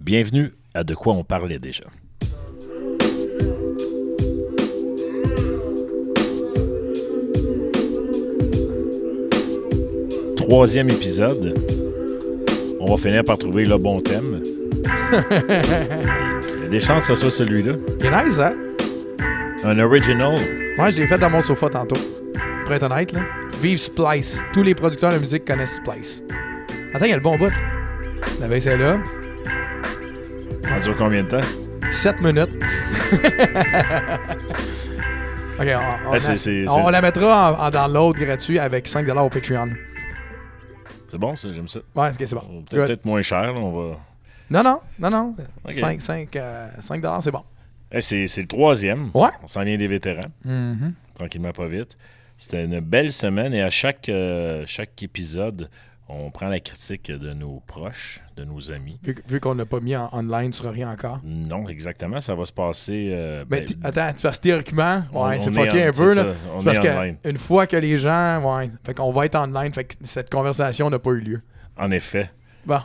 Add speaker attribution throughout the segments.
Speaker 1: Bienvenue à De quoi on parlait déjà. Troisième épisode. On va finir par trouver le bon thème. Il y a des chances que ce soit celui-là.
Speaker 2: Il est nice, hein?
Speaker 1: Un original.
Speaker 2: Moi, je l'ai fait dans mon sofa tantôt. Pour être honnête, là. Vive Splice. Tous les producteurs de musique connaissent Splice. Attends, il y a le bon bout. La baisse est là.
Speaker 1: Ça dure combien de temps?
Speaker 2: 7 minutes. OK, on, on,
Speaker 1: Ah, c'est-
Speaker 2: la-
Speaker 1: c'est-
Speaker 2: on-
Speaker 1: c'est-
Speaker 2: on la mettra en, en download gratuit avec 5 au Patreon.
Speaker 1: C'est bon, ça, j'aime ça.
Speaker 2: Ouais, ok, c'est bon.
Speaker 1: Peut- Peut-être
Speaker 2: Good.
Speaker 1: moins cher, là, on va.
Speaker 2: Non, non, non, non.
Speaker 1: Ok.
Speaker 2: 5, 5, euh, 5 c'est bon.
Speaker 1: Eh, c'est c'est le troisième.
Speaker 2: Ouais. Mm-hmm.
Speaker 1: On s'en vient des vétérans. Tranquillement, pas vite. C'était une belle semaine et à chaque, euh, chaque épisode, on prend la critique de nos proches, de nos amis.
Speaker 2: Vu, que- vu qu'on n'a pas mis en online sur rien encore.
Speaker 1: Non, exactement, ça va se passer. euh,
Speaker 2: Mais
Speaker 1: ben,
Speaker 2: t- attends, tu passes théoriquement,
Speaker 1: on-
Speaker 2: ouais,
Speaker 1: on
Speaker 2: c'est
Speaker 1: est
Speaker 2: fucké
Speaker 1: en-
Speaker 2: un peu,
Speaker 1: c'est
Speaker 2: là.
Speaker 1: ça, on
Speaker 2: Parce
Speaker 1: est online.
Speaker 2: qu'une fois que les gens, ouais, fait qu'on va être online, fait que cette conversation n'a pas eu lieu.
Speaker 1: En effet.
Speaker 2: Bon,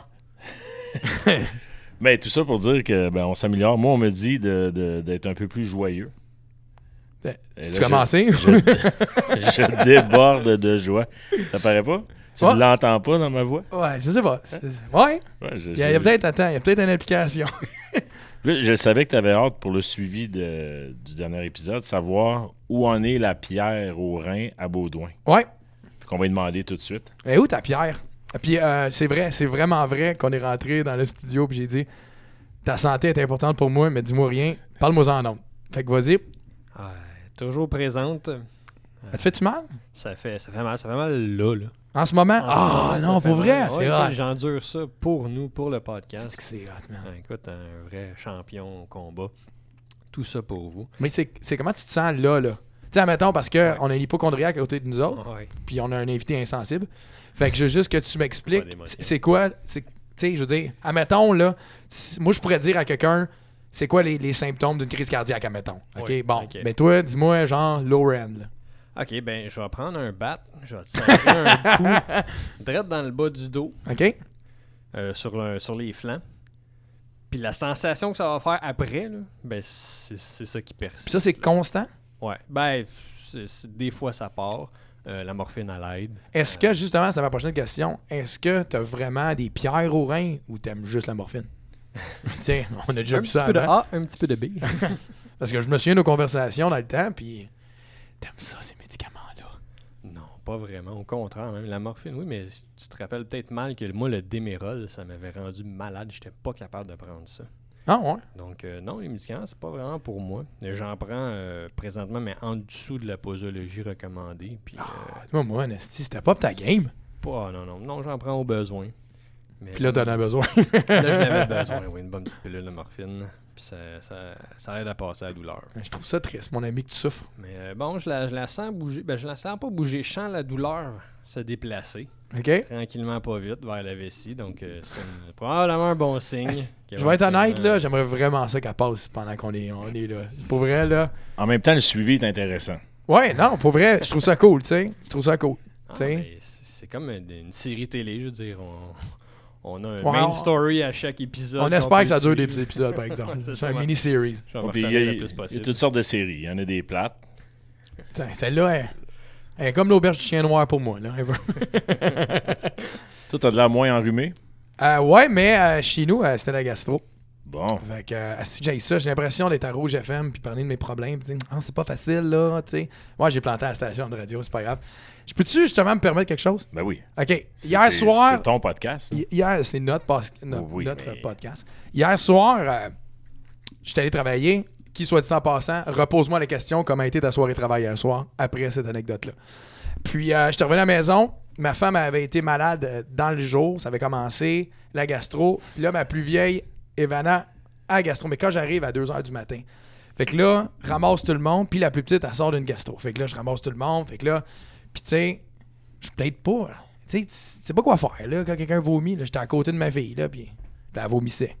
Speaker 1: Mais tout ça pour dire que ben, on s'améliore. Moi, on me dit de- de- d'être un peu plus joyeux.
Speaker 2: Ben,
Speaker 1: Et
Speaker 2: tu
Speaker 1: là, je-
Speaker 2: commencé?
Speaker 1: Je, je déborde de joie. Ça paraît pas? Tu
Speaker 2: Ouais.
Speaker 1: l'entends pas dans ma voix?
Speaker 2: Ouais, je sais pas. C'est- Ouais,
Speaker 1: Ouais, je,
Speaker 2: il y a, il y a peut-être, attends, il y a peut-être une application.
Speaker 1: Là, je savais que tu avais hâte pour le suivi de- du dernier épisode, savoir où en est la pierre au rein à Baudouin.
Speaker 2: ouais.
Speaker 1: Fait qu'on va lui demander tout de suite.
Speaker 2: Mais où ta pierre? Puis euh, c'est vrai, c'est vraiment vrai qu'on est rentré dans le studio puis j'ai dit ta santé est importante pour moi, mais dis-moi rien, parle-moi en nombre. Fait que vas-y.
Speaker 3: Ah, toujours présente.
Speaker 2: Ça te fait-tu mal?
Speaker 3: Ça fait, ça fait mal, ça fait mal là. là.
Speaker 2: En ce moment?
Speaker 3: En
Speaker 2: Ah
Speaker 3: ce moment, ça
Speaker 2: non,
Speaker 3: fait
Speaker 2: pour vrai,
Speaker 3: mal.
Speaker 2: c'est
Speaker 3: Ouais,
Speaker 2: vrai.
Speaker 3: J'endure ça pour nous, pour le podcast.
Speaker 2: C'est hot, man.
Speaker 3: Ah, écoute, un vrai champion au combat. Tout ça pour vous.
Speaker 2: Mais c'est c'est comment tu te sens là, là? Tu sais, admettons, parce qu'on a un hypochondriaque à côté de nous autres,
Speaker 3: Ah, Ouais.
Speaker 2: puis on a un invité insensible. Fait que je veux juste que tu m'expliques,
Speaker 3: Pas d'émotion.
Speaker 2: c'est- c'est quoi, c'est- tu sais, je veux dire, admettons, là, si- moi, je pourrais dire à quelqu'un, c'est quoi les, les symptômes d'une crise cardiaque, admettons. OK,
Speaker 3: Oui,
Speaker 2: bon.
Speaker 3: ok.
Speaker 2: Mais toi, dis-moi, genre, low end, là.
Speaker 3: Ok, ben je vais prendre un bat, je vais te sacrer un coup, direct dans le bas du dos,
Speaker 2: OK?
Speaker 3: euh, sur, le- sur les flancs. Puis la sensation que ça va faire après, là, ben c'est c'est ça qui persiste.
Speaker 2: Puis ça, c'est
Speaker 3: là.
Speaker 2: constant.
Speaker 3: Ouais. Ben, c'est- c'est- des fois ça part. Euh, la morphine à l'aide.
Speaker 2: Est-ce que, justement, c'est ma prochaine question, est-ce que t'as vraiment des pierres au rein ou t'aimes juste la morphine? Tiens, on a déjà
Speaker 3: un
Speaker 2: vu
Speaker 3: petit
Speaker 2: ça
Speaker 3: peu de
Speaker 2: avant.
Speaker 3: A, un petit peu de B.
Speaker 2: Parce que je me souviens de nos conversations dans le temps, puis t'aimes ça, ces médicaments-là.
Speaker 3: Non, pas vraiment. Au contraire, même la morphine, oui, mais tu te rappelles peut-être mal que moi, le Démérol, ça m'avait rendu malade. J'étais pas capable de prendre ça.
Speaker 2: Ah ouais?
Speaker 3: Donc, euh, non, les médicaments, c'est pas vraiment pour moi. Euh, J'en prends euh, présentement, mais en dessous de la posologie recommandée. Puis, euh, ben
Speaker 2: Ah, Moi, moi, Nasty, c'était pas pour ta game.
Speaker 3: pas, ah, non, non, non, j'en prends au besoin. Mais
Speaker 2: Puis là, t'en as besoin.
Speaker 3: là, je l'avais besoin, oui, une bonne petite pilule de morphine. Puis ça, ça, ça aide à passer la douleur.
Speaker 2: je trouve ça triste, mon ami, que tu souffres.
Speaker 3: Mais euh, bon, je la, je la sens bouger. Ben, je la sens pas bouger. Je sens la douleur se déplacer.
Speaker 2: OK?
Speaker 3: tranquillement pas vite vers la vessie. Donc, euh, c'est une- probablement un bon signe.
Speaker 2: Ah, Je vais être honnête, là, j'aimerais vraiment ça qu'elle passe pendant qu'on est, on est là. Pour vrai, là.
Speaker 1: En même temps, le suivi est intéressant.
Speaker 2: Ouais, non, pour vrai, je trouve ça cool, tu sais. Je trouve ça cool.
Speaker 3: Ah,
Speaker 2: tu sais.
Speaker 3: ben, c'est c'est comme une, une série télé, je veux dire. On, on a un
Speaker 2: Ouais,
Speaker 3: main
Speaker 2: on-
Speaker 3: story à chaque épisode.
Speaker 2: On
Speaker 3: qu'on
Speaker 2: espère
Speaker 3: peut
Speaker 2: que ça dure des
Speaker 3: suivre.
Speaker 2: petits épisodes, par exemple.
Speaker 3: Ouais, c'est
Speaker 2: C'est un
Speaker 3: ça.
Speaker 2: mini-series.
Speaker 3: Je vais en
Speaker 1: Puis, il y,
Speaker 3: retenir
Speaker 1: a-
Speaker 3: le plus
Speaker 1: il y a
Speaker 3: possible.
Speaker 1: toutes sortes de séries. Il y en a des plates.
Speaker 2: Putain, Celle-là, elle, elle est comme l'auberge du chien noir pour moi, là.
Speaker 1: Toi, t'as de l'air moins enrhumé?
Speaker 2: Euh, ouais, mais euh, chez nous, euh, c'était la gastro.
Speaker 1: Bon.
Speaker 2: Fait que, euh, si j'ai ça, j'ai l'impression d'être à Rouge FM puis parler de mes problèmes. puis dire, Ah, c'est pas facile, là, tu sais. Moi, j'ai planté à la station de radio, c'est pas grave. Je peux-tu justement me permettre quelque chose?
Speaker 1: Ben oui.
Speaker 2: OK.
Speaker 1: C'est-
Speaker 2: Hier
Speaker 1: c'est-
Speaker 2: soir.
Speaker 1: C'est ton podcast.
Speaker 2: hi- Hier, c'est notre, pas- notre,
Speaker 1: Oui,
Speaker 2: notre
Speaker 1: mais-
Speaker 2: podcast. Hier soir, euh, j'étais allé travailler. Qui soit dit en passant, repose-moi la question comment a été ta soirée de travail hier soir après cette anecdote-là. Puis, euh, je suis revenu à la maison. Ma femme avait été malade euh, dans le jour. Ça avait commencé, la gastro. Puis là, ma plus vieille, Evana, à la gastro. Mais quand j'arrive à 2 h du matin. Fait que là, ramasse tout le monde. Puis la plus petite, elle sort d'une gastro. Fait que là, je ramasse tout le monde. Fait que là, puis tu sais, je suis peut-être pas. Tu sais, tu sais pas quoi faire, là. Quand quelqu'un vomit, là, j'étais à côté de ma fille, là. Puis puis elle vomissait.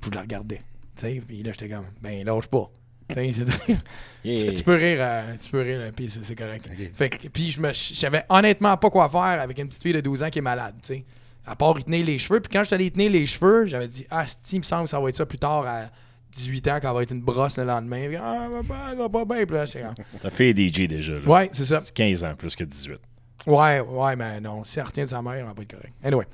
Speaker 2: Puis je la regardais. Tu sais, puis là, j'étais comme, ben, lâche pas. Tu sais, c'est- tu, tu peux rire, euh, tu peux rire, là, puis c'est c'est correct. Fait que, puis je me, je savais honnêtement pas quoi faire avec une petite fille de 12 ans qui est malade, tu sais. À part y tenir les cheveux. Puis quand je t'allais y tenir les cheveux, j'avais dit Ah, Steve, il me semble que ça va être ça plus tard à 18 ans, quand va être une brosse le lendemain. Puis, ah, va pas, va pas bien. Puis là, j'étais comme,
Speaker 1: T'as fait DJ déjà, là.
Speaker 2: Ouais, c'est ça.
Speaker 1: C'est 15 ans plus que 18.
Speaker 2: Ouais, ouais, mais non. Si elle retient de sa mère, elle va pas être correct. Anyway,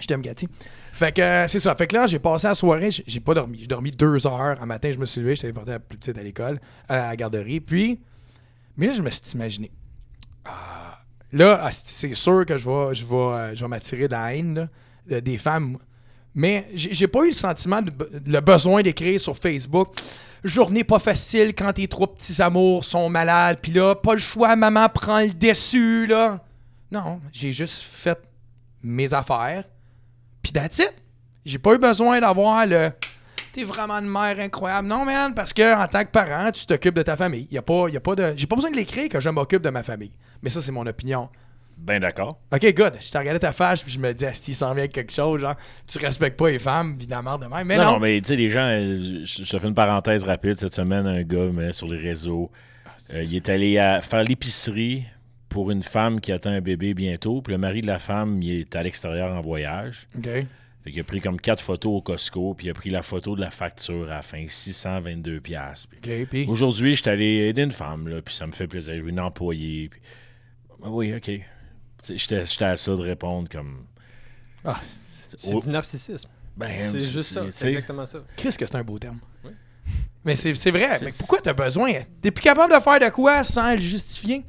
Speaker 2: je t'aime, Cathy. Fait que euh, c'est ça. Fait que là, j'ai passé la soirée, j'ai j'ai pas dormi. J'ai dormi deux heures. Un matin, je me suis levé, j'étais porté la plus petite à l'école, euh, à la garderie. Puis, mais là, je me suis imaginé. Ah, là, asti, c'est sûr que je vais, je vais, euh, je vais m'attirer de la haine là, de- des femmes. Mais j'ai j'ai pas eu le sentiment, de be- le besoin d'écrire sur Facebook. Journée pas facile quand tes trois petits amours sont malades. Puis là, pas le choix, maman prend le dessus, là. Non, j'ai juste fait mes affaires. Puis that's it. J'ai pas eu besoin d'avoir le. T'es vraiment une mère incroyable. Non, man, parce que en tant que parent, tu t'occupes de ta famille. Y a pas, y a pas de. J'ai pas besoin de l'écrire que je m'occupe de ma famille. Mais ça, c'est mon opinion.
Speaker 1: Ben d'accord.
Speaker 2: Ok, good. Je t'ai regardé ta face, puis je me dis, Asti, il s'en vient avec quelque chose, genre, tu respectes pas les femmes, puis de la merde de même. Mais
Speaker 1: non,
Speaker 2: non.
Speaker 1: non, mais tu sais, les gens, euh, je je te fais une parenthèse rapide. Cette semaine, un gars mais sur les réseaux,
Speaker 2: Ah,
Speaker 1: euh, il est allé à faire l'épicerie pour une femme qui attend un bébé bientôt. Puis le mari de la femme, il est à l'extérieur en voyage.
Speaker 2: Ok.
Speaker 1: Fait qu'il a pris comme quatre photos au Costco, puis il a pris la photo de la facture à la fin, 622 piastres. Puis
Speaker 2: Ok, puis.
Speaker 1: Aujourd'hui, je suis allé aider une femme, là, puis ça me fait plaisir, une employée. Puis... Ah oui, OK. Tu sais, J'étais j'étais à ça de répondre comme...
Speaker 2: Ah,
Speaker 3: C'est
Speaker 1: Oh,
Speaker 3: du narcissisme.
Speaker 1: ben,
Speaker 3: C'est juste ça.
Speaker 1: tu
Speaker 3: C'est
Speaker 1: sais.
Speaker 3: exactement ça.
Speaker 2: Chris, que c'est un beau terme.
Speaker 3: Oui.
Speaker 2: Mais c'est c'est vrai.
Speaker 1: C'est-
Speaker 2: Mais pourquoi t'as besoin? T'es plus capable de faire de quoi sans le justifier?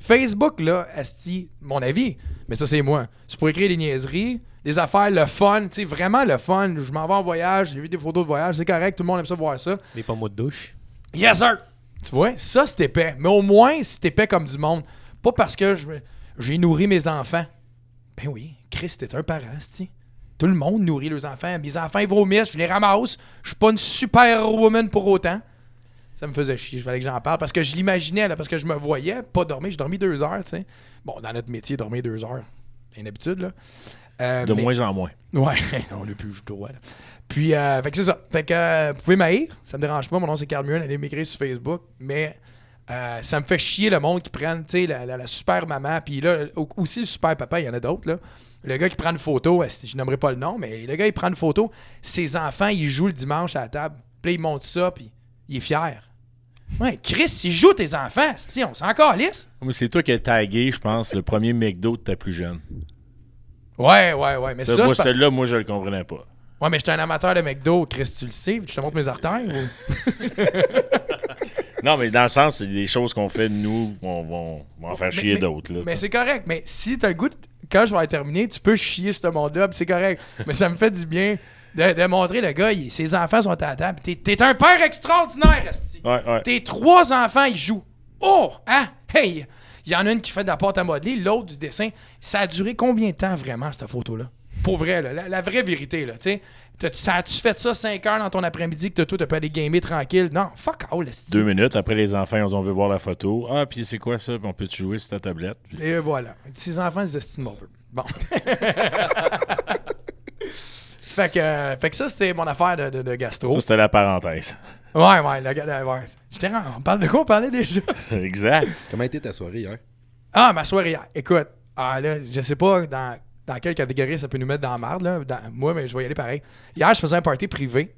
Speaker 2: Facebook, là, Asti, mon avis, mais ça, c'est moi. C'est pour écrire des niaiseries, des affaires, le fun, tu sais, vraiment le fun. Je m'en vais en voyage, j'ai vu des photos de voyage, c'est correct, tout le monde aime ça voir ça.
Speaker 3: Des pommeaux de douche.
Speaker 2: Yes, sir! Tu vois, ça, c'est épais. Mais au moins, c'est épais comme du monde. Pas parce que je me- j'ai nourri mes enfants. Ben oui, Chris, t'es un parent, c'ti. Tout le monde nourrit leurs enfants. Mes enfants, ils vomissent, je les ramasse. Je suis pas une superwoman pour autant. Ça me faisait chier, je fallait que j'en parle. Parce que je l'imaginais, là, parce que je me voyais pas dormir. J'ai dormi deux heures, tu sais. Bon, dans notre métier, dormir deux heures, c'est une habitude, là. Euh,
Speaker 1: De
Speaker 2: mais-
Speaker 1: moins en moins.
Speaker 2: Ouais, on n'a plus le droit. là. Puis, euh, fait que c'est ça. Fait que euh, vous pouvez m'haïr, ça me dérange pas. Mon nom c'est Carl Muren, allez m'écrire sur Facebook. Mais euh, ça me fait chier le monde qui prenne, tu sais, la, la- la super maman. Puis là, au- aussi le super papa, il y en a d'autres, là. Le gars qui prend une photo, euh, je nommerai pas le nom, mais le gars, il prend une photo. Ses enfants, ils jouent le dimanche à la table. Puis là, il monte ça, puis il est fier. Ouais, Chris, il joue tes enfants. c'ti, on s'en calisse.
Speaker 1: Mais c'est toi qui as tagué, je pense, le premier McDo de ta plus jeune.
Speaker 2: Ouais, ouais, ouais. Mais ça,
Speaker 1: Ça, Ben, moi,
Speaker 2: c'est pas-
Speaker 1: celle-là, moi, je le comprenais pas.
Speaker 2: Ouais, mais j'étais un amateur de McDo. Chris, tu le sais. Je te montre mes artères. ou-
Speaker 1: Non, mais dans le sens, c'est des choses qu'on fait, nous, on va on va en faire
Speaker 2: Mais-
Speaker 1: chier
Speaker 2: mais-
Speaker 1: d'autres. là,
Speaker 2: Mais
Speaker 1: tu sais.
Speaker 2: c'est correct. Mais si t'as le goût, de- quand je vais terminer, tu peux chier ce monde-là, puis c'est correct. mais ça me fait du bien de, de montrer le gars, il- ses enfants sont à la table. T'es, t'es un père extraordinaire, Asti.
Speaker 1: Ouais, ouais.
Speaker 2: Tes trois enfants, ils jouent. Oh, hein, hey! Il y en a une qui fait de la pâte à modeler, l'autre du dessin. Ça a duré combien de temps vraiment, cette photo-là? Pour vrai, là, la, la vraie vérité, là, tu sais. T'as- Ça as-tu fait ça 5 heures dans ton après-midi que t'as tout, t'as pas aller gamer tranquille? Non, fuck all, Asti.
Speaker 1: Deux minutes, après les enfants, ils ont veut voir la photo. Ah, puis c'est quoi ça? Puis on peut te jouer sur ta tablette. Puis-
Speaker 2: Et voilà. Ses enfants, ils estiment mauvais. Bon. fait, que, euh, fait que ça, c'était mon affaire de, de- de gastro.
Speaker 1: Ça, c'était la parenthèse.
Speaker 2: Ouais, ouais, le gars- le- ouais. J'étais rend- On parle de quoi on parlait déjà?
Speaker 1: exact.
Speaker 4: Comment était ta soirée hier?
Speaker 2: Ah, ma soirée hier. Écoute, ah, là, je sais pas dans, dans quelle catégorie ça peut nous mettre dans la marde. Là. Dans- moi, mais je vais y aller pareil. Hier, je faisais un party privé.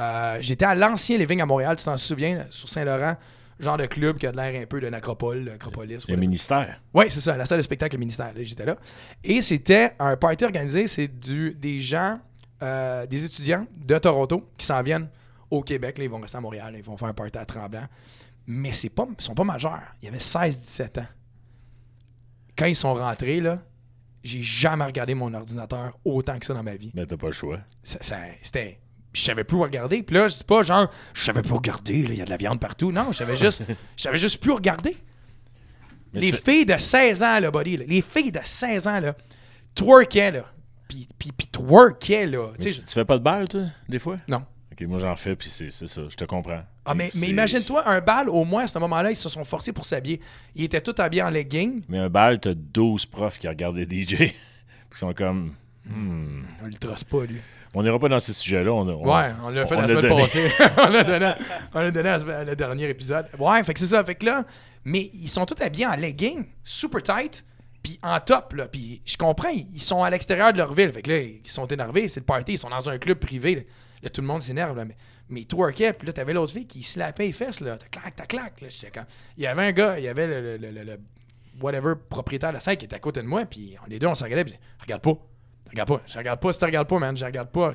Speaker 2: Euh, J'étais à l'ancien Living à Montréal, tu t'en souviens, là, sur Saint-Laurent. Genre de club qui a de l'air un peu de l'acropole, l'acropolis.
Speaker 1: Le
Speaker 2: whatever.
Speaker 1: ministère.
Speaker 2: Oui, c'est ça, la salle de spectacle, le ministère. là, J'étais là. Et c'était un party organisé, c'est du des gens, euh, des étudiants de Toronto qui s'en viennent au Québec. là, ils vont rester à Montréal, ils vont faire un party à Tremblant. Mais c'est pas, ils sont pas majeurs. Il y avait 16-17 ans. Quand ils sont rentrés, là, j'ai jamais regardé mon ordinateur autant que ça dans ma vie
Speaker 1: Mais t'as pas le choix.
Speaker 2: ça, ça- c'était je savais plus où regarder puis là je dis pas genre je savais plus où regarder là, il y a de la viande partout non je savais juste je savais juste plus où regarder
Speaker 1: Mais
Speaker 2: les
Speaker 1: tu-
Speaker 2: filles de 16 ans là buddy là, les filles de 16 ans là twerkaient là puis puis puis twerkaient là
Speaker 1: Mais
Speaker 2: tu sais,
Speaker 1: tu, tu fais pas de balle, toi, des fois?
Speaker 2: non
Speaker 1: Ok, moi j'en fais, puis c'est c'est ça, je te comprends.
Speaker 2: ah, mais,
Speaker 1: C'est-
Speaker 2: mais imagine-toi, un bal, au moins, à ce moment-là, ils se sont forcés pour s'habiller. Ils étaient tous habillés en legging,
Speaker 1: Mais un bal, t'as 12 profs qui regardent les DJ, qui sont comme.
Speaker 2: on le trosse pas, lui.
Speaker 1: On n'ira pas dans ces sujets-là. On, a- on-
Speaker 2: Ouais, on l'a fait
Speaker 1: on
Speaker 2: la
Speaker 1: a
Speaker 2: semaine
Speaker 1: donné.
Speaker 2: passée. on l'a donné, on l'a donné à ce- à le dernier épisode. Ouais, fait que c'est ça. Fait que là, mais ils sont tous habillés en leggings, super tight. Puis en top, là, puis je comprends, ils ils sont à l'extérieur de leur ville. Fait que là, ils sont énervés, c'est le party, ils sont dans un club privé. Là, Là, tout le monde s'énerve, là, mais, mais ils twerkaient, puis là, t'avais l'autre fille qui slappait les fesses, là, tac, clac, tac, clac. Là, j'étais comme- Il y avait un gars, il y avait le, le- le- le- le whatever propriétaire de la salle qui était à côté de moi, puis on- les deux, on s'en regardait, puis je regarde pas, je regarde pas, je regarde pas, si tu regardes pas, man, je regarde pas.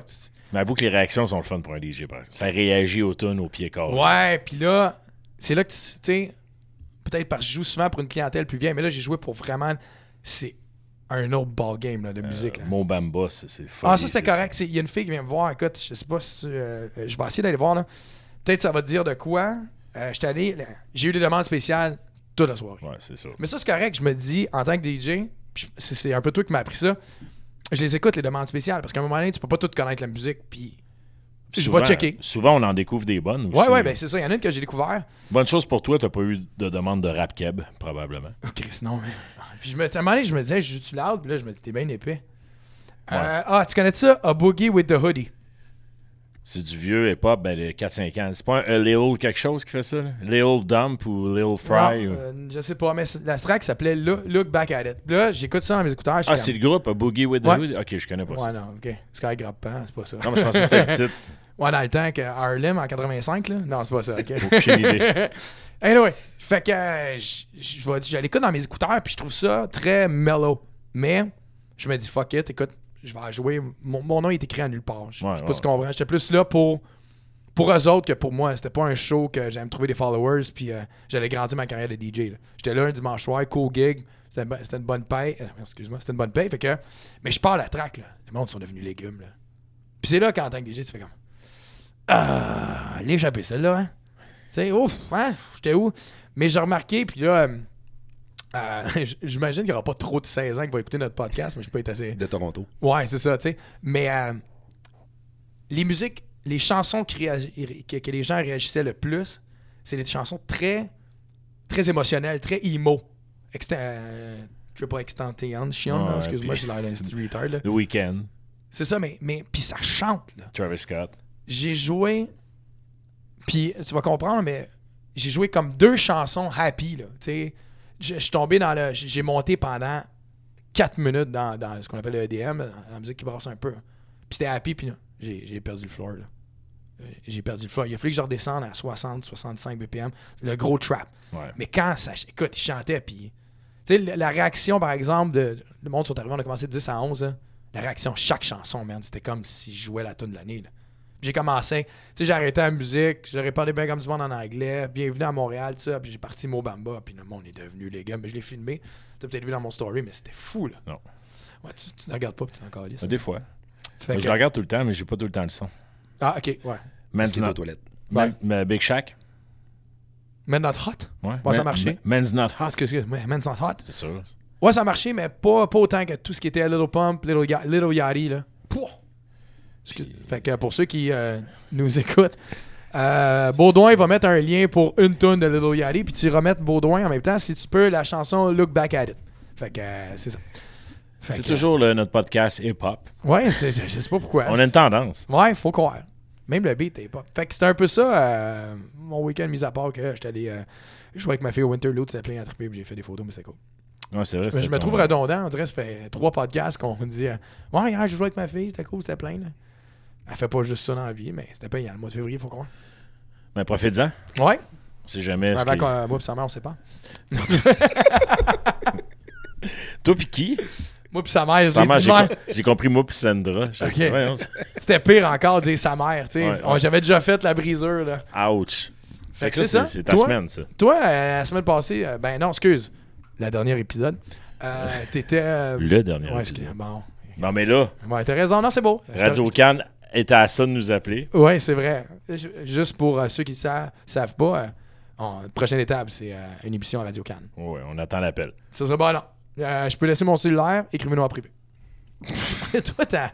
Speaker 1: Mais avoue que les réactions sont le fun pour un DJ, par exemple. Ça réagit au tonne au pied corps.
Speaker 2: Ouais, puis là, c'est là que tu tu sais, peut-être parce que je joue souvent pour une clientèle plus vieille, mais là, j'ai joué pour vraiment. C'est un autre ballgame là, de musique. là.
Speaker 1: Mo Bamba, c'est Euh, c'est fun.
Speaker 2: Ah, ça, c'était correct. C'est- Il y a une fille qui vient me voir. Écoute, je sais pas si. euh, euh, je vais essayer d'aller voir, là. Peut-être ça va te dire de quoi. Euh, j'étais allé. là, J'ai eu des demandes spéciales toute la soirée.
Speaker 1: Ouais, c'est ça.
Speaker 2: Mais ça, c'est correct. Je me dis, en tant que DJ, puis je- c'est c'est un peu toi qui m'as appris ça. Je les écoute, les demandes spéciales, parce qu'à un moment donné, tu peux pas tout connaître la musique, puis. Je
Speaker 1: Souvent-
Speaker 2: vais checker.
Speaker 1: Souvent, on en découvre des bonnes aussi.
Speaker 2: Ouais, ouais, ben c'est ça. Il y en a une que j'ai découvert.
Speaker 1: Bonne chose pour toi, t'as pas eu de demande de rap keb, probablement.
Speaker 2: Oh, Chris, non, mais. Puis je me, à un moment donné, je me disais, je joue-tu loud? Puis là, je me dis, t'es bien épais. Euh,
Speaker 1: Ouais.
Speaker 2: ah, tu connais ça? A Boogie with the Hoodie.
Speaker 1: C'est du vieux hip-hop, ben, de 4-5 ans. C'est pas un A Lil quelque chose qui fait ça, là? Lil Dump ou Lil Fry?
Speaker 2: Non,
Speaker 1: ou-
Speaker 2: euh, je sais pas, mais c'est- la track s'appelait Lo- Look Back at It. Puis Là, j'écoute ça dans mes écouteurs. je
Speaker 1: Ah, c'est
Speaker 2: suis
Speaker 1: le groupe A Boogie with the
Speaker 2: Ouais.
Speaker 1: Hood? Ok, je connais pas
Speaker 2: comme,
Speaker 1: ça.
Speaker 2: Ouais, non, ok. C'est quand même grappant, c'est pas ça.
Speaker 1: Non, mais je pensais que c'était le titre.
Speaker 2: Ouais, dans le temps que Harlem en 85, là. Non, c'est pas ça, ok.
Speaker 1: Aucune idée.
Speaker 2: Anyway, fait que euh, je- je vais- je l'écoute dans mes écouteurs, puis je trouve ça très mellow. Mais je me dis, fuck it, écoute, je vais la jouer. Mon, mon nom est écrit à nulle part. Je je sais
Speaker 1: Ouais,
Speaker 2: pas
Speaker 1: ouais,
Speaker 2: si tu comprends. J'étais plus là pour, pour eux autres que pour moi. C'était pas un show que j'allais me trouver des followers, puis euh, j'allais grandir ma carrière de DJ. là. J'étais là un dimanche soir, cool gig. C'était une bo- c'était une bonne paye. Euh, Excuse-moi, c'était une bonne paye. Fait que, mais je pars à la track. Là. Les mondes sont devenus légumes. Là. Puis c'est là qu'en tant que DJ, tu fais comme. Ah, l'échappée celle-là, hein? Tu sais, ouf, hein, j'étais où? Mais j'ai remarqué, puis là, euh, euh, j- j'imagine qu'il n'y aura pas trop de 16 ans qui vont écouter notre podcast, mais je peux être assez.
Speaker 4: de Toronto.
Speaker 2: Ouais, c'est ça, tu sais. Mais euh, les musiques, les chansons qui réagi- que, que les gens réagissaient le plus, c'est des chansons très, très émotionnelles, très emo. Exta- euh, je ne veux pas extanter en chiant, là,
Speaker 1: Ouais,
Speaker 2: excuse-moi,
Speaker 1: puis-
Speaker 2: j'ai l'air d'un street retard, là.
Speaker 1: The Weeknd,
Speaker 2: C'est ça, mais, mais puis ça chante, là
Speaker 1: Travis Scott.
Speaker 2: j'ai joué. Puis tu vas comprendre, mais j'ai joué comme deux chansons happy. Là, tu sais. je je suis tombé dans le. J'ai monté pendant quatre minutes dans, dans ce qu'on appelle le EDM, dans la musique qui brasse un peu. Puis c'était happy, puis là, j'ai j'ai perdu le floor. là. Euh, J'ai perdu le floor. Il a fallu que je redescende à 60, 65 BPM. Le gros trap.
Speaker 1: Ouais.
Speaker 2: Mais quand ça. Écoute, il chantait, puis. Tu sais, la- la réaction, par exemple, de. Le monde sont arrivés, on a commencé de 10 à 11. là. La réaction, de chaque chanson, man, c'était comme si je jouais la tune de l'année. là. Puis J'ai commencé, tu sais, j'ai arrêté la musique, j'ai répandé bien comme du monde en anglais, bienvenue à Montréal, tout ça, puis j'ai parti Mobamba, puis le monde est devenu les gars, mais je l'ai filmé. T'as peut-être vu dans mon story, mais c'était fou, là.
Speaker 1: Non.
Speaker 2: Ouais, tu, tu ne regardes pas, puis tu t'en calisses.
Speaker 1: Des fois.
Speaker 2: Fait
Speaker 1: Je
Speaker 2: que-
Speaker 1: la regarde tout le temps, mais j'ai pas tout le temps le son.
Speaker 2: Ah, ok, ouais.
Speaker 1: Man's
Speaker 4: C'est aux
Speaker 1: Not,
Speaker 4: toilettes.
Speaker 1: Man- mais Big Shack.
Speaker 2: Men Not Hot?
Speaker 1: Ouais.
Speaker 2: Ouais, ça
Speaker 1: Man-
Speaker 2: marchait.
Speaker 1: Ma- Man's Not
Speaker 2: Ah,
Speaker 1: Hot.
Speaker 2: excuse moi Men Not Hot.
Speaker 1: C'est sûr.
Speaker 2: Ouais, ça marchait, mais pas, pas autant que tout ce qui était Little Pump, Little, Ya- Little Yachty, là. Pouah! Excuse- Fait que pour ceux qui euh, nous écoutent, euh, Baudouin va mettre un lien pour une tonne de Little Yachty, puis tu remettre Baudouin en même temps, si tu peux, la chanson Look Back at It. Fait que euh, c'est ça. Fait
Speaker 1: C'est
Speaker 2: que- euh,
Speaker 1: toujours le- notre podcast hip-hop.
Speaker 2: Ouais, c'est- je je sais pas pourquoi.
Speaker 1: On a une tendance.
Speaker 2: Ouais, faut croire. Même le beat est pas. Fait que c'était un peu ça, euh, mon week-end, mis à part que j'étais allé euh, jouer avec ma fille au Winterloo, c'était plein à triper, puis j'ai fait des photos, mais c'était cool.
Speaker 1: Ouais, c'est vrai.
Speaker 2: Mais
Speaker 1: c'est
Speaker 2: je me
Speaker 1: ton-
Speaker 2: trouve redondant. On dirait que ça fait trois podcasts qu'on dit euh, Ouais, hier, je jouais avec ma fille, c'était cool, c'était plein. là. Elle fait pas juste ça dans la vie, mais c'était payant. Le mois de février, faut croire.
Speaker 1: Mais profite-en.
Speaker 2: Ouais,
Speaker 1: On sait jamais. ce
Speaker 2: avant
Speaker 1: qui-
Speaker 2: qu'on moi pis sa mère, on sait pas.
Speaker 1: Toi, pis qui?
Speaker 2: Moi pis sa mère, je
Speaker 1: Sa
Speaker 2: l'ai
Speaker 1: mère,
Speaker 2: dit
Speaker 1: j'ai
Speaker 2: de même.
Speaker 1: com- j'ai compris moi puis Sandra. J'ai dit,
Speaker 2: Ok.
Speaker 1: voyons,
Speaker 2: C'était pire encore de dire sa mère, tu sais.
Speaker 1: Ouais,
Speaker 2: On-
Speaker 1: ouais.
Speaker 2: J'avais déjà fait la brisure, là.
Speaker 1: Ouch. Fait que ça,
Speaker 2: que c'est
Speaker 1: c'est-
Speaker 2: ça.
Speaker 1: c'est ta
Speaker 2: Toi?
Speaker 1: semaine, ça.
Speaker 2: Toi, euh, la semaine passée, euh, ben non, excuse, le dernier épisode, euh, t'étais. euh,
Speaker 1: Le dernier.
Speaker 2: Ouais, Ben,
Speaker 1: épisode.
Speaker 2: excuse, bon.
Speaker 1: Non, mais là,
Speaker 2: Ouais, t'as raison, non, c'est beau.
Speaker 1: Radio Cannes était à ça de nous appeler.
Speaker 2: Ouais, c'est vrai. Ju- Juste pour euh, ceux qui savent, savent pas, euh, on- prochaine étape, c'est euh, une émission à Radio Cannes.
Speaker 1: Ouais, on attend l'appel.
Speaker 2: Ça serait bon, non. Euh, je peux laisser mon cellulaire, écrivez-nous en privé. Toi, t'as.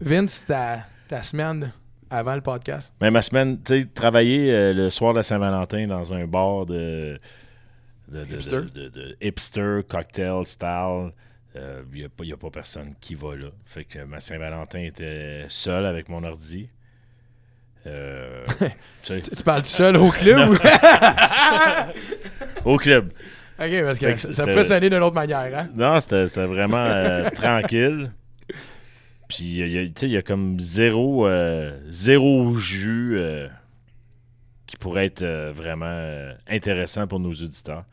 Speaker 2: Vince, ta, ta semaine avant le podcast.
Speaker 1: Mais ma semaine, tu sais, travailler euh, le soir de la Saint-Valentin dans un bar de. de, de-
Speaker 2: Hipster.
Speaker 1: de- de- de hipster, cocktail, style. Il n'y a, pas- y a pas personne qui va là. Fait que ma Saint-Valentin était seule avec mon ordi. Euh, tu sais,
Speaker 2: Tu, tu parles tout seul au club ou-
Speaker 1: au club.
Speaker 2: OK, parce
Speaker 1: Fait
Speaker 2: que
Speaker 1: que
Speaker 2: ça
Speaker 1: c'était-
Speaker 2: pouvait sonner d'une autre manière, hein?
Speaker 1: Non, c'était c'était vraiment euh, tranquille. Puis, euh, il y a- tu sais, il y a comme zéro, euh, zéro jus euh, qui pourrait être euh, vraiment euh, intéressant pour nos auditeurs.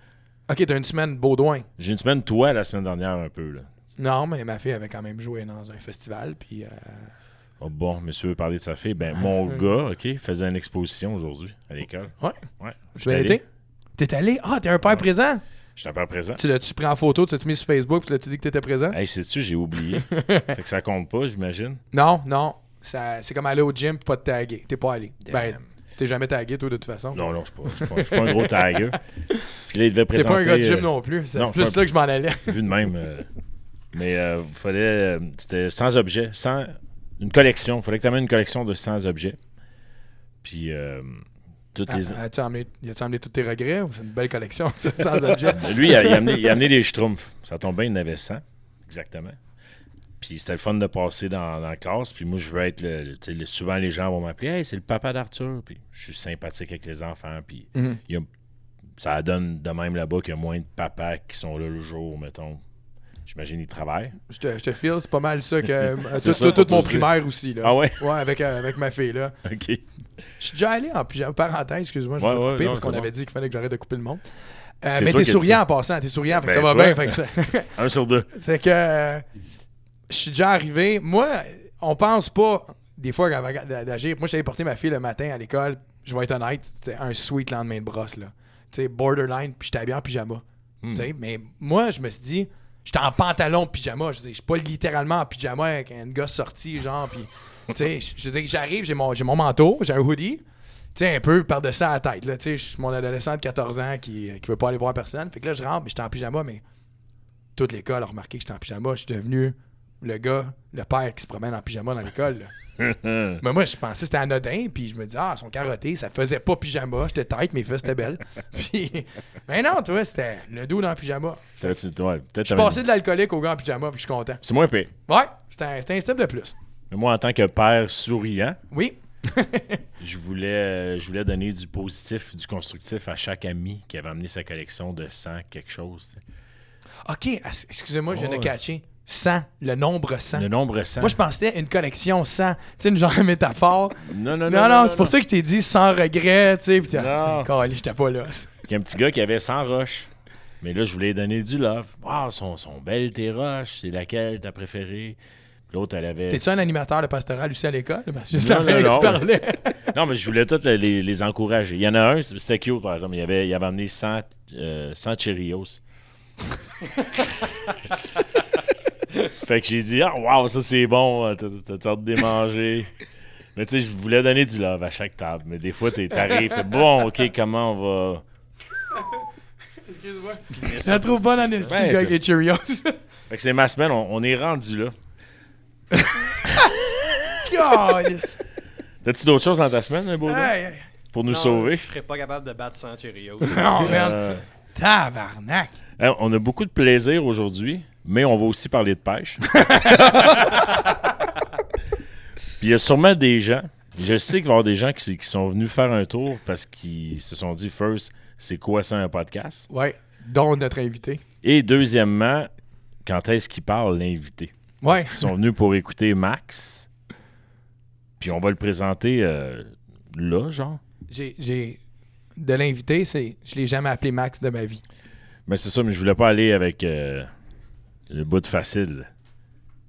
Speaker 2: OK, t'as une semaine Baudouin.
Speaker 1: J'ai une semaine, toi, la semaine dernière, un peu. Là.
Speaker 2: Non, mais ma fille avait quand même joué dans un festival, puis... euh,
Speaker 1: Oh, bon, monsieur veut parler de sa fille. Ben, mon gars, OK, faisait une exposition aujourd'hui à l'école.
Speaker 2: Ouais.
Speaker 1: Ouais.
Speaker 2: Tu l'as été? T'es allé? Ah, t'es un père
Speaker 1: Ouais.
Speaker 2: présent?
Speaker 1: J'étais pas présent.
Speaker 2: Tu l'as-tu pris en photo, tu l'as-tu mis sur Facebook, puis tu l'as-tu dit que t'étais présent?
Speaker 1: Hey, sais-tu, j'ai oublié. fait que ça compte pas, j'imagine.
Speaker 2: Non, non. Ça- C'est comme aller au gym, puis pas te taguer. T'es pas allé. Ben,
Speaker 1: Damn.
Speaker 2: tu t'es jamais tagué, toi, de toute façon.
Speaker 1: Non, non, je suis pas, je suis pas- je suis pas un gros tagueux. Puis là, il devait
Speaker 2: T'es
Speaker 1: présenter.
Speaker 2: pas un gars de
Speaker 1: euh,
Speaker 2: gym non plus. C'est
Speaker 1: non,
Speaker 2: plus
Speaker 1: pas un-
Speaker 2: là que je m'en allais.
Speaker 1: vu de même. euh, mais euh, fallait. euh, C'était sans objet, sans. Une collection. fallait que tu amènes une collection de 100 objets. Puis. euh, toutes les.
Speaker 2: Ah, as-tu emmené, y a-tu emmené tous tes regrets? ou C'est une belle collection, ça, sans objet.
Speaker 1: Lui, il a, il a amené, il a amené des schtroumpfs. Ça tombe bien, il en avait 100. Exactement. Puis c'était le fun de passer dans, dans la classe. Puis moi, je veux être le. le- tu sais, le- souvent, les gens vont m'appeler Hey, c'est le papa d'Arthur. Puis je suis sympathique avec les enfants. Puis
Speaker 2: Mhm.
Speaker 1: il y a- ça donne de même là-bas qu'il y a moins de papas qui sont là le jour, mettons. J'imagine qu'ils travaillent.
Speaker 2: Je te, je te file, c'est pas mal ça que. euh,
Speaker 1: C'est
Speaker 2: tout,
Speaker 1: ça,
Speaker 2: tout- tout mon
Speaker 1: opposé.
Speaker 2: primaire aussi, là.
Speaker 1: Ah ouais?
Speaker 2: ouais? avec, euh, avec ma fille, là.
Speaker 1: OK.
Speaker 2: Je suis déjà allé en pyjama. Parenthèse, excuse-moi, je
Speaker 1: Ouais,
Speaker 2: vais te
Speaker 1: ouais,
Speaker 2: couper
Speaker 1: non,
Speaker 2: parce qu'on
Speaker 1: c'est bon.
Speaker 2: avait dit qu'il fallait que j'arrête de couper le monde. Euh,
Speaker 1: C'est
Speaker 2: mais
Speaker 1: toi
Speaker 2: t'es
Speaker 1: qui as
Speaker 2: souriant
Speaker 1: dit.
Speaker 2: en passant, t'es souriant, fait
Speaker 1: Ben,
Speaker 2: que ça va
Speaker 1: tu
Speaker 2: bien.
Speaker 1: vois.
Speaker 2: fait que ça-
Speaker 1: Un sur deux.
Speaker 2: C'est que euh, je suis déjà arrivé. Moi, on pense pas des fois avant d'a- d'agir. Moi, j'avais porté ma fille le matin à l'école. Je vais être honnête, c'était un sweet lendemain de brosse là. Tu sais, borderline, puis j'étais habillé en pyjama.
Speaker 1: Hmm.
Speaker 2: Tu sais, mais moi, je me suis dit, j'étais en pantalon de pyjama. Je veux dire, je suis pas littéralement en pyjama avec un gars sorti, genre. Puis, tu sais, je- je veux dire, j'arrive, j'ai mon, j'ai mon manteau, j'ai un hoodie. Tu sais, un peu par-dessus la tête, là. Tu sais, je suis mon adolescent de 14 ans qui, qui veut pas aller voir personne. Fait que là, je rentre, mais j'étais en pyjama, mais toute l'école a remarqué que j'étais en pyjama. Je suis devenu le gars, le père qui se promène en pyjama dans l'école, là. Mais moi, je pensais que c'était anodin, puis je me dis ah, ils sont carottés, ça faisait pas pyjama, j'étais tight, mes fesses étaient belles. puis, mais non, tu vois, c'était le dos dans le pyjama.
Speaker 1: T'as-tu- ouais, peut-être
Speaker 2: Je
Speaker 1: t'avais-
Speaker 2: passais de l'alcoolique au gars en pyjama, puis je suis content.
Speaker 1: C'est moins pire.
Speaker 2: Ouais, c'était un, c'était un step de plus.
Speaker 1: Mais moi, en tant que père souriant,
Speaker 2: Oui.
Speaker 1: je voulais, euh, je voulais donner du positif, du constructif à chaque ami qui avait amené sa collection de 100 quelque chose. tu sais.
Speaker 2: OK, as- excusez-moi, je viens
Speaker 3: Ouais.
Speaker 2: de catcher. 100, le nombre 100.
Speaker 1: Le nombre 100.
Speaker 2: Hein? Moi, je pensais une collection 100, tu sais, une genre de métaphore.
Speaker 1: Non, non, non.
Speaker 2: Non, non, c'est pour ça que je t'ai dit sans regret, tu sais, puis tu
Speaker 1: Non.
Speaker 2: ah, c'est calé, j'étais pas là.
Speaker 1: Il y a un petit gars qui avait 100 roches. Mais là, je voulais lui donner du love. Wow, sont, sont belles tes roches. C'est laquelle t'as préférée? Puis L'autre, elle avait.
Speaker 2: T'es-tu un animateur de pastoral aussi à l'école? Ben, Parce que je
Speaker 1: Non,
Speaker 2: savais
Speaker 1: non,
Speaker 2: que
Speaker 1: non.
Speaker 2: tu parlais.
Speaker 1: Non, mais je voulais tous les, les- les encourager. Il y en a un, c'était cute, par exemple. Il avait, il avait amené 100, euh, 100 Cheerios. fait que j'ai dit, ah, waouh, ça c'est bon, euh, t'as t'as sorte de démanger. mais tu sais, je voulais donner du love à chaque table. Mais des fois, t'es- t'arrives, t'es bon, ok, comment on va.
Speaker 2: Excuse-moi. Je la trouve bonne en esti,
Speaker 1: Ouais,
Speaker 2: le gars,
Speaker 1: tu-
Speaker 2: avec les Cheerios.
Speaker 1: Fait que c'est ma semaine, on, on est rendu là.
Speaker 2: Calisse.
Speaker 1: T'as-tu d'autres choses dans ta semaine, hein, Baudouin,
Speaker 2: Hey, hey.
Speaker 1: pour nous sauver?
Speaker 3: Je Oh, serais pas capable de battre sans Cheerios.
Speaker 2: Non, man.
Speaker 1: Euh,
Speaker 2: Tabarnak.
Speaker 1: hein, on a beaucoup de plaisir aujourd'hui, mais on va aussi parler de pêche. Puis il y a sûrement des gens, je sais qu'il va y avoir des gens qui, qui sont venus faire un tour parce qu'ils se sont dit, first, c'est quoi ça un podcast?
Speaker 2: Ouais, dont notre invité.
Speaker 1: Et deuxièmement, quand est-ce qu'il parle l'invité?
Speaker 2: Ouais.
Speaker 1: Ils sont venus pour écouter Max. Puis on va le présenter euh, là, genre.
Speaker 2: J'ai- J'ai. De l'invité, c'est. Je l'ai jamais appelé Max de ma vie.
Speaker 1: Mais c'est ça, mais je voulais pas aller avec euh, le bout de facile.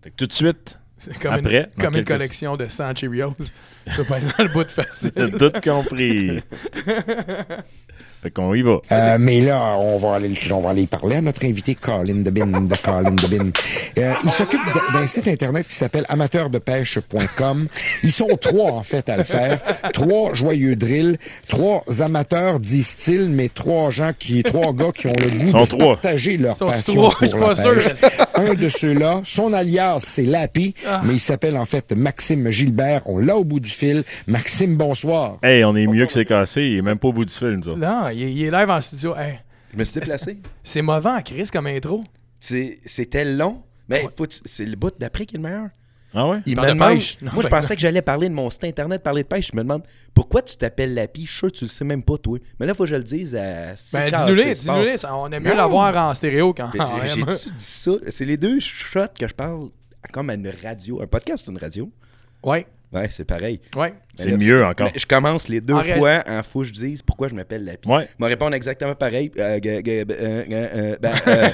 Speaker 1: Fait que tout de suite,
Speaker 2: C'est comme,
Speaker 1: Après,
Speaker 2: une, comme
Speaker 1: dans
Speaker 2: une
Speaker 1: quelques-
Speaker 2: collection de 100 Cheerios. Ça va être dans le bout de facile.
Speaker 1: tout compris. fait qu'on y
Speaker 2: Ah.
Speaker 1: va.
Speaker 4: Euh, mais là, on va aller, on va aller parler à notre invité, Colin Debin, de Colin Debin. Euh, il s'occupe d- d'un site internet qui s'appelle amateurdepêche.com. Ils sont trois, en fait, à le faire. Trois joyeux drills, trois amateurs, disent-ils, mais trois gens qui, trois gars qui ont le goût
Speaker 1: Sont
Speaker 4: de
Speaker 1: trois.
Speaker 4: partager leur
Speaker 2: Sont
Speaker 4: passion
Speaker 2: trois, je
Speaker 4: pour
Speaker 2: suis
Speaker 4: la
Speaker 2: pas sûr.
Speaker 4: pêche. Un de ceux-là, son alias, c'est Lapi,
Speaker 2: Ah.
Speaker 4: mais il s'appelle, en fait, Maxime Gilbert. On l'a au bout du fil. Maxime, bonsoir.
Speaker 1: Hey, on est mieux que c'est cassé. Il est même pas au bout du fil, nous autres.
Speaker 2: Non, il, est- il est live en studio. Hey,
Speaker 5: Je me suis déplacé.
Speaker 2: c'est mauvais en crise comme intro.
Speaker 5: C'est- C'était long. Mais faut que tu- c'est le bout d'après qui est le meilleur.
Speaker 1: Ah ouais?
Speaker 5: Il me
Speaker 2: Parle de
Speaker 5: demande-
Speaker 2: pêche. Non,
Speaker 5: moi, je
Speaker 2: ben
Speaker 5: pensais que j'allais parler de mon site internet, parler de pêche. Je me demande pourquoi tu t'appelles Lapi. Je suis sûr que tu le sais même pas, toi. Mais là, il faut que je le dise à.
Speaker 2: Ben,
Speaker 5: CKC
Speaker 2: dis-nous-les,
Speaker 5: Sport.
Speaker 2: dis-nous-les. ça- On aime mieux
Speaker 5: Non.
Speaker 2: l'avoir Ah, en stéréo qu'en
Speaker 5: Mais
Speaker 2: en
Speaker 5: j'ai-
Speaker 2: M.
Speaker 5: J'ai-tu dit ça? C'est les deux shots que je parle comme à une radio. Un podcast, c'est une radio.
Speaker 2: Ouais,
Speaker 5: Ouais, c'est pareil.
Speaker 2: ouais.
Speaker 1: C'est
Speaker 5: Mais Ben là,
Speaker 1: mieux
Speaker 5: c'est-
Speaker 1: encore.
Speaker 5: mais Je commence les deux
Speaker 2: En
Speaker 5: fois en faut que je dise pourquoi je m'appelle Lapi.
Speaker 1: Ouais.
Speaker 5: Ils me répondent exactement pareil. Euh, gue- gue- euh, euh, euh, ben, euh,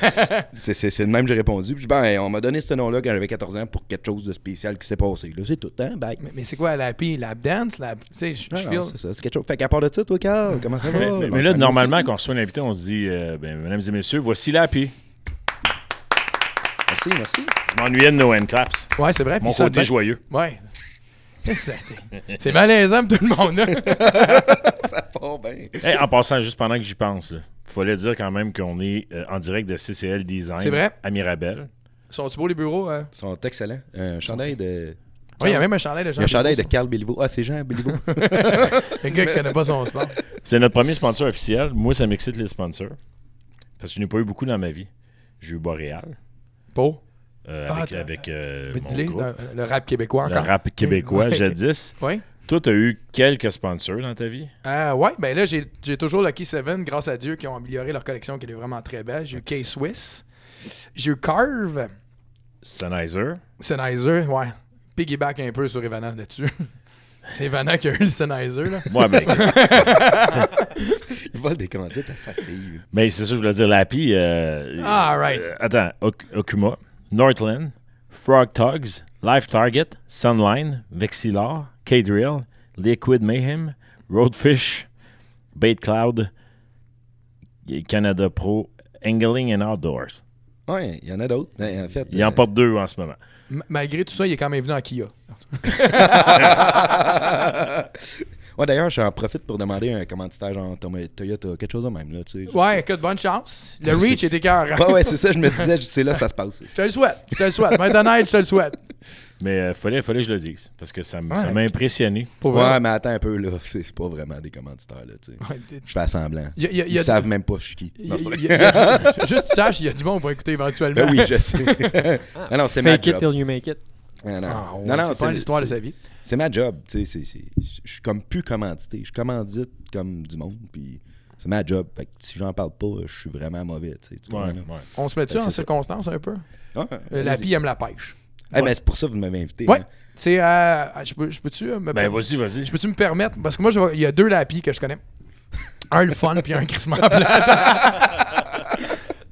Speaker 5: c'est- c'est c'est le même que j'ai répondu. Puis, ben, on m'a donné ce nom-là quand j'avais 14 ans pour quelque chose de spécial qui s'est passé. Là, c'est tout, hein? Bye.
Speaker 2: Mais, mais c'est quoi la pi, lap dance, la, tu sais, je
Speaker 5: Non,
Speaker 2: je
Speaker 5: non,
Speaker 2: feel-
Speaker 5: c'est ça. C'est quelque chose. Fait qu'à part de ça, toi, Carl, comment ça va?
Speaker 1: Mais, mais- mais là, normalement, quand on reçoit un invité, on se dit, euh, ben, mesdames et messieurs, voici Lapi.
Speaker 5: Merci, merci.
Speaker 1: Je m'ennuyais de No Hand Claps.
Speaker 2: Ouais, c'est vrai.
Speaker 1: Mon
Speaker 2: puis ça,
Speaker 1: côté
Speaker 2: ben-
Speaker 1: joyeux.
Speaker 2: Ouais. C'est c'est malaisant pour tout le monde. hein. là.
Speaker 5: Ça part bien.
Speaker 1: Hey, en passant, juste pendant que j'y pense, il fallait dire quand même qu'on est euh, en direct de CCL Design
Speaker 2: C'est vrai.
Speaker 1: à Mirabel.
Speaker 2: Sont-tu beaux les bureaux? hein?
Speaker 5: Ils sont excellents. Euh, Un chandail de.
Speaker 2: Ouais, il y a même un chandail de
Speaker 5: Il y
Speaker 2: Jean
Speaker 5: a un chandail de
Speaker 2: Béliveau,
Speaker 5: Carl Béliveau. Ah, c'est Jean Béliveau.
Speaker 2: ça. Le gars qui connaît pas son sport.
Speaker 1: C'est notre premier sponsor officiel. Moi, ça m'excite les sponsors. Parce que je n'ai pas eu beaucoup dans ma vie. J'ai eu Boréal
Speaker 2: Beau.
Speaker 1: euh,
Speaker 2: Ah,
Speaker 1: avec,
Speaker 2: t'as-
Speaker 1: avec, euh,
Speaker 2: Mais
Speaker 1: mon
Speaker 2: dis-les,
Speaker 1: groupe.
Speaker 2: le, le rap québécois
Speaker 1: Le
Speaker 2: encore.
Speaker 1: rap québécois,
Speaker 2: Ouais.
Speaker 1: jadis.
Speaker 2: Ouais.
Speaker 1: Toi, tu as eu quelques sponsors dans ta vie.
Speaker 2: Euh, ouais, ben là, j'ai j'ai toujours Lucky Seven, grâce à Dieu, qui ont amélioré leur collection, qui est vraiment très belle. J'ai eu K-Swiss. J'ai eu Carve.
Speaker 1: Sennheiser.
Speaker 2: Sennheiser, ouais. Piggyback un peu sur Evanan là-dessus. C'est Evanan qui a eu le Sennheiser, là.
Speaker 1: Ouais, ben, écoute.
Speaker 5: Il vole des commandites à sa fille.
Speaker 1: mais c'est ça, que je voulais dire Lapi. euh,
Speaker 2: Ah, right.
Speaker 1: euh, attends, Ok- Okuma, Northland, Frog Tugs, Life Target, Sunline, Vexilar, K-Drill, Liquid Mayhem, Roadfish, Bait Cloud, Canada Pro, Angling and Outdoors.
Speaker 5: Oui, il y en a d'autres. Mais en fait.
Speaker 1: Il en
Speaker 5: euh,
Speaker 1: porte deux en ce moment.
Speaker 2: M- malgré tout ça, il est quand même venu en Kia.
Speaker 5: ouais, d'ailleurs, j'en profite pour demander un commanditaire genre Tom- Toyota, quelque chose de même. Là, tu sais.
Speaker 2: Ouais, écoute, bonne chance. Le reach était carré.
Speaker 5: ouais, ouais, c'est ça, je me disais, je- c'est là, ça se passe.
Speaker 2: Je te le souhaite. Je te le souhaite. Maintenant, je te le souhaite.
Speaker 1: Mais euh, fallait, fallait que je le dise parce que ça m- ça
Speaker 2: Ouais.
Speaker 1: m'a impressionné.
Speaker 2: Pour vrai.
Speaker 5: Ouais, mais attends un peu, là. C'est c'est pas vraiment des commanditaires, là, tu sais.
Speaker 2: Ouais, t'es-
Speaker 5: Je fais à semblant.
Speaker 2: Y a- y a- y a
Speaker 5: Ils
Speaker 2: du-
Speaker 5: savent même pas je suis qui.
Speaker 2: il-
Speaker 5: Non, c'est
Speaker 2: il-
Speaker 5: vrai.
Speaker 2: il- il y a du- Juste tu saches, il y a du monde pour écouter éventuellement.
Speaker 5: Ben oui, je sais. Ah non, c'est ma
Speaker 3: Fake it
Speaker 5: job.
Speaker 3: till you make it.
Speaker 5: Non, non,
Speaker 2: Ah, ouais,
Speaker 5: non, non,
Speaker 2: c'est pas
Speaker 5: c'est-
Speaker 2: l'histoire de
Speaker 5: c'est-
Speaker 2: sa vie.
Speaker 5: C'est ma job, tu sais. c'est- c'est- Je suis comme plus commandité. Je commandite comme du monde, puis c'est ma job. Fait que si j'en parle pas, je suis vraiment mauvais, tu sais. tu
Speaker 1: Ouais,
Speaker 5: comprends, là?
Speaker 1: ouais.
Speaker 2: On se met-tu
Speaker 5: Fait que
Speaker 2: en
Speaker 5: Ben, c'est ça.
Speaker 2: circonstance un peu?
Speaker 5: Ah,
Speaker 2: Euh, la
Speaker 5: vas-y.
Speaker 2: fille aime la pêche.
Speaker 5: Eh, mais c'est pour ça que vous m'avez invité.
Speaker 2: Ouais.
Speaker 5: hein.
Speaker 2: C'est, euh, je peux- je peux-tu euh, me
Speaker 1: Ben
Speaker 2: per-
Speaker 1: vas-y, vas-y.
Speaker 2: je peux-tu me permettre? Parce que moi, je vais- il y a deux lapis que je connais. Un, le fun, puis un, crissement plat.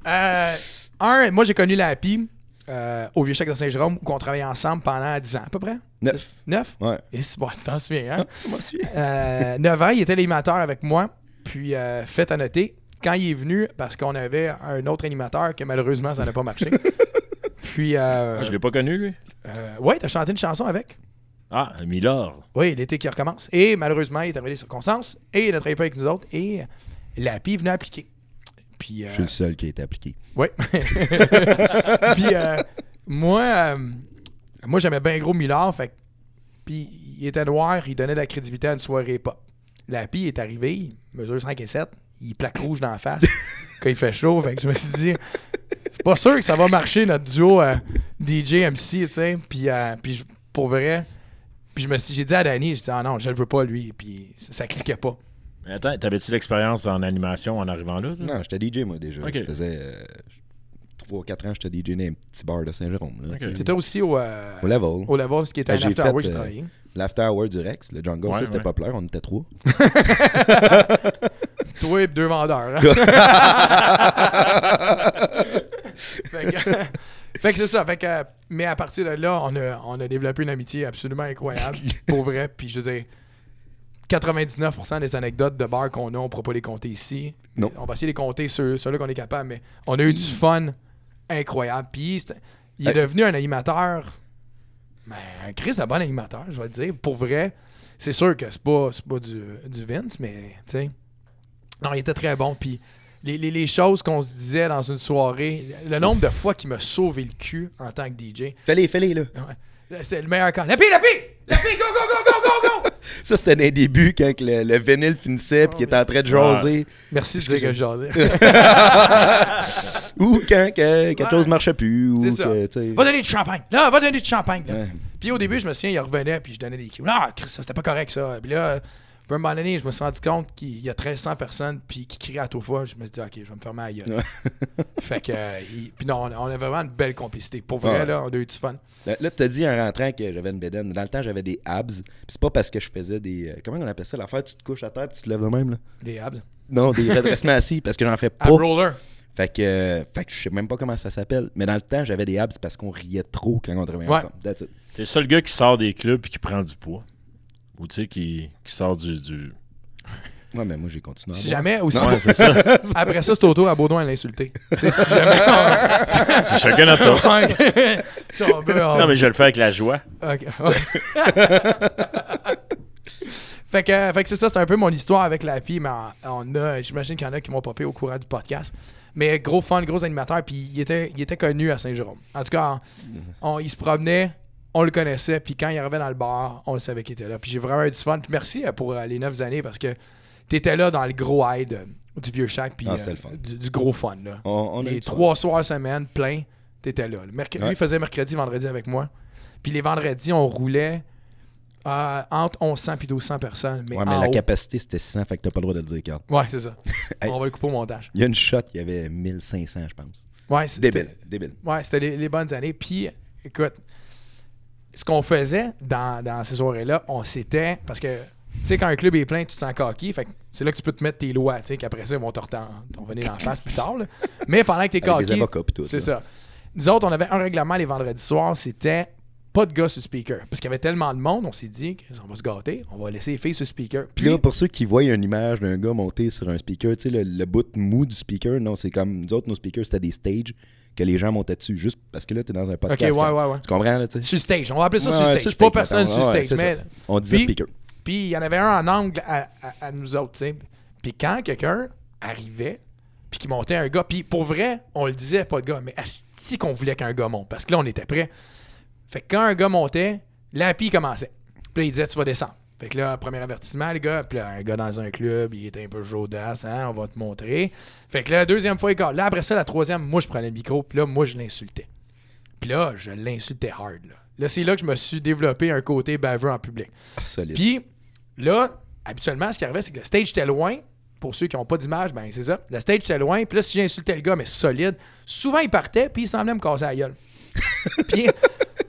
Speaker 2: Euh, un, moi, j'ai connu lapi euh, au Vieux-Chèque de Saint-Jérôme, où on travaillait ensemble pendant 10 ans, à peu près.
Speaker 5: Neuf.
Speaker 2: Neuf?
Speaker 5: Ouais.
Speaker 2: Et c'est bon, tu t'en souviens, hein?
Speaker 5: Moi aussi.
Speaker 2: Euh, 9 ans, il était l'animateur avec moi. Puis, euh, fait à noter, quand il est venu, parce qu'on avait un autre animateur que malheureusement, ça n'a pas marché. Puis, euh,
Speaker 1: Ah, je l'ai pas connu, lui.
Speaker 2: euh, ouais, t'as chanté une chanson avec.
Speaker 1: Ah, Milord.
Speaker 2: Oui, l'été qui recommence. Et malheureusement, il est arrivé des circonstances et il ne travaillé pas avec nous autres. Et euh, l'API venait appliquer. Puis, euh,
Speaker 5: Je suis le seul qui a été appliqué.
Speaker 2: ouais. Puis, euh, moi, euh, moi j'aimais bien gros Millard. Fait que- puis, il était noir, il donnait de la crédibilité à une soirée pop. L'API est arrivé, il mesure 5 et 7, il plaque rouge dans la face quand il fait chaud. Fait que je me suis dit, je suis pas sûr que ça va marcher notre duo euh, DJ MC, tu sais. Puis, euh, puis je- pour vrai, puis je me suis, j'ai dit à Danny, j'ai dit, ah non, je le veux pas lui. Puis ça, ça cliquait pas.
Speaker 5: Mmh.
Speaker 1: Attends, t'avais-tu l'expérience en animation en arrivant là? ça?
Speaker 5: Non, j'étais DJ, moi, déjà.
Speaker 1: Hmm. Ok.
Speaker 5: Je faisais 3-4 ans, j'étais DJ dans un petit bar de Saint-Jérôme. là,
Speaker 1: Ok.
Speaker 5: tu sais.
Speaker 2: C'était aussi au, euh,
Speaker 5: Au level.
Speaker 2: au level, ce qui était
Speaker 5: Ah,
Speaker 2: un
Speaker 5: j'ai
Speaker 2: after
Speaker 5: fait,
Speaker 2: hour que j'ai
Speaker 5: euh,
Speaker 2: travaillé.
Speaker 5: L'after hour du Rex, le jungle,
Speaker 1: Ouais,
Speaker 5: ça, c'était
Speaker 1: ouais.
Speaker 5: populaire, on était trois.
Speaker 2: Toi et deux vendeurs. hein. fait que, fait que c'est ça. Fait que, mais à partir de là, on a, on a développé une amitié absolument incroyable. pour vrai. Puis je veux dire, 99% des anecdotes de bar qu'on a, on ne pourra pas les compter ici.
Speaker 5: Non.
Speaker 2: On va essayer de les compter ceux- ceux-là qu'on est capable. Mais on a eu du fun incroyable. Puis c'est- il est
Speaker 5: Hey.
Speaker 2: devenu un animateur. Mais un Chris, un bon animateur, je vais te dire. Pour vrai, c'est sûr que c'est pas, c'est pas du, du Vince, mais tu sais. Non, il était très bon. Puis les, les- les choses qu'on se disait dans une soirée, le nombre de fois qu'il m'a sauvé le cul en tant que DJ,
Speaker 5: Fais-les, fais-les, là.
Speaker 2: ouais, c'est le meilleur camp. Lapi, Lapi! Lapi, go, go, go, go, go, go!
Speaker 5: Ça, c'était dans les débuts, quand que le, le vinyle finissait,
Speaker 1: Ah,
Speaker 5: puis qu'il était en train de jaser.
Speaker 2: Merci de dire que je jasais.
Speaker 5: ou quand que quelque chose marchait plus. Ou
Speaker 2: C'est ça.
Speaker 5: que, tu sais.
Speaker 2: Va donner du champagne. Là, va donner du champagne. là.
Speaker 5: Ouais.
Speaker 2: Puis Puis au début, je me souviens, il revenait, puis je donnais des cues. Ah, Christ, ça, c'était pas correct, ça. Puis là, à un moment donné, je me suis rendu compte qu'il y a 1300 personnes, puis qui crient à tout fois. Je me suis dit, OK, je vais me fermer à la gueule. fait que, euh, il- puis non, on a- on a vraiment une belle complicité. Pour vrai,
Speaker 5: Ouais.
Speaker 2: là, on a eu du fun.
Speaker 5: Là, là, t'as dit en rentrant que j'avais une bédaine. Dans le temps, j'avais des abs. Puis c'est pas parce que je faisais des. euh, Comment on appelle ça l'affaire? Tu te couches à terre puis tu te lèves de même, là?
Speaker 2: Des abs.
Speaker 5: Non, des redressements assis parce que j'en fais pas.
Speaker 2: Ab roller.
Speaker 5: Fait que, euh, fait que je sais même pas comment ça s'appelle. Mais dans le temps, j'avais des abs parce qu'on riait trop quand on travaillait
Speaker 2: Ouais.
Speaker 5: ensemble. That's it.
Speaker 1: T'es le seul gars qui sort des clubs et qui prend du poids. Ou tu sais, qui, qui sort du. du...
Speaker 5: Ouais, mais moi, j'ai continué. à
Speaker 2: Si
Speaker 5: boire.
Speaker 2: jamais, aussi.
Speaker 1: Ah Ouais, c'est ça.
Speaker 2: Après ça, c'est au tour à Baudouin à l'insulter. Tu sais, si jamais.
Speaker 1: C'est chacun notre tour.
Speaker 2: Ouais. Si on veut, on-
Speaker 1: Non, mais je le fais avec la joie.
Speaker 2: Ok. fait, que, fait que c'est ça, c'est un peu mon histoire avec la pie, mais en- on a, j'imagine qu'il y en a qui m'ont popé au courant du podcast. Mais gros fan, gros animateur, puis il était, il était connu à Saint-Jérôme. En tout cas,
Speaker 5: Mm-hmm.
Speaker 2: on, il se promenait, on le connaissait, puis quand il arrivait dans le bar, on le savait qu'il était là. Puis j'ai vraiment eu du fun. Puis merci euh, pour euh, les 9 années parce que t'étais là dans le gros hide euh, du vieux chac, puis
Speaker 5: Ah,
Speaker 2: euh,
Speaker 5: c'était le fun.
Speaker 2: du, du gros fun. Là.
Speaker 5: On, on a eu
Speaker 2: Les
Speaker 5: du fun.
Speaker 2: trois soirs semaine, plein, t'étais là. Le merc- Lui
Speaker 5: Ouais.
Speaker 2: faisait mercredi, vendredi avec moi. Puis les vendredis, on roulait euh, entre 1100 puis 1200 personnes. Mais
Speaker 5: Ouais, mais
Speaker 2: en
Speaker 5: la
Speaker 2: haut.
Speaker 5: capacité, c'était 600. Fait que t'as pas le droit de le dire, Carl.
Speaker 2: Ouais, c'est ça.
Speaker 5: Hey.
Speaker 2: On va le couper au montage.
Speaker 5: Il y a une shot, il y avait 1500, je pense.
Speaker 2: Ouais, c'est-
Speaker 5: Débile,
Speaker 2: c'était-
Speaker 5: débile.
Speaker 2: Ouais, c'était les, les bonnes années. Puis, écoute, ce qu'on faisait dans, dans ces soirées-là, on s'était. Parce que, tu sais, quand un club est plein, tu te sens coquille. Fait que c'est là que tu peux te mettre tes lois. Tu sais, qu'après ça, ils vont te retan- t'en venir en face plus tard. là. Mais pendant que t'es
Speaker 5: Avec
Speaker 2: coquille.
Speaker 5: des avocats pis tout,
Speaker 2: C'est
Speaker 5: là.
Speaker 2: ça. Nous autres, on avait un règlement les vendredis soirs, c'était pas de gars sur speaker. Parce qu'il y avait tellement de monde, on s'est dit qu'on va se gâter, on va laisser les filles sur speaker.
Speaker 5: Puis là, pour ceux qui voient une image d'un gars monté sur un speaker, tu sais, le, le bout mou du speaker, non, c'est comme nous autres, nos speakers, c'était des stages que les gens montaient dessus juste parce que là, t'es dans un podcast.
Speaker 2: Ok, ouais,
Speaker 5: comme-
Speaker 2: ouais, ouais.
Speaker 5: Tu comprends, là, tu sais?
Speaker 2: sur stage, on va appeler ça
Speaker 5: Ouais,
Speaker 2: sur
Speaker 5: ouais,
Speaker 2: stage. pas personne
Speaker 5: mettons.
Speaker 2: sur
Speaker 5: Ouais,
Speaker 2: stage,
Speaker 5: c'est
Speaker 2: mais.
Speaker 5: ça. On disait
Speaker 2: Puis-
Speaker 5: speaker.
Speaker 2: Puis il y en avait un en angle à, à- à nous autres, tu sais. Puis quand quelqu'un arrivait, puis qui montait un gars, puis pour vrai, on le disait pas de gars, mais asti qu'on voulait qu'un gars monte, parce que là, on était prêts. Fait que quand un gars montait, la pie commençait. Puis là, il disait, tu vas descendre. Fait que là, premier avertissement, le gars. Puis là, un gars dans un club, il était un peu chaudasse, hein, on va te montrer. Fait que là, deuxième fois, il colle. Là, après ça, la troisième, moi, je prenais le micro, puis là, moi, je l'insultais. Puis là, je l'insultais hard. Là, là c'est là que je me suis développé un côté baveux en public.
Speaker 5: Solide.
Speaker 2: Puis là, habituellement, ce qui arrivait, c'est que le stage était loin. Pour ceux qui n'ont pas d'image, ben c'est ça. Le stage était loin. Puis là, si j'insultais le gars, mais solide, souvent il partait, puis il semblait me casser la gueule. puis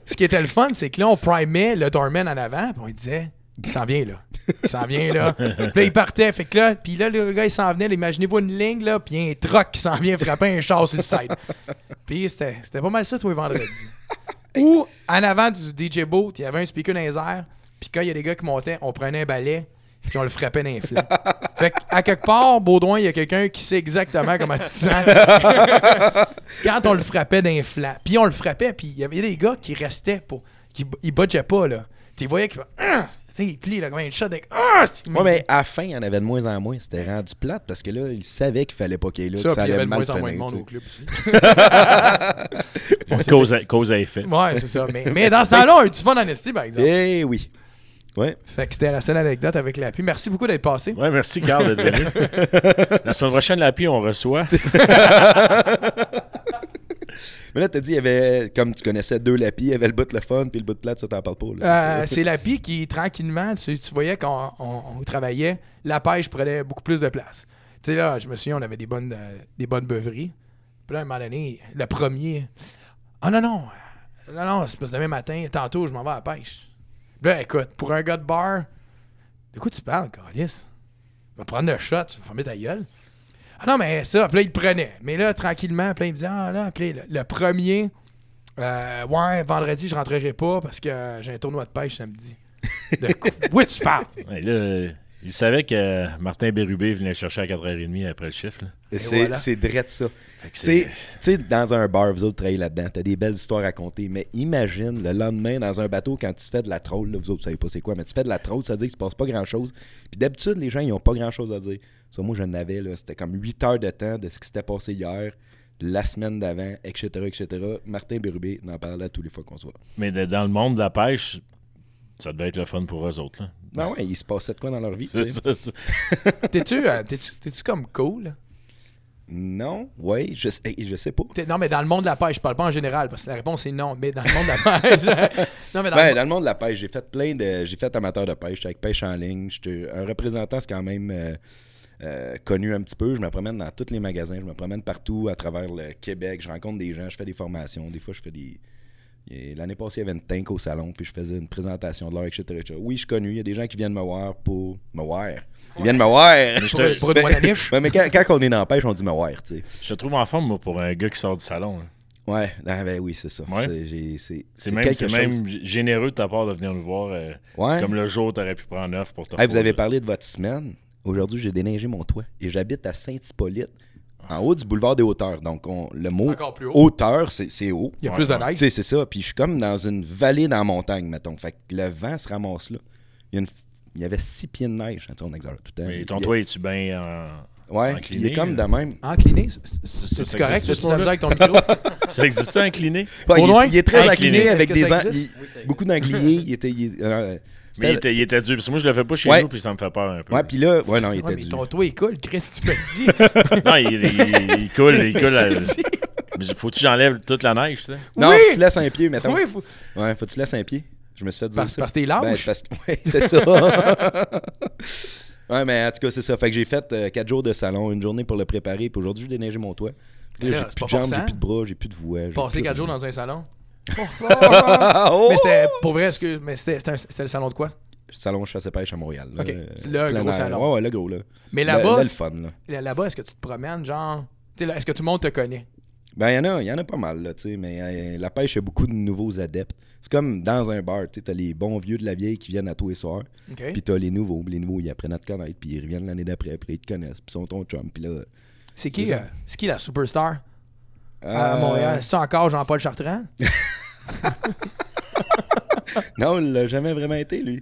Speaker 2: ce qui était le fun, c'est que là, on primait le doorman en avant, puis on lui disait, il s'en vient là. Il s'en vient là. puis là, il partait. Fait que là, puis là, le gars, il s'en venait. là, Imaginez-vous une ligne, là, puis il y a un truck qui s'en vient frapper un char sur le side. Puis c'était c'était pas mal ça tous les vendredis. Ou en avant du DJ Boat, il y avait un speaker dans les airs. Puis quand il y a des gars qui montaient, on prenait un balai. Puis on le frappait dans les flancs. Fait que, à quelque part, Baudouin, il y a quelqu'un qui sait exactement comment tu te sens. quand on le frappait dans les flancs. Puis on le frappait, puis il y avait des gars qui restaient pour. qui ils budgeaient pas, là. Tu voyais qu'ils faisaient. Tu sais, ils plient, là, comme un chat avec. Ah!
Speaker 5: Ouais, mais à la fin, il y en avait de moins en moins. C'était rendu plate parce que là, il savait qu'il fallait pas qu'il y ait là.
Speaker 2: Ça,
Speaker 5: que
Speaker 2: puis il y
Speaker 5: allait
Speaker 2: avait de
Speaker 5: mal
Speaker 2: moins en moins de
Speaker 5: finir,
Speaker 2: monde
Speaker 5: tu sais.
Speaker 2: au club. aussi.
Speaker 1: Cause à, cause à effet.
Speaker 2: Ouais, c'est ça. Mais, mais dans ce temps-là, on a eu du fun en esti, par exemple.
Speaker 5: Eh oui. Ouais.
Speaker 2: Fait que c'était la seule anecdote avec l'appui. Merci beaucoup d'être passé.
Speaker 1: Ouais, merci, Carl, d'être venu. La semaine prochaine, la pie, on reçoit.
Speaker 5: Mais là, t'as dit, il y avait, comme tu connaissais deux lapis, il y avait le bout de le fun, puis le bout de plate, ça t'en parle pas. là.
Speaker 2: Euh, c'est la pie qui, tranquillement, tu, tu voyais qu'on on- on travaillait, la pêche prenait beaucoup plus de place. Tu sais, là, je me souviens, on avait des bonnes, euh, des bonnes beuveries. Puis là, à un moment donné, le premier. Ah non, non, euh, non, non, c'est parce que demain matin, tantôt, je m'en vais à la pêche. Puis là, écoute, pour un gars de bar, de quoi tu parles, Carlis? Je vais prendre le shot, je vais fermer ta gueule. Ah non, mais ça, puis là, il le prenait. Mais là, tranquillement, puis là, il me disait, ah là, puis là, le, le premier. Euh, ouais, vendredi, je rentrerai pas parce que euh, j'ai un tournoi de pêche samedi. De quoi oui, tu parles?
Speaker 1: Ouais, là, euh, il savait que euh, Martin Bérubé venait le chercher à 4h30 après le chiffre. là.
Speaker 5: Et
Speaker 2: et
Speaker 5: C'est
Speaker 2: voilà.
Speaker 5: c'est drette ça.
Speaker 1: Fait que
Speaker 5: Tu
Speaker 1: c'est-
Speaker 5: sais, tu sais, dans un bar, vous autres travaillez là-dedans, t'as des belles histoires à raconter, mais imagine le lendemain dans un bateau quand tu fais de la troll, là, vous autres, vous savez pas c'est quoi, mais tu fais de la troll, ça veut dire qu'il se passe pas grand-chose. Puis d'habitude, les gens, ils ont pas grand-chose à dire. Ça, moi, je n'avais, là, c'était comme 8 heures de temps de ce qui s'était passé hier, la semaine d'avant, etc., etc. Martin Bérubé n'en parlait tous les fois qu'on se voit.
Speaker 1: Mais de- dans le monde de la pêche, ça devait être le fun pour eux autres. là.
Speaker 5: Ben ouais, il se passait de quoi dans leur vie, tu
Speaker 1: C'est
Speaker 5: sais.
Speaker 1: ça, ça.
Speaker 2: T'es-tu, euh, t'es-tu, t'es-tu comme cool?
Speaker 5: Non, oui, je, sais- hey, je sais pas.
Speaker 2: T'es- Non, mais dans le monde de la pêche, je parle pas en général, parce que la réponse est non, mais dans le monde de la pêche. non, mais dans
Speaker 5: Ben,
Speaker 2: le...
Speaker 5: dans le monde de la pêche, j'ai fait plein de. J'ai fait amateur de pêche, j'étais avec pêche en ligne. J'étais un représentant, c'est quand même euh, euh, connu un petit peu. Je me promène dans tous les magasins, je me promène partout à travers le Québec. Je rencontre des gens, je fais des formations. Des fois, je fais des. et L'année passée, il y avait une tank au salon, puis je faisais une présentation de l'heure, etc., etc. Oui, je suis connu. Il y a des gens qui viennent me voir pour. Me voir. Ils viennent me voir.
Speaker 2: pour, pour une moine à niche.
Speaker 1: ben,
Speaker 5: Ouais, mais quand, quand on est dans la pêche, on dit me voir, tu sais.
Speaker 1: Je te trouve en forme, moi, pour un gars qui sort du salon. là.
Speaker 5: Ouais, ah, ben oui, c'est ça.
Speaker 1: Ouais.
Speaker 5: C'est- j'ai- C'est
Speaker 1: C'est
Speaker 5: c'est
Speaker 1: même,
Speaker 5: quelque
Speaker 1: c'est
Speaker 5: chose.
Speaker 1: même g- généreux de ta part de venir nous voir. euh,
Speaker 5: Ouais.
Speaker 1: Comme le jour, t'aurais pu prendre neuf pour te
Speaker 5: Hey, vous
Speaker 1: reposer.
Speaker 5: avez parlé de votre semaine. Aujourd'hui, j'ai déneigé mon toit et j'habite à Saint-Hippolyte, en haut du boulevard des Hauteurs. Donc, on- le mot
Speaker 2: encore plus haut.
Speaker 5: hauteur, c'est c'est haut.
Speaker 2: Il y a
Speaker 1: Ouais,
Speaker 2: plus de
Speaker 1: ben, oh, ouais.
Speaker 5: Tu
Speaker 2: likes.
Speaker 5: sais, c'est ça. Puis je suis comme dans une vallée dans la montagne, mettons. Fait que le vent se ramasse là. Il y, a une f- il y avait six pieds de neige. Attends, on exagère tout le temps.
Speaker 1: Mais ton
Speaker 5: Il y a-
Speaker 1: toit, es-tu bien
Speaker 5: Ouais, puis il
Speaker 1: incliné,
Speaker 5: est comme de
Speaker 1: là.
Speaker 5: même.
Speaker 2: Incliné, Hein, c'est-
Speaker 1: Ça,
Speaker 2: c'est
Speaker 1: ça
Speaker 2: c'est correct,
Speaker 1: existe,
Speaker 2: c'est
Speaker 1: ce
Speaker 2: tu la
Speaker 1: mot-là?
Speaker 2: misère avec ton micro.
Speaker 1: en... Ça existe incliné?
Speaker 5: Ouais, il,
Speaker 2: loin?
Speaker 5: est, il est très
Speaker 1: Incliné.
Speaker 5: incliné
Speaker 2: Est-ce
Speaker 5: avec
Speaker 2: que
Speaker 5: des
Speaker 2: ça
Speaker 5: an-
Speaker 2: existe?
Speaker 5: il- beaucoup d'angliers. il était. il- euh,
Speaker 1: Mais il
Speaker 5: c'était-
Speaker 1: était, il était dur. Parce que moi, je le fais pas chez
Speaker 5: Ouais.
Speaker 1: nous, puis ça me fait peur un peu.
Speaker 5: Ouais, puis là, ouais, non, il
Speaker 2: Ouais,
Speaker 5: était
Speaker 2: mais
Speaker 5: dû.
Speaker 2: ton toit, il coule, Chris, tu me le dis.
Speaker 1: Non, il, il- il coule, il coule. à-
Speaker 2: Tu dis.
Speaker 1: Mais faut-tu que j'enlève toute la neige, ça?
Speaker 5: Non,
Speaker 2: Oui!
Speaker 5: faut que tu laisses un pied, mettons.
Speaker 2: Oui, faut-
Speaker 5: Ouais, faut que tu laisses un pied. Je me suis fait dire
Speaker 2: Parce-
Speaker 5: ça.
Speaker 2: parce que t'es lâche?
Speaker 5: Ben, parce que, ouais, c'est ça. ouais, mais en tout cas, c'est ça. Fait que j'ai fait euh, quatre jours de salon, une journée pour le préparer. Puis aujourd'hui, j'ai déneigé mon toit. Puis
Speaker 2: Ben Là,
Speaker 5: là, j'ai
Speaker 2: c'est
Speaker 5: plus
Speaker 2: pas
Speaker 5: de jambes,
Speaker 2: forçant.
Speaker 5: j'ai plus de bras, j'ai plus de voix. j'ai
Speaker 2: passer
Speaker 5: plus
Speaker 2: quatre
Speaker 5: rien.
Speaker 2: jours dans un salon. mais
Speaker 5: Ah, oh!
Speaker 2: c'était, pour vrai, excuse, mais c'était, c'était, un- c'était le salon de quoi?
Speaker 5: Salon chasse et pêche à Montréal. là.
Speaker 2: Ok,
Speaker 5: Euh,
Speaker 2: le
Speaker 5: plein
Speaker 2: gros
Speaker 5: air.
Speaker 2: salon.
Speaker 5: Ouais, ouais, le gros, là.
Speaker 2: Mais
Speaker 5: Le-
Speaker 2: là-bas,
Speaker 5: le, le fun, là.
Speaker 2: là- là-bas, est-ce que tu te promènes, genre... tu sais, là, Est-ce que tout le monde te connaît?
Speaker 5: Ben, il y, en a- y en a pas mal, là, tu sais, mais euh, la pêche, il y a beaucoup de nouveaux adeptes. C'est comme dans un bar, tu sais, t'as les bons vieux de la vieille qui viennent à tous les soirs,
Speaker 2: OK?
Speaker 5: puis t'as les nouveaux, puis les nouveaux, ils apprennent à te connaître, puis ils reviennent l'année d'après, puis là, ils te connaissent, puis ils sont ton chum, puis là...
Speaker 2: c'est, qui,
Speaker 5: c'est ça. Euh,
Speaker 2: euh, c'est qui la superstar
Speaker 5: Ah!
Speaker 2: à Montréal? C'est encore Jean-Paul Chartrand?
Speaker 5: Non, il l'a jamais vraiment été, lui.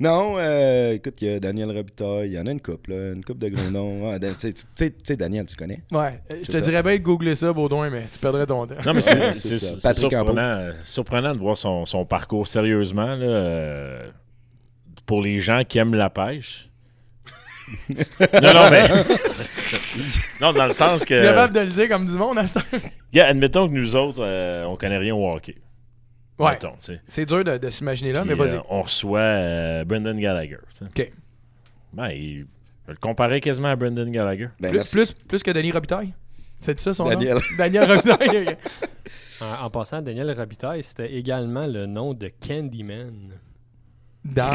Speaker 5: Non, euh, écoute, il y a Daniel Robitaille, il y en a une couple, là, une coupe de gros noms. Ah, Dan- tu sais- tu sais, tu sais, Daniel, tu connais?
Speaker 2: Ouais, euh, je
Speaker 5: C'est
Speaker 2: te
Speaker 5: ça.
Speaker 2: dirais bien de googler ça, Baudouin, mais tu perdrais ton temps.
Speaker 1: Non, mais c'est- c'est
Speaker 5: c'est ça.
Speaker 1: c'est
Speaker 5: Patrick
Speaker 1: surprenant, euh, surprenant de voir son, son parcours sérieusement. là, euh, pour les gens qui aiment la pêche. non, non, mais. non, dans le sens que.
Speaker 2: Tu es capable de le dire comme du monde à ce temps?
Speaker 1: Gars, admettons que nous autres, euh, on connaît rien au hockey.
Speaker 2: Ouais,
Speaker 1: Mettons, tu sais.
Speaker 2: c'est dur de, de s'imaginer là,
Speaker 1: Puis,
Speaker 2: mais vas-y.
Speaker 1: euh, on reçoit euh, Brendan Gallagher. tu sais.
Speaker 2: OK.
Speaker 1: Ben, il- je le comparais quasiment à Brendan Gallagher.
Speaker 5: Ben,
Speaker 2: plus,
Speaker 5: merci.
Speaker 2: plus, plus que Denis Robitaille? C'est ça son
Speaker 5: Daniel.
Speaker 2: nom? Daniel Robitaille.
Speaker 3: En, en passant, Daniel Robitaille, c'était également le nom de Candyman.
Speaker 2: Dans.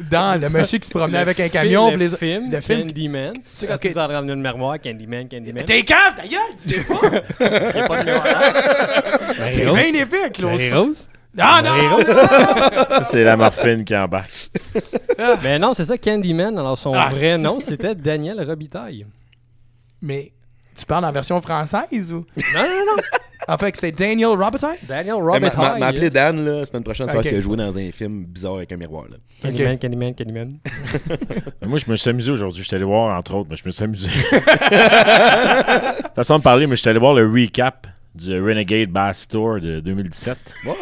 Speaker 2: Dans le monsieur qui se promenait avec un
Speaker 3: film-
Speaker 2: camion.
Speaker 3: le
Speaker 2: puis les-
Speaker 3: film,
Speaker 2: le film-
Speaker 3: Candyman. Tu
Speaker 2: sais,
Speaker 3: sais,
Speaker 2: ok.
Speaker 3: quand ils ont ramené le miroir, Candyman, Candyman.
Speaker 2: T'es calme, ta gueule! Tu sais pas!
Speaker 3: Il y a pas de miroir.
Speaker 2: T'es
Speaker 3: Ben, Rose.
Speaker 2: bien épique, Claude!
Speaker 3: Marie Rose.
Speaker 2: Ah non!
Speaker 3: Marie Rose.
Speaker 1: C'est la morphine qui embarque.
Speaker 3: Mais Ben, non, c'est ça, Candyman. Alors, son
Speaker 2: Ah,
Speaker 3: vrai
Speaker 2: si.
Speaker 3: nom, c'était Daniel Robitaille.
Speaker 2: Mais tu parles en version française ou?
Speaker 3: Non, non, non.
Speaker 2: En fait, c'est Daniel Robitaille?
Speaker 3: Daniel
Speaker 2: Ben,
Speaker 5: Hey, Ben, m'a- m'a-
Speaker 3: Robitaille.
Speaker 5: m'a appelé Dan, là, la semaine prochaine, soir,
Speaker 2: Ok.
Speaker 5: qu'il a joué dans un film bizarre avec un miroir, là.
Speaker 3: Candyman, Candyman, Candyman.
Speaker 1: Moi, je me suis amusé aujourd'hui. Je suis allé voir, entre autres, mais je me suis amusé. Façon de parler, mais je suis allé voir le recap du Renegade Bass Tour de 2017.
Speaker 5: Wow!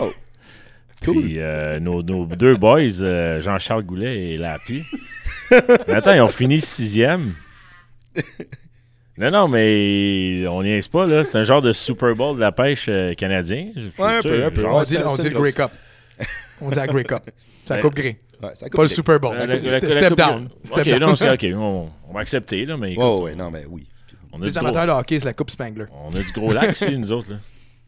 Speaker 5: Cool!
Speaker 1: Puis euh, nos, nos deux boys, euh, Jean-Charles Goulet et Lapi. mais attends, ils ont fini sixième. Non, non, mais on n'y est pas, là. C'est un genre de Super Bowl de la pêche euh, canadien. Je- je-
Speaker 5: Ouais, un
Speaker 1: tu
Speaker 5: peu,
Speaker 1: sais,
Speaker 5: un peu.
Speaker 1: genre-
Speaker 2: On
Speaker 5: Ouais,
Speaker 2: dit,
Speaker 5: c'est-
Speaker 2: on
Speaker 5: c'est
Speaker 2: dit
Speaker 5: une
Speaker 2: le Grey
Speaker 5: grosse-
Speaker 2: Cup. On dit la Grey Cup. C'est la
Speaker 1: Ben,
Speaker 2: Coupe Grey.
Speaker 5: Ouais, ça coupe
Speaker 2: Pas le
Speaker 5: les-
Speaker 2: Super Bowl.
Speaker 1: La- la- la- la-
Speaker 2: Step
Speaker 1: la-
Speaker 2: down.
Speaker 1: Ok,
Speaker 2: Step down.
Speaker 1: là, on, sait, ok, on, on va accepter, là, mais.
Speaker 5: Ouais, ouais, non, mais oui.
Speaker 1: On a, du
Speaker 2: Les
Speaker 1: gros,
Speaker 2: amateurs de hockey, c'est la Coupe Spangler.
Speaker 1: on a du gros lac ici, nous autres, là.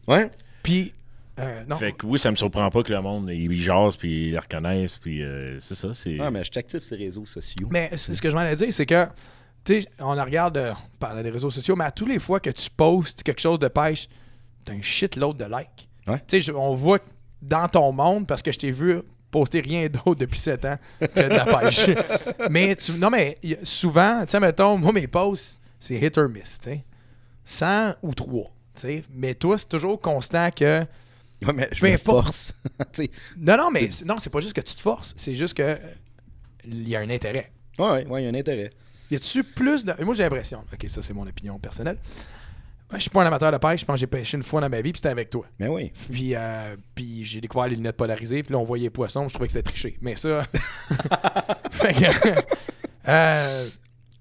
Speaker 5: Ouais?
Speaker 2: Puis, euh, non.
Speaker 1: Fait que oui, ça me surprend pas que le monde, ils jasent, puis ils le reconnaissent, puis euh, c'est ça, c'est...
Speaker 5: Ah, mais je t'active ces réseaux sociaux.
Speaker 2: Mais c'est ce que je m'en ai dire, c'est que, tu sais, on en regarde, euh, on parle des réseaux sociaux, mais à tous les fois que tu postes quelque chose de pêche, t'as un shitload de likes.
Speaker 5: Ouais.
Speaker 2: Tu sais, je- on voit dans ton monde, parce que je t'ai vu poster rien d'autre depuis 7 ans que de la pêche. mais tu, non, mais y- souvent, tu sais, mettons, moi, mes posts, c'est hit or miss, tu sais. 100 ou 3, tu sais. Mais toi, c'est toujours constant que...
Speaker 5: Ouais, mais je
Speaker 2: Mais
Speaker 5: me
Speaker 2: pas-
Speaker 5: force. tu sais,
Speaker 2: Non, non, mais c'est- non, c'est pas juste que tu te forces, c'est juste que euh, il y a un intérêt.
Speaker 5: ouais, ouais, ouais, il y a un intérêt.
Speaker 2: Y a-tu plus de. Moi, j'ai l'impression. OK, ça, c'est mon opinion personnelle. Moi, Je suis pas un amateur de pêche. Je pense que j'ai pêché une fois dans ma vie, puis c'était avec toi.
Speaker 5: Mais oui.
Speaker 2: Puis, euh, puis j'ai découvert les lunettes polarisées, puis là, on voyait poisson. Je trouvais que c'était triché. Mais ça. Fait que, euh,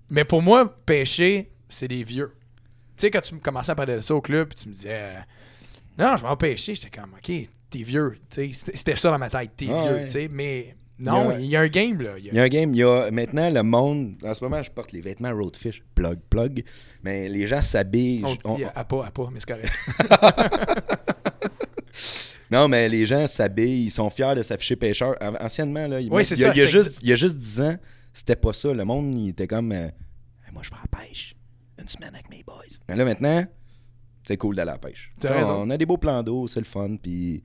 Speaker 2: mais pour moi, pêcher, c'est des vieux. Tu sais, quand tu me commençais à parler de ça au club, puis tu me disais euh, Non, je vais en pêcher, j'étais comme OK, t'es vieux. Tu sais, C'était c'était ça dans ma tête, t'es
Speaker 5: Ah
Speaker 2: vieux.
Speaker 5: ouais.
Speaker 2: tu sais, Mais non,
Speaker 5: Il y a-
Speaker 2: il y, a un game là. Il y a-
Speaker 5: Il y a un game, il y a maintenant le monde. En ce moment, je porte les vêtements Roadfish, plug, plug. Mais les gens s'habillent.
Speaker 2: on
Speaker 5: je- on-
Speaker 2: dit euh, à pas, à pas, mais c'est correct.
Speaker 5: Non, mais les gens s'habillent, ils sont fiers de s'afficher pêcheur. An- Anciennement, là, il,
Speaker 2: Oui, c'est
Speaker 5: il, y a,
Speaker 2: ça,
Speaker 5: il y a
Speaker 2: c'est
Speaker 5: juste, il y a juste 10 ans, c'était pas ça. Le monde, il était comme euh, Hey, Moi, je vais à la pêche une semaine avec mes boys. Mais là, maintenant, c'est cool d'aller à la pêche.
Speaker 2: T'as
Speaker 5: Tu sais,
Speaker 2: raison.
Speaker 5: On a des beaux plans d'eau, c'est le fun. Puis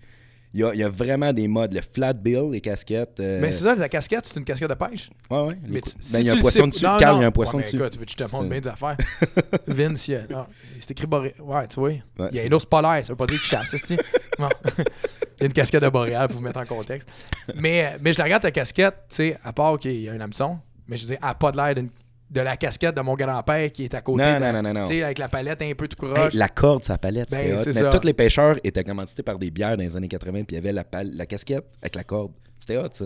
Speaker 5: il y a, il y a vraiment des modes. Le flat bill, les casquettes. euh,
Speaker 2: mais c'est ça, la casquette, c'est une casquette de pêche.
Speaker 5: Ouais, ouais. les
Speaker 2: Mais
Speaker 5: cou-
Speaker 2: tu-
Speaker 5: ben,
Speaker 2: si
Speaker 5: il y
Speaker 2: tu
Speaker 5: a un
Speaker 2: le
Speaker 5: poisson
Speaker 2: sais-
Speaker 5: dessus.
Speaker 2: non,
Speaker 5: Calme,
Speaker 2: non.
Speaker 5: il y a un poisson
Speaker 2: Ouais, mais
Speaker 5: dessus.
Speaker 2: écoute, tu- je te montre
Speaker 5: C'est-
Speaker 2: bien des affaires. Vince, il y a- non, c'est écrit Boré. Ouais, tu vois. il y a
Speaker 5: c'est-
Speaker 2: une ours polaire, ça veut pas dire qu'il chasse. esti. Bon. il y a une casquette de boréal pour vous mettre en contexte. Mais, mais je la regarde, ta casquette, tu sais, à part qu'il y a un hameçon, mais je dis, elle n'a pas de l'air d'une- de la casquette de mon grand-père qui est à côté.
Speaker 5: Non,
Speaker 2: de-
Speaker 5: non, non, non, non.
Speaker 2: Tu sais, avec la palette un peu tout
Speaker 5: Hey,
Speaker 2: croche.
Speaker 5: la corde, sa palette,
Speaker 2: Ben,
Speaker 5: c'était hot.
Speaker 2: c'est
Speaker 5: Mais
Speaker 2: ça.
Speaker 5: tous les pêcheurs étaient commandités par des bières dans les années 80, puis il y avait la, pal- la casquette avec la corde. C'était hot, ça.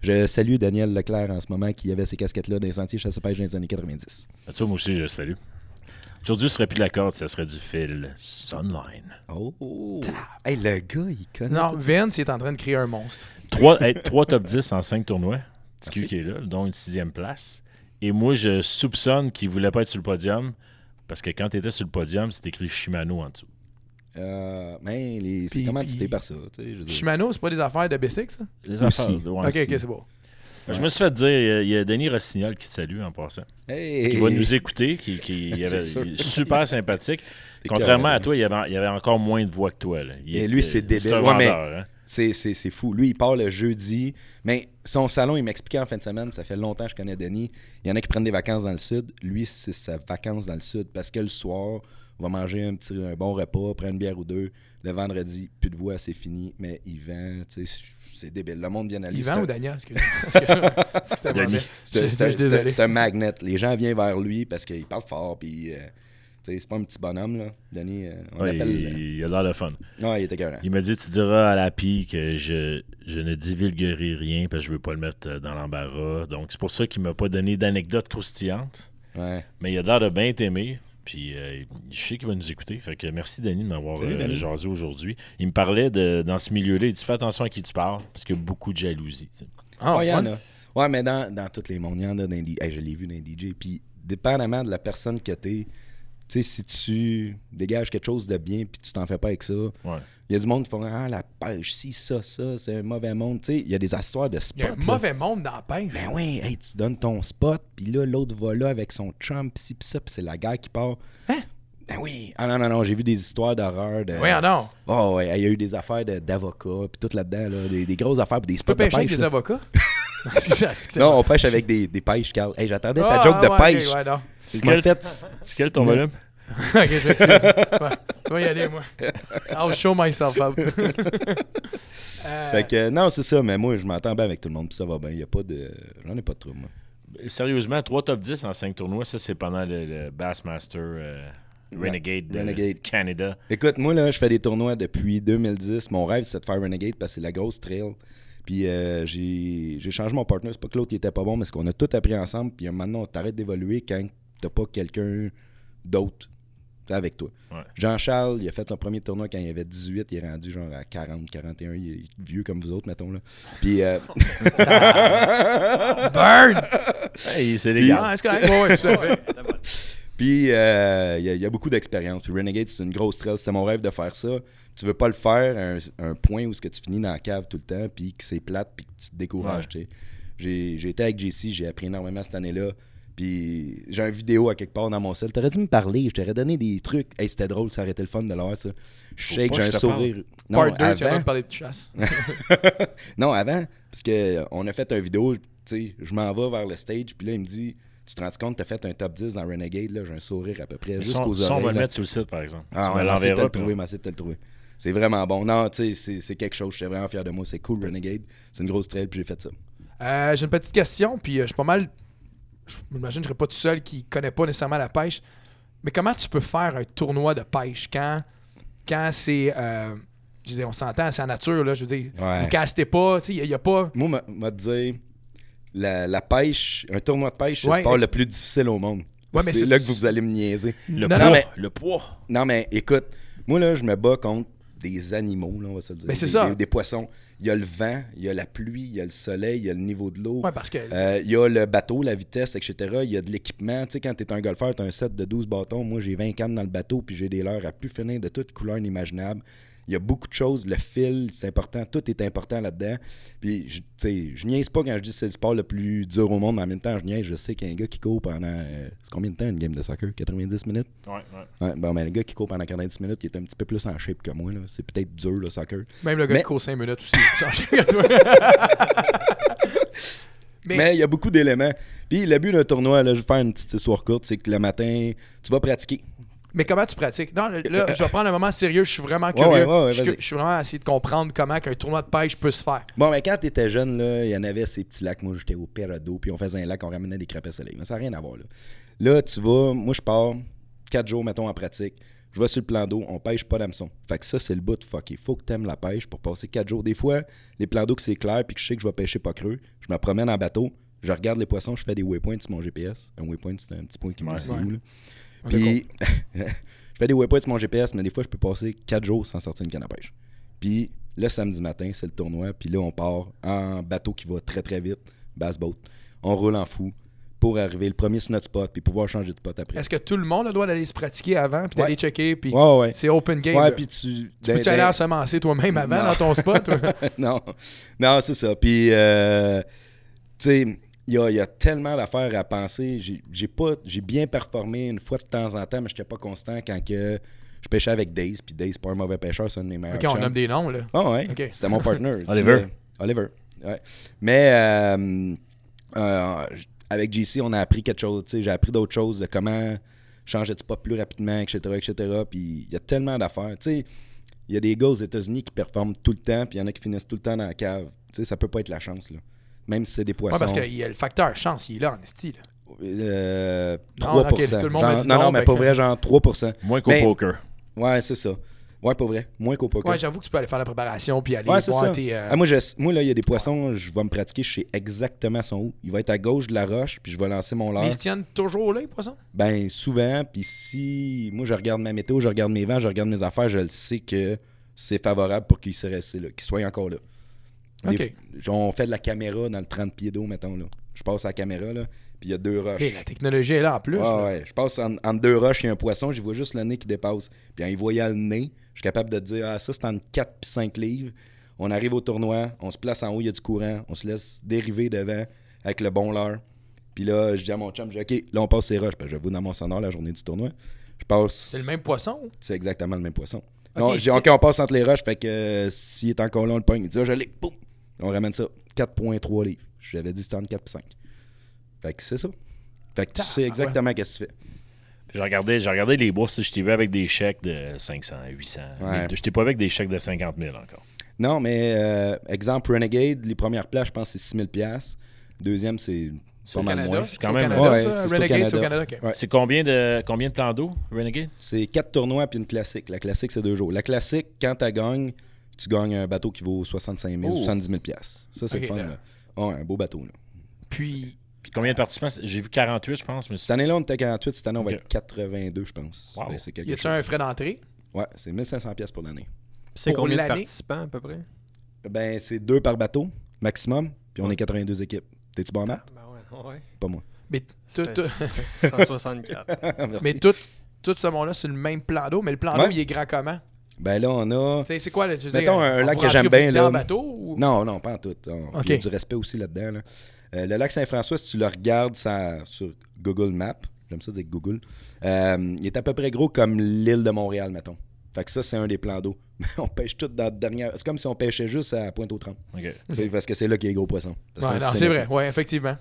Speaker 5: Je salue Daniel Leclerc en ce moment qui avait ces casquettes-là dans les sentiers chasse-pêche dans les années 90.
Speaker 1: Ah, Tu vois, moi aussi, je le salue. Aujourd'hui, ce serait plus de la corde, ce serait du fil Sunline.
Speaker 5: Oh! oh. Hey, le gars, il connaît.
Speaker 2: Non, Vince, il est en train de créer un monstre.
Speaker 1: Trois, hey, trois top 10 en cinq tournois. Petit cul qui est là, dont une sixième place. Et moi, je soupçonne qu'il voulait pas être sur le podium parce que quand tu étais sur le podium, c'était écrit Shimano en dessous.
Speaker 5: Euh, mais les- c'est
Speaker 2: Puis-
Speaker 5: commandité
Speaker 2: puis-
Speaker 5: par ça. tu sais, je veux dire.
Speaker 2: Shimano, c'est pas des affaires de Bessic, ça?
Speaker 1: Les
Speaker 5: Aussi.
Speaker 1: affaires, ouais,
Speaker 2: ok,
Speaker 1: aussi.
Speaker 2: ok, c'est beau.
Speaker 1: Je me suis fait dire, euh, il y a Denis Rossignol qui te salue en passant,
Speaker 5: Hey!
Speaker 1: qui va nous écouter, qui, qui il avait-
Speaker 5: sûr.
Speaker 1: il est super sympathique.
Speaker 5: T'es
Speaker 1: Contrairement
Speaker 5: carré.
Speaker 1: à toi, il y avait, il y avait encore moins de voix que toi. là. Il
Speaker 5: Et lui,
Speaker 1: était-
Speaker 5: c'est débile.
Speaker 1: un
Speaker 5: Ouais, mais-
Speaker 1: vendeur, hein.
Speaker 5: C'est, c'est, c'est fou. Lui, il part le jeudi. Mais son salon, il m'expliquait en fin de semaine, ça fait longtemps que je connais Denis. Il y en a qui prennent des vacances dans le sud. Lui, c'est sa vacance dans le sud parce que le soir, on va manger un, petit, un bon repas, prendre une bière ou deux. Le vendredi, plus de voix, c'est fini. Mais il vend, tu sais, c'est débile. Le monde vient à lui.
Speaker 2: Yvan
Speaker 5: C'est un-
Speaker 2: ou Daniel? Excuse-moi. C'était
Speaker 1: Denis.
Speaker 2: mauvais.
Speaker 5: c'est
Speaker 2: Je- je-
Speaker 5: un- c'est un-
Speaker 2: je suis
Speaker 5: c'est un-
Speaker 2: désolé.
Speaker 5: c'est un magnet. Les gens viennent vers lui parce qu'il parle fort. Puis, euh, tu sais, c'est pas un petit bonhomme, là. Denis, euh, on
Speaker 1: Ouais,
Speaker 5: l'appelle.
Speaker 1: il, il a l'air de fun.
Speaker 5: euh, ouais, il est écœurant.
Speaker 1: Il m'a dit Tu diras à la pie que je, je ne divulguerai rien parce que je veux pas le mettre euh, dans l'embarras. Donc, c'est pour ça qu'il m'a pas donné d'anecdotes croustillantes.
Speaker 5: Ouais.
Speaker 1: Mais il a l'air de bien t'aimer. Puis, euh, je sais qu'il va nous écouter. Fait que merci, Denis, de m'avoir
Speaker 5: Salut,
Speaker 1: euh,
Speaker 5: Denis.
Speaker 1: jasé aujourd'hui. Il me parlait de, dans ce milieu-là. Il dit Fais attention à qui tu parles parce qu'il y a beaucoup de jalousie. tu sais.
Speaker 2: Ah,
Speaker 5: Ouais, il y
Speaker 2: ouais.
Speaker 5: en a. Ouais, mais dans, dans tous les mondes, il y en a. Dans les, hey, je l'ai vu dans les DJ. Puis, dépendamment de la personne que t'es, tu sais, si tu dégages quelque chose de bien puis tu t'en fais pas avec ça,
Speaker 1: Ouais.
Speaker 5: il y a du monde qui font Ah, la pêche, si, ça, ça, c'est un mauvais monde. Tu sais, il y a des histoires de spot.
Speaker 2: Il y a un
Speaker 5: là.
Speaker 2: mauvais monde dans la pêche.
Speaker 5: Ben oui, hey, tu donnes ton spot, puis là, l'autre va là avec son chum, pis ci, pis ça, pis c'est la guerre qui part.
Speaker 2: Hein?
Speaker 5: Ben oui. Ah non, non, non, j'ai vu des histoires d'horreur. De...
Speaker 2: Voyons donc.
Speaker 5: Oh, ouais, hey, il y a eu des affaires de- d'avocats, puis tout là-dedans, là, des, des grosses affaires, puis des
Speaker 2: Tu
Speaker 5: spots
Speaker 2: peux
Speaker 5: de pêche.
Speaker 2: pêcher avec des
Speaker 5: là.
Speaker 2: avocats? Excusez-moi, excusez-moi.
Speaker 5: Non, on pêche avec des, des pêches, Carl. Hey, j'attendais ta
Speaker 2: Ah,
Speaker 5: joke de
Speaker 2: ouais,
Speaker 5: pêche.
Speaker 2: ok, ouais, non.
Speaker 5: Tu
Speaker 1: C'est
Speaker 5: m'as
Speaker 1: quel-
Speaker 5: fait-
Speaker 1: C'est quel ton volume
Speaker 2: Ok, je m'excuse. Ouais, je vais y aller, moi. I'll show myself out. Euh,
Speaker 5: Fait que, euh, non, c'est ça, mais moi, je m'entends bien avec tout le monde, puis ça va bien. Il y a pas de... J'en ai pas de trouble, moi.
Speaker 1: Sérieusement, trois top 10 en cinq tournois, ça c'est pendant le, le Bassmaster euh, Renegade, de
Speaker 5: Renegade.
Speaker 1: Canada.
Speaker 5: Écoute, moi, là, je fais des tournois depuis 2010. Mon rêve, c'est de faire Renegade parce que c'est la grosse trail. Puis euh, j'ai j'ai changé mon partner. C'est pas que l'autre, il était pas bon, mais c'est qu'on a tout appris ensemble. Puis maintenant, on t'arrête d'évoluer quand t'as pas quelqu'un d'autre avec toi.
Speaker 1: Ouais.
Speaker 5: Jean-Charles, il a fait son premier tournoi quand il avait 18. Il est rendu genre à 40, 41. Il est vieux comme vous autres, mettons. Là. Puis... euh,
Speaker 2: Burn!
Speaker 1: Hey, c'est
Speaker 5: Puis-
Speaker 1: légal.
Speaker 2: Ah, est-ce que... Ouais, ouais, tout à fait.
Speaker 5: Puis euh, il y, a- il y a beaucoup d'expérience. Puis Renegade, c'est une grosse trail. C'était mon rêve de faire ça. Tu veux pas le faire à un, un point où ce que tu finis dans la cave tout le temps, puis que c'est plate, puis que tu te décourages.
Speaker 1: Ouais.
Speaker 5: tu sais. J'ai j'ai été avec JC, j'ai appris énormément cette année-là. Puis j'ai une vidéo à quelque part dans mon sel. T'aurais dû me parler, je t'aurais donné des trucs. Hey, c'était drôle, ça aurait été le fun de l'avoir, ça. Je sais
Speaker 1: pas
Speaker 5: que
Speaker 1: que
Speaker 5: j'ai un
Speaker 1: je te
Speaker 5: sourire. Non,
Speaker 2: Part 2, tu vas
Speaker 5: avant-
Speaker 2: même parler de chasse.
Speaker 5: non, avant, parce que euh, on a fait un vidéo, tu sais, je m'en vais vers le stage, puis là, il me dit Tu te rends compte, t'as fait un top 10 dans Renegade, là, j'ai un sourire à peu près,
Speaker 1: Mais
Speaker 5: jusqu'aux
Speaker 1: son,
Speaker 5: oreilles.
Speaker 1: son, on va le
Speaker 5: là.
Speaker 1: mettre sur le site, par exemple.
Speaker 5: Ah,
Speaker 1: tu me
Speaker 5: ouais, m'essaie de te
Speaker 1: l'enverras.
Speaker 5: le
Speaker 1: puis
Speaker 5: trouver, m'essaie de te le trouver. C'est vraiment bon. Non, tu sais, c'est- c'est quelque chose, je suis vraiment fier de moi, c'est cool, Renegade. C'est une grosse trail, puis j'ai fait ça.
Speaker 2: Euh, J'ai une petite question, puis euh, je suis pas mal... je- J'imagine que je serais pas tout seul qui connaît pas nécessairement la pêche. Mais comment tu peux faire un tournoi de pêche quand, quand c'est... euh, je veux dire, on s'entend, c'est en nature, là. Je veux dire,
Speaker 5: Ouais.
Speaker 2: vous castez pas, tu sais, il y a- il y a pas...
Speaker 5: Moi, m'a- m'a dit la, la pêche, un tournoi de pêche, c'est
Speaker 2: Ouais,
Speaker 5: le sport
Speaker 2: ex-
Speaker 5: le plus difficile au monde.
Speaker 2: Ouais, mais
Speaker 5: c'est
Speaker 2: c'est-
Speaker 5: là que vous allez me niaiser.
Speaker 1: Le
Speaker 2: Non,
Speaker 1: poids,
Speaker 2: non,
Speaker 5: mais-
Speaker 1: le poids.
Speaker 5: Non, mais écoute, moi, là, je me bats contre des animaux, là, on va se le dire.
Speaker 2: Mais Ben, c'est
Speaker 5: Des-
Speaker 2: ça.
Speaker 5: Des, des poissons. Il y a le vent, il y a la pluie, il y a le soleil, il y a le niveau de l'eau.
Speaker 2: Ouais, ben, parce que.
Speaker 5: Euh, Il y a le bateau, la vitesse, etc. Il y a de l'équipement. Tu sais, quand t'es un golfeur, t'as un set de 12 bâtons. Moi, j'ai 20 cannes dans le bateau, puis j'ai des leurres à plus finir de toutes couleurs inimaginables. Il y a beaucoup de choses. Le fil, c'est important. Tout est important là-dedans. Puis, je- tu sais, je niaise pas quand je dis que c'est le sport le plus dur au monde, mais en même temps, je niaise. Je sais qu'il y a un gars qui court pendant. euh, c'est combien de temps une game de soccer 90 minutes
Speaker 1: Ouais, ouais.
Speaker 5: Ouais, bon, ben, le gars qui court pendant 90 minutes, il est un petit peu plus en shape que moi. là. C'est peut-être dur, le soccer.
Speaker 2: Même le gars
Speaker 5: mais-
Speaker 2: qui court 5 minutes aussi. Ça, je regarde, toi. Mais-
Speaker 5: Mais, il y a beaucoup d'éléments. Puis le but d'un tournoi, là, je vais faire une petite histoire courte, c'est que le matin, tu vas pratiquer.
Speaker 2: Mais comment tu pratiques? Non, là, je vais prendre un moment sérieux. Je suis vraiment curieux.
Speaker 5: ouais, ouais, ouais,
Speaker 2: je,
Speaker 5: vas-y.
Speaker 2: je suis vraiment à essayer de comprendre comment qu'un tournoi de pêche peut se faire.
Speaker 5: Bon, mais quand tu étais jeune, là, il y en avait ces petits lacs. Moi, j'étais au Perado, puis on faisait un lac, on ramenait des crapets soleil. Mais ça n'a rien à voir. Là. là, tu vas, moi, je pars quatre jours, mettons, en pratique. Je vais sur le plan d'eau, on pêche pas d'hameçon. Fait que ça, c'est le bout de fuck. Il faut que tu aimes la pêche pour passer quatre jours. Des fois, les plans d'eau que c'est clair, puis que je sais que je vais pêcher pas creux, je me promène en bateau, je regarde les poissons, je fais des waypoints sur mon GPS. Un waypoint, c'est un petit point qui me dit
Speaker 2: Ouais.
Speaker 5: où. là.
Speaker 2: Ah,
Speaker 5: Puis, je fais des waypoints sur mon GPS, mais des fois, je peux passer 4 jours sans sortir une canne à pêche. Puis, le samedi matin, c'est le tournoi. Puis là, on part en bateau qui va très, très vite, bass boat. On roule en fou pour arriver le premier sur notre spot, puis pouvoir changer de spot après.
Speaker 2: Est-ce que tout le monde a le droit d'aller se pratiquer avant puis d'aller
Speaker 5: Ouais.
Speaker 2: checker? Puis
Speaker 5: Ouais, ouais.
Speaker 2: C'est open game.
Speaker 5: Ouais,
Speaker 2: là.
Speaker 5: puis tu. ben,
Speaker 2: tu peux-tu aller ensemencer toi-même avant
Speaker 5: Non. Ben,
Speaker 2: dans ton spot? toi?
Speaker 5: non, non c'est ça. Puis, euh, tu sais, il y a, il y a tellement d'affaires à penser. J'ai- J'ai pas, j'ai bien performé une fois de temps en temps, mais j'étais pas constant quand que je pêchais avec Daze. Puis Daze, c'est pas un mauvais pêcheur, c'est un de mes meilleurs.
Speaker 2: ok, on
Speaker 5: chums.
Speaker 2: nomme des noms. là.
Speaker 5: Ah ouais,
Speaker 2: Ok.
Speaker 5: c'était mon partner. Tu
Speaker 1: Oliver.
Speaker 5: sais, Oliver, ouais. Mais euh, euh, j- avec JC, on a appris quelque chose. tu sais, J'ai appris d'autres choses de comment changer de spot plus rapidement, etc., etc. Puis il y a tellement d'affaires. Tu sais, il y a des gars aux États-Unis qui performent tout le temps, puis il y en a qui finissent tout le temps dans la cave. Tu sais, ça peut pas être la chance, là. Même si c'est des
Speaker 2: Ouais,
Speaker 5: poissons.
Speaker 2: parce que il y a le facteur chance, il est là en esti. là.
Speaker 5: Euh,
Speaker 2: Non,
Speaker 5: 3%.
Speaker 2: ok, tout le monde
Speaker 5: Genre-
Speaker 2: a dit
Speaker 5: non,
Speaker 2: non,
Speaker 5: non, mais
Speaker 2: fait
Speaker 5: pas
Speaker 2: que-
Speaker 5: vrai, genre 3%.
Speaker 1: Moins qu'au
Speaker 5: Mais-
Speaker 1: poker.
Speaker 5: Ouais, c'est ça. Ouais, pas vrai. Moins qu'au poker.
Speaker 2: Ouais, j'avoue que tu peux aller faire la préparation puis aller
Speaker 5: Ouais, c'est ça.
Speaker 2: voir tes. euh,
Speaker 5: Ah, moi, je- moi, là, il y a des poissons, je vais me pratiquer, je sais exactement son où. Il va être à gauche de la roche, puis je vais lancer mon
Speaker 2: mais
Speaker 5: leurre.
Speaker 2: ils se tiennent toujours là, les poissons?
Speaker 5: Ben, souvent, puis si moi, je regarde ma météo, je regarde mes vents, je regarde mes affaires, je le sais que c'est favorable pour qu'il se reste là, qu'il soit encore là. Des
Speaker 2: Ok.
Speaker 5: f- On fait de la caméra dans le 30 pieds d'eau, mettons, là. Je passe à la caméra, là, puis il y a deux roches.
Speaker 2: Hey, Eh, la technologie est là en plus.
Speaker 5: Ah, Ouais,
Speaker 2: là.
Speaker 5: ouais. Je passe en- entre deux roches, il y a un poisson, je vois juste le nez qui dépasse. Puis en y voyant le nez, je suis capable de dire Ah, ça, c'est entre 4 et 5 livres. On arrive au tournoi, on se place en haut, il y a du courant, on se laisse dériver devant avec le bon leurre. Puis là, je dis à mon chum, je dis, OK, là, on passe ces roches. Parce que je vous dans mon sonore la journée du tournoi. Je passe,
Speaker 2: C'est le même poisson?
Speaker 5: c'est exactement le même poisson.
Speaker 2: Ok,
Speaker 5: non, je dis,
Speaker 2: c'est-
Speaker 5: OK, on passe entre les roches, fait que euh, s'il est encore là, on le pogne. Il dit, Ah, je l'ai, boum. On ramène ça, 4,3 livres. J'avais dit, c'est entre 4 et 5. Fait que c'est ça. Fait que tu sais
Speaker 2: Tabarouette.
Speaker 5: exactement qu'est-ce que tu fais.
Speaker 1: J'ai regardé, j'ai regardé les bourses, je t'ai vu avec des chèques de 500, 800.
Speaker 5: Ouais.
Speaker 1: 1200. Je t'ai pas vu avec des chèques de 50 000 encore.
Speaker 5: Non, mais euh, exemple, Renegade, les premières places, je pense que c'est 6000 pièces. Deuxième, c'est
Speaker 1: C'est
Speaker 5: pas
Speaker 1: le
Speaker 5: mal
Speaker 2: Canada?
Speaker 5: moins.
Speaker 1: C'est
Speaker 2: C'est
Speaker 1: quand
Speaker 2: au
Speaker 1: même-
Speaker 2: Canada,
Speaker 5: Ouais,
Speaker 2: ça?
Speaker 5: c'est au
Speaker 2: Renegade, c'est au Canada.
Speaker 5: Canada.
Speaker 2: ok.
Speaker 5: Ouais.
Speaker 1: C'est combien de combien de plans d'eau, Renegade?
Speaker 5: C'est quatre tournois puis une classique. La classique, c'est deux jours. La classique, quand tu gagnes, tu gagnes un bateau qui vaut 65 000
Speaker 1: Oh.
Speaker 5: 70 000 pièces. Ça, c'est
Speaker 2: Ok,
Speaker 5: le fun.
Speaker 2: là.
Speaker 5: là. Ah Ouais, un beau bateau. là.
Speaker 2: Puis,
Speaker 1: Puis combien de participants? J'ai vu 48, je pense, mais
Speaker 5: Cette année-là, on était à 48. Cette année, on
Speaker 1: Ok.
Speaker 5: va être 82, je pense.
Speaker 1: Wow.
Speaker 5: Ben, c'est quelque
Speaker 2: y a-tu
Speaker 5: chose.
Speaker 2: un frais d'entrée?
Speaker 5: Ouais, c'est 1500 pièces pour l'année.
Speaker 3: C'est
Speaker 2: Pour
Speaker 3: combien de
Speaker 2: l'année-
Speaker 3: participants à peu près?
Speaker 5: Ben, c'est deux par bateau, maximum. Puis on est 82 équipes. T'es-tu bon en maths?
Speaker 3: Ben ouais, ouais.
Speaker 5: Pas moi.
Speaker 2: Mais
Speaker 3: Ça
Speaker 2: tout- tout-
Speaker 3: fait 164.
Speaker 5: Merci.
Speaker 2: mais tout tout ce monde-là, c'est le même plan d'eau, mais le plan d'eau,
Speaker 5: Ouais.
Speaker 2: il est grand comment?
Speaker 5: Ben là, on a...
Speaker 2: Tu sais, C'est quoi? Là, tu veux
Speaker 5: Mettons
Speaker 2: dire,
Speaker 5: un
Speaker 2: on
Speaker 5: lac
Speaker 2: va
Speaker 5: que
Speaker 2: rentrer
Speaker 5: j'aime bien,
Speaker 2: dans
Speaker 5: là.
Speaker 2: le bateau? ou-
Speaker 5: Non, non, pas en tout. On-
Speaker 2: Ok.
Speaker 5: Il y a du respect aussi là-dedans. là. Euh, le lac Saint-François, si tu le regardes ça- sur Google Maps, j'aime ça dire Google, euh, il est à peu près gros comme l'île de Montréal, mettons. Fait que ça, c'est un des plans d'eau. Mais on pêche tout dans le dernier. C'est comme si on pêchait juste à Pointe-aux-Trembles.
Speaker 1: OK.
Speaker 5: Tu sais, Parce que c'est là qu'il y a les gros poissons. Parce
Speaker 2: Ouais,
Speaker 5: qu'on le
Speaker 2: non,
Speaker 5: sait
Speaker 2: c'est
Speaker 5: maintenant.
Speaker 2: vrai, ouais, effectivement.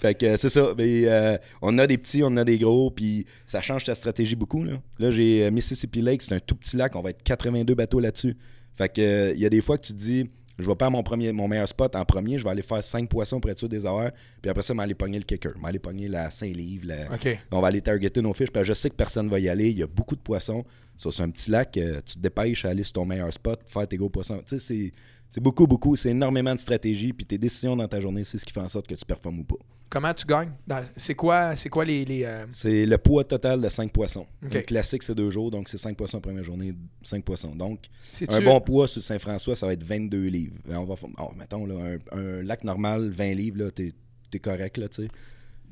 Speaker 5: Fait que euh, c'est ça. Mais, euh, on a des petits, on a des gros, puis ça change ta stratégie beaucoup. Là, là j'ai euh, Mississippi Lake, c'est un tout petit lac, on va être 82 bateaux là-dessus. Fait que euh, il y a des fois que tu te dis, Je vais pas à mon, premier, mon meilleur spot en premier. Je vais aller faire cinq poissons près de ça des horaires. Puis après ça, m'aller pogner le kicker. M'aller pogner la Saint-Livre. la-
Speaker 2: OK.
Speaker 5: On va aller targeter nos fiches. Parce que je sais que personne va y aller. Il y a beaucoup de poissons. Ça, c'est un petit lac. euh, Tu te dépêches à aller sur ton meilleur spot, faire tes gros poissons. Tu sais, c'est- c'est beaucoup, beaucoup. C'est énormément de stratégie. Puis tes décisions dans ta journée, c'est ce qui fait en sorte que tu performes ou pas.
Speaker 2: Comment tu gagnes? Dans- C'est quoi, c'est quoi les... les, euh,
Speaker 5: C'est le poids total de 5 poissons.
Speaker 2: Ok.
Speaker 5: Le classique, c'est deux jours, donc c'est 5 poissons première journée, 5 poissons. Donc,
Speaker 2: c'est-tu-
Speaker 5: un bon poids sur Saint-François, ça va être 22 livres. Ben, On va, f- oh, mettons, là, un, un lac normal, 20 livres, là, t'es, t'es correct, là, tu sais.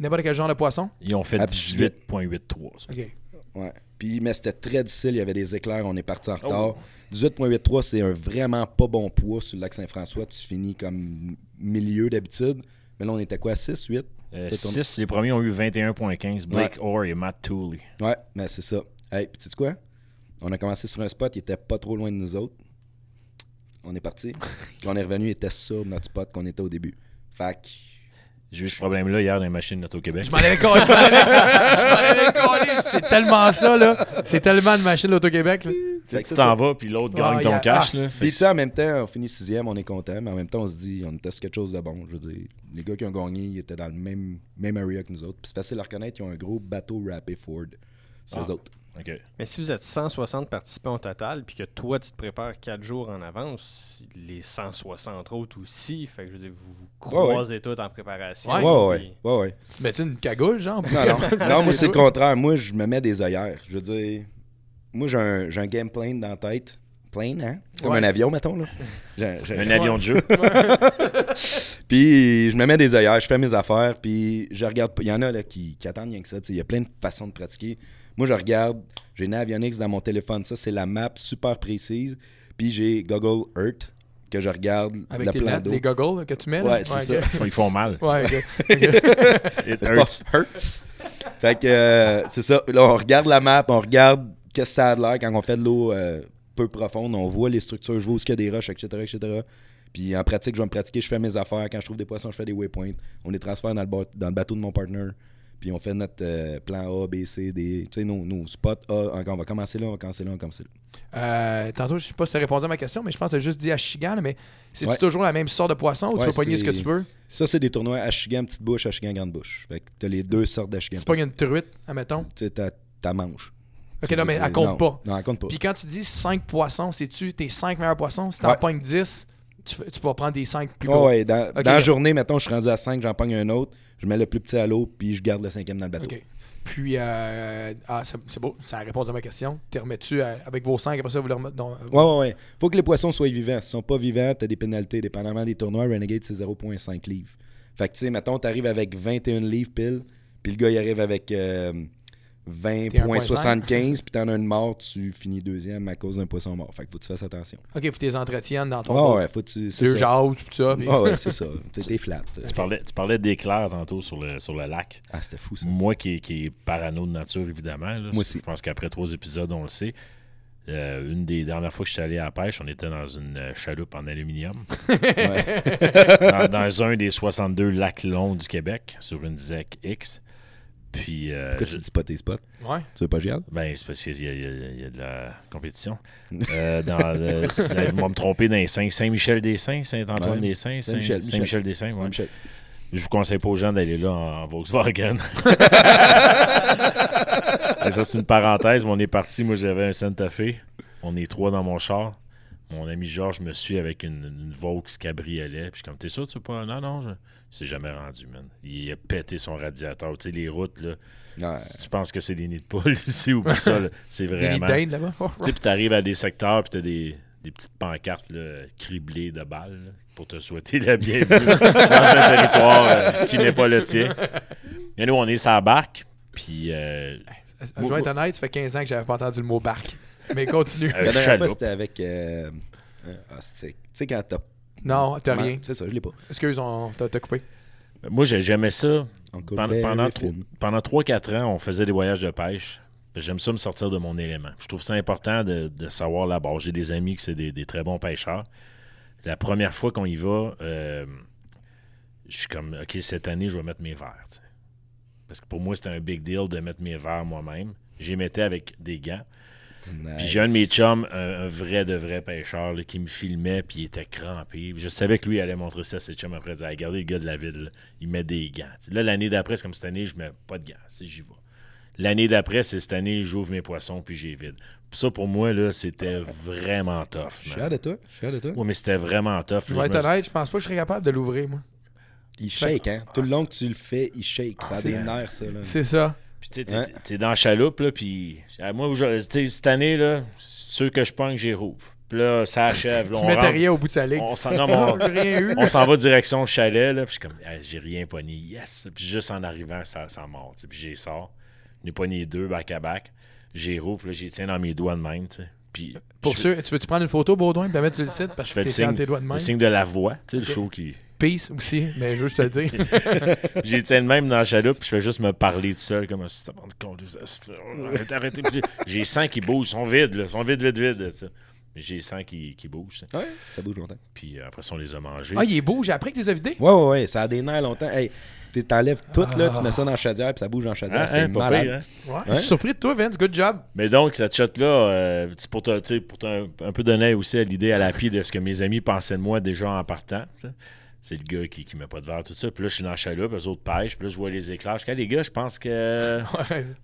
Speaker 2: N'importe quel genre de poisson?
Speaker 1: Ils ont fait
Speaker 5: Absolument.
Speaker 1: 18,83. ça.
Speaker 2: OK.
Speaker 5: Ouais. Puis, mais c'était très difficile, il y avait des éclairs, on est parti en retard. 18.83, c'est un vraiment pas bon poids sur le lac Saint-François. Tu finis comme milieu d'habitude. Mais là, on était quoi, 6, 8?
Speaker 1: Euh,
Speaker 5: C'était ton-
Speaker 1: six, les premiers ont eu 21,15. Blake Orr et Matt Tooley.
Speaker 5: Ouais, mais c'est ça. Hey, puis tu sais quoi? On a commencé sur un spot, il était pas trop loin de nous autres. On est parti. Quand on est revenu, il était sur notre spot qu'on était au début. Fac.
Speaker 1: J'ai eu ce problème-là hier dans les machines d'auto-Québec.
Speaker 2: Je m'en avais collé, je m'en avais- je m'en avais collé. C'est tellement ça, là. C'est tellement de machine l'Auto-Québec. là.
Speaker 5: Fait que
Speaker 1: Tu
Speaker 5: c'est
Speaker 1: t'en
Speaker 5: ça.
Speaker 1: vas, puis l'autre
Speaker 2: Ah,
Speaker 1: gagne ton
Speaker 2: yeah.
Speaker 1: cash.
Speaker 2: Ah,
Speaker 1: là.
Speaker 5: Puis tu sais, en même temps, on finit sixième, on est content, mais en même temps, on se dit, on était sur quelque chose de bon. Je veux dire, les gars qui ont gagné, ils étaient dans le même, même area que nous autres. Puis c'est facile à reconnaître, ils ont un gros bateau râpé Ford. C'est
Speaker 1: Ah.
Speaker 5: eux autres.
Speaker 1: OK.
Speaker 3: Mais si vous êtes 160 participants au total, puis que toi, tu te prépares 4 jours en avance, les 160 autres aussi, fait que je veux dire, vous vous
Speaker 5: Ouais, ouais.
Speaker 3: croisez tous en préparation.
Speaker 5: Ouais,
Speaker 3: puis-
Speaker 5: ouais, ouais, ouais.
Speaker 2: Tu te mets-tu une cagoule, genre?
Speaker 5: Non, Ah, non. Non, moi, c'est le
Speaker 2: toi.
Speaker 5: contraire. Moi, je me mets des œillères. Je veux dire, moi, j'ai un, j'ai un game plan dans la tête. Plane, hein? Comme
Speaker 2: Ouais.
Speaker 5: un avion, mettons, là. J'ai- j'ai-
Speaker 1: Un avion de jeu.
Speaker 5: Puis, je me mets des œillères, je fais mes affaires, puis je regarde. pas- Il y en a là, qui, qui attendent rien que ça. tu sais. Il y a plein de façons de pratiquer. Moi, je regarde, j'ai une avionics dans mon téléphone. Ça, c'est la map super précise. Puis, j'ai Google Earth que je regarde
Speaker 2: Avec
Speaker 5: le
Speaker 2: tes
Speaker 5: plan
Speaker 2: lunettes,
Speaker 5: d'eau.
Speaker 2: les goggles là, que tu mets. là?
Speaker 5: Ouais, c'est ça.
Speaker 2: ok.
Speaker 1: Ils font- Ils font mal.
Speaker 2: Ouais, ok.
Speaker 1: It
Speaker 5: C'est
Speaker 1: hurts.
Speaker 5: pas Hertz. fait que euh, c'est ça. Là, on regarde la map, on regarde qu'est-ce que ça a de l'air quand on fait de l'eau euh, peu profonde. On voit les structures, je vois où il y a des roches, etc., etc. Puis en pratique, je vais me pratiquer, je fais mes affaires. Quand je trouve des poissons, je fais des waypoints. On les transfère dans le, ba- dans le bateau de mon partner. Puis on fait notre euh, plan A, B, C, D. Tu sais, nos, nos spots A. Encore, on va commencer là, on va commencer là, on va commencer là.
Speaker 2: Euh, tantôt, je sais pas si tu as répondu à ma question, mais je pense que tu juste dit à Chigan, mais c'est-tu
Speaker 5: Ouais.
Speaker 2: toujours la même sorte de poisson ou tu
Speaker 5: Ouais,
Speaker 2: peux pogner ce que
Speaker 5: c'est-
Speaker 2: tu veux?
Speaker 5: Ça, c'est des tournois Ashigan petite bouche, Ashigan grande bouche. Fait que t'as les deux sortes d'Ashigan.
Speaker 2: Tu pognes une truite, admettons.
Speaker 5: Tu sais, ta, ta manche.
Speaker 2: Ok, non, mais elle
Speaker 5: non,
Speaker 2: compte pas.
Speaker 5: Non, elle compte pas.
Speaker 2: Puis quand tu dis 5 poissons, c'est-tu tes 5 meilleurs poissons? Si t'en
Speaker 5: Ouais.
Speaker 2: pognes 10, tu, fais- tu vas prendre des 5 plus
Speaker 5: Ouais,
Speaker 2: gros.
Speaker 5: Oh, ouais, dans,
Speaker 2: Ok.
Speaker 5: dans la journée, mettons, je suis rendu à 5, j'en pogne un autre, je mets le plus petit à l'eau, puis je garde le cinquième dans le bateau.
Speaker 2: OK. Puis, euh, ah, c'est c'est beau, ça a répondu à ma question. T'es remets-tu à- avec vos 5, après ça, vous le remettez. non, euh,
Speaker 5: Ouais, ouais, ouais. Faut que les poissons soient vivants. S'ils sont pas vivants, t'as des pénalités. Dépendamment des tournois, Renegade, c'est 0,5 livres. Fait que, tu sais, mettons, t'arrives avec 21 livres pile, puis le gars, il arrive avec euh, 20,75, puis t'en as une mort, tu finis deuxième à cause d'un poisson mort. Fait que faut que tu fasses attention.
Speaker 2: OK, puis t'es entretiennes dans ton.
Speaker 5: Ouais,
Speaker 2: boat.
Speaker 5: ouais, faut que tu. c'est
Speaker 2: Oh, Deux
Speaker 5: ça. Ah,
Speaker 2: jases, puis tout ça. puis-
Speaker 5: Ouais, ouais, c'est ça. T'es- T'es flat.
Speaker 1: Tu parlais, tu parlais d'éclairs tantôt sur le, sur le lac.
Speaker 5: Ah, c'était fou, ça.
Speaker 1: Moi qui, qui est parano de nature, évidemment. là,
Speaker 5: Moi aussi.
Speaker 1: Je pense qu'après trois épisodes, on le sait. Euh, une des dernières fois que je suis allé à la pêche, on était dans une euh, chaloupe en aluminium. dans, dans un des 62 lacs longs du Québec, sur une ZEC X. Puis, euh,
Speaker 5: Pourquoi
Speaker 1: je-
Speaker 5: tu dis pas tes spots?
Speaker 2: Ouais.
Speaker 5: Tu veux pas que j'y aille?
Speaker 1: ben, c'est parce qu'il y, a- il y a- il y a de la compétition. Euh, dans le- là, ils vont me tromper dans les Saints. Saint-Michel-des-Saints, Saint-Antoine-des-Saints,
Speaker 5: Saint-Michel,
Speaker 1: Saint-Michel-des-Saints. ouais.
Speaker 5: Michel.
Speaker 1: Je vous conseille pas aux gens d'aller là en Volkswagen. Et ça, c'est une parenthèse. mais On est parti. Moi, j'avais un Santa Fe. On est trois dans mon char. Mon ami Georges me suit avec une, une Vaux cabriolet. Puis je suis comme, t'es sûr, tu veux pas. Non, non, je. Il s'est jamais rendu, man. Il a pété son radiateur. Tu sais, les routes, là.
Speaker 5: Ouais.
Speaker 1: Si tu penses que c'est des nids de poules ici ou ça, là, c'est
Speaker 2: Des nids
Speaker 1: vraiment. Tu
Speaker 2: d'Inde là-bas.
Speaker 1: sais, puis t'arrives à des secteurs, puis t'as des, des petites pancartes là, criblées de balles là, pour te souhaiter la bienvenue dans un territoire euh, qui n'est pas le tien. Et nous, on est sur la barque, puis euh,
Speaker 2: Je vais être honnête, ça fait 15 ans que j'avais pas entendu le mot barque. Mais continue.
Speaker 1: un
Speaker 5: La dernière fois,
Speaker 1: chaloupe.
Speaker 5: c'était avec. euh, euh, ah, c'est- tu sais, quand t'as.
Speaker 2: Non, t'as rien.
Speaker 5: C'est ça, je l'ai pas.
Speaker 2: Excuse, on t'a t'a coupé.
Speaker 1: Moi, j'ai- j'aimais ça.
Speaker 5: Encore
Speaker 1: Pendant,
Speaker 5: Barry
Speaker 1: pendant,
Speaker 5: Finn.
Speaker 1: tro- pendant 3-4 ans, on faisait des voyages de pêche. J'aime ça me sortir de mon élément. Je trouve ça important de, de savoir la base. J'ai des amis qui sont des, des très bons pêcheurs. La première fois qu'on y va, euh, je suis comme, OK, cette année, je vais mettre mes verres. tu sais. Parce que pour moi, c'était un big deal de mettre mes verres moi-même. J'y mettais avec des gants. Puis j'ai un de mes chums, un, un vrai de vrai pêcheur, là, qui me filmait, puis il était crampé. Puis je savais que lui allait montrer ça à ses chums après. Il disait, Hey, regardez le gars de la ville, là, il met des gants. Tu sais, Là, l'année d'après, c'est comme cette année, je mets pas de gants, c'est- j'y vais. L'année d'après, c'est cette année, j'ouvre mes poissons, puis j'y vide. Puis ça, pour moi, là, c'était vraiment tough.
Speaker 5: Je suis fier
Speaker 1: man.
Speaker 5: de toi. Je suis fier de toi.
Speaker 1: Ouais, mais c'était vraiment tough.
Speaker 2: Je
Speaker 1: là. Je me
Speaker 2: vais être
Speaker 1: Mm. suis-
Speaker 2: honnête, je pense pas que je serais capable de l'ouvrir, moi.
Speaker 5: Il shake, hein? Tout le long que tu le fais, il shake. Ça a
Speaker 2: c'est-
Speaker 5: des nerfs, ça. Là.
Speaker 2: C'est ça.
Speaker 1: Puis tu sais,
Speaker 5: Ouais.
Speaker 1: t'es- t'es dans la chaloupe, là, puis euh, moi, aujourd'hui- tu sais, cette année, là, ceux que je pogne, j'y rouvre. Puis là, ça achève. là,
Speaker 2: Je
Speaker 1: on
Speaker 2: mettais
Speaker 1: rentre-
Speaker 2: rien au bout de sa ligue.
Speaker 1: on s'en- non, mais on-
Speaker 2: J'ai rien eu.
Speaker 1: on s'en va direction le chalet, là, puis je suis comme, Hey, j'ai rien pogné, yes! Puis juste en arrivant, ça, ça mord, tu sais. puis j'ai sors. J'en ai pogné deux back-à-back, j'ai rouvre, là, j'y tiens dans mes doigts de même, tu sais. Puis
Speaker 2: Pour
Speaker 1: je,
Speaker 2: ceux, tu veux-tu prendre une photo, Baudouin, et la mettre sur le site parce
Speaker 1: je fais
Speaker 2: que
Speaker 1: le
Speaker 2: t'es dans
Speaker 1: signe,
Speaker 2: tes doigts de main.
Speaker 1: le signe de la voix, tu sais, le show qui...
Speaker 2: Peace aussi, mais je veux juste te le dire.
Speaker 1: J'ai tiens de même dans la chaloupe, puis je fais juste me parler tout seul, comme ça, bande de cons, vous êtes- arrêtez, arrêtez. Puis J'ai 100 qui bougent, ils sont vides, là, ils sont vides, vides, vides. là, tu sais. J'ai 100 qui, qui bougent, tu sais.
Speaker 5: Ouais, ça bouge longtemps.
Speaker 1: puis euh, après ça, on les a mangés.
Speaker 2: Ah, il est beau, j'ai appris que t'es vidé.
Speaker 5: Ouais, ouais, ouais, ça a des nerfs longtemps. Hey, t'es- t'enlèves tout, là, tu mets ça dans la chaudière, puis ça bouge en chaudière.
Speaker 1: Hein,
Speaker 5: c'est
Speaker 1: hein, pas
Speaker 5: malade.
Speaker 1: pire, hein?
Speaker 2: Ouais. Je suis surpris de toi, Vince. Good job.
Speaker 1: Mais donc, cette shot-là, euh, c'est pour, te- tu sais, pour te- un peu donner aussi à l'idée à l'appui de ce que mes amis pensaient de moi déjà en partant, tu sais. c'est le gars qui, qui met pas de verre, tout ça. Puis là, je suis dans la chaloupe, eux autres pêchent, puis là, je vois les éclairs. Je dis, Hey, les gars, je pense que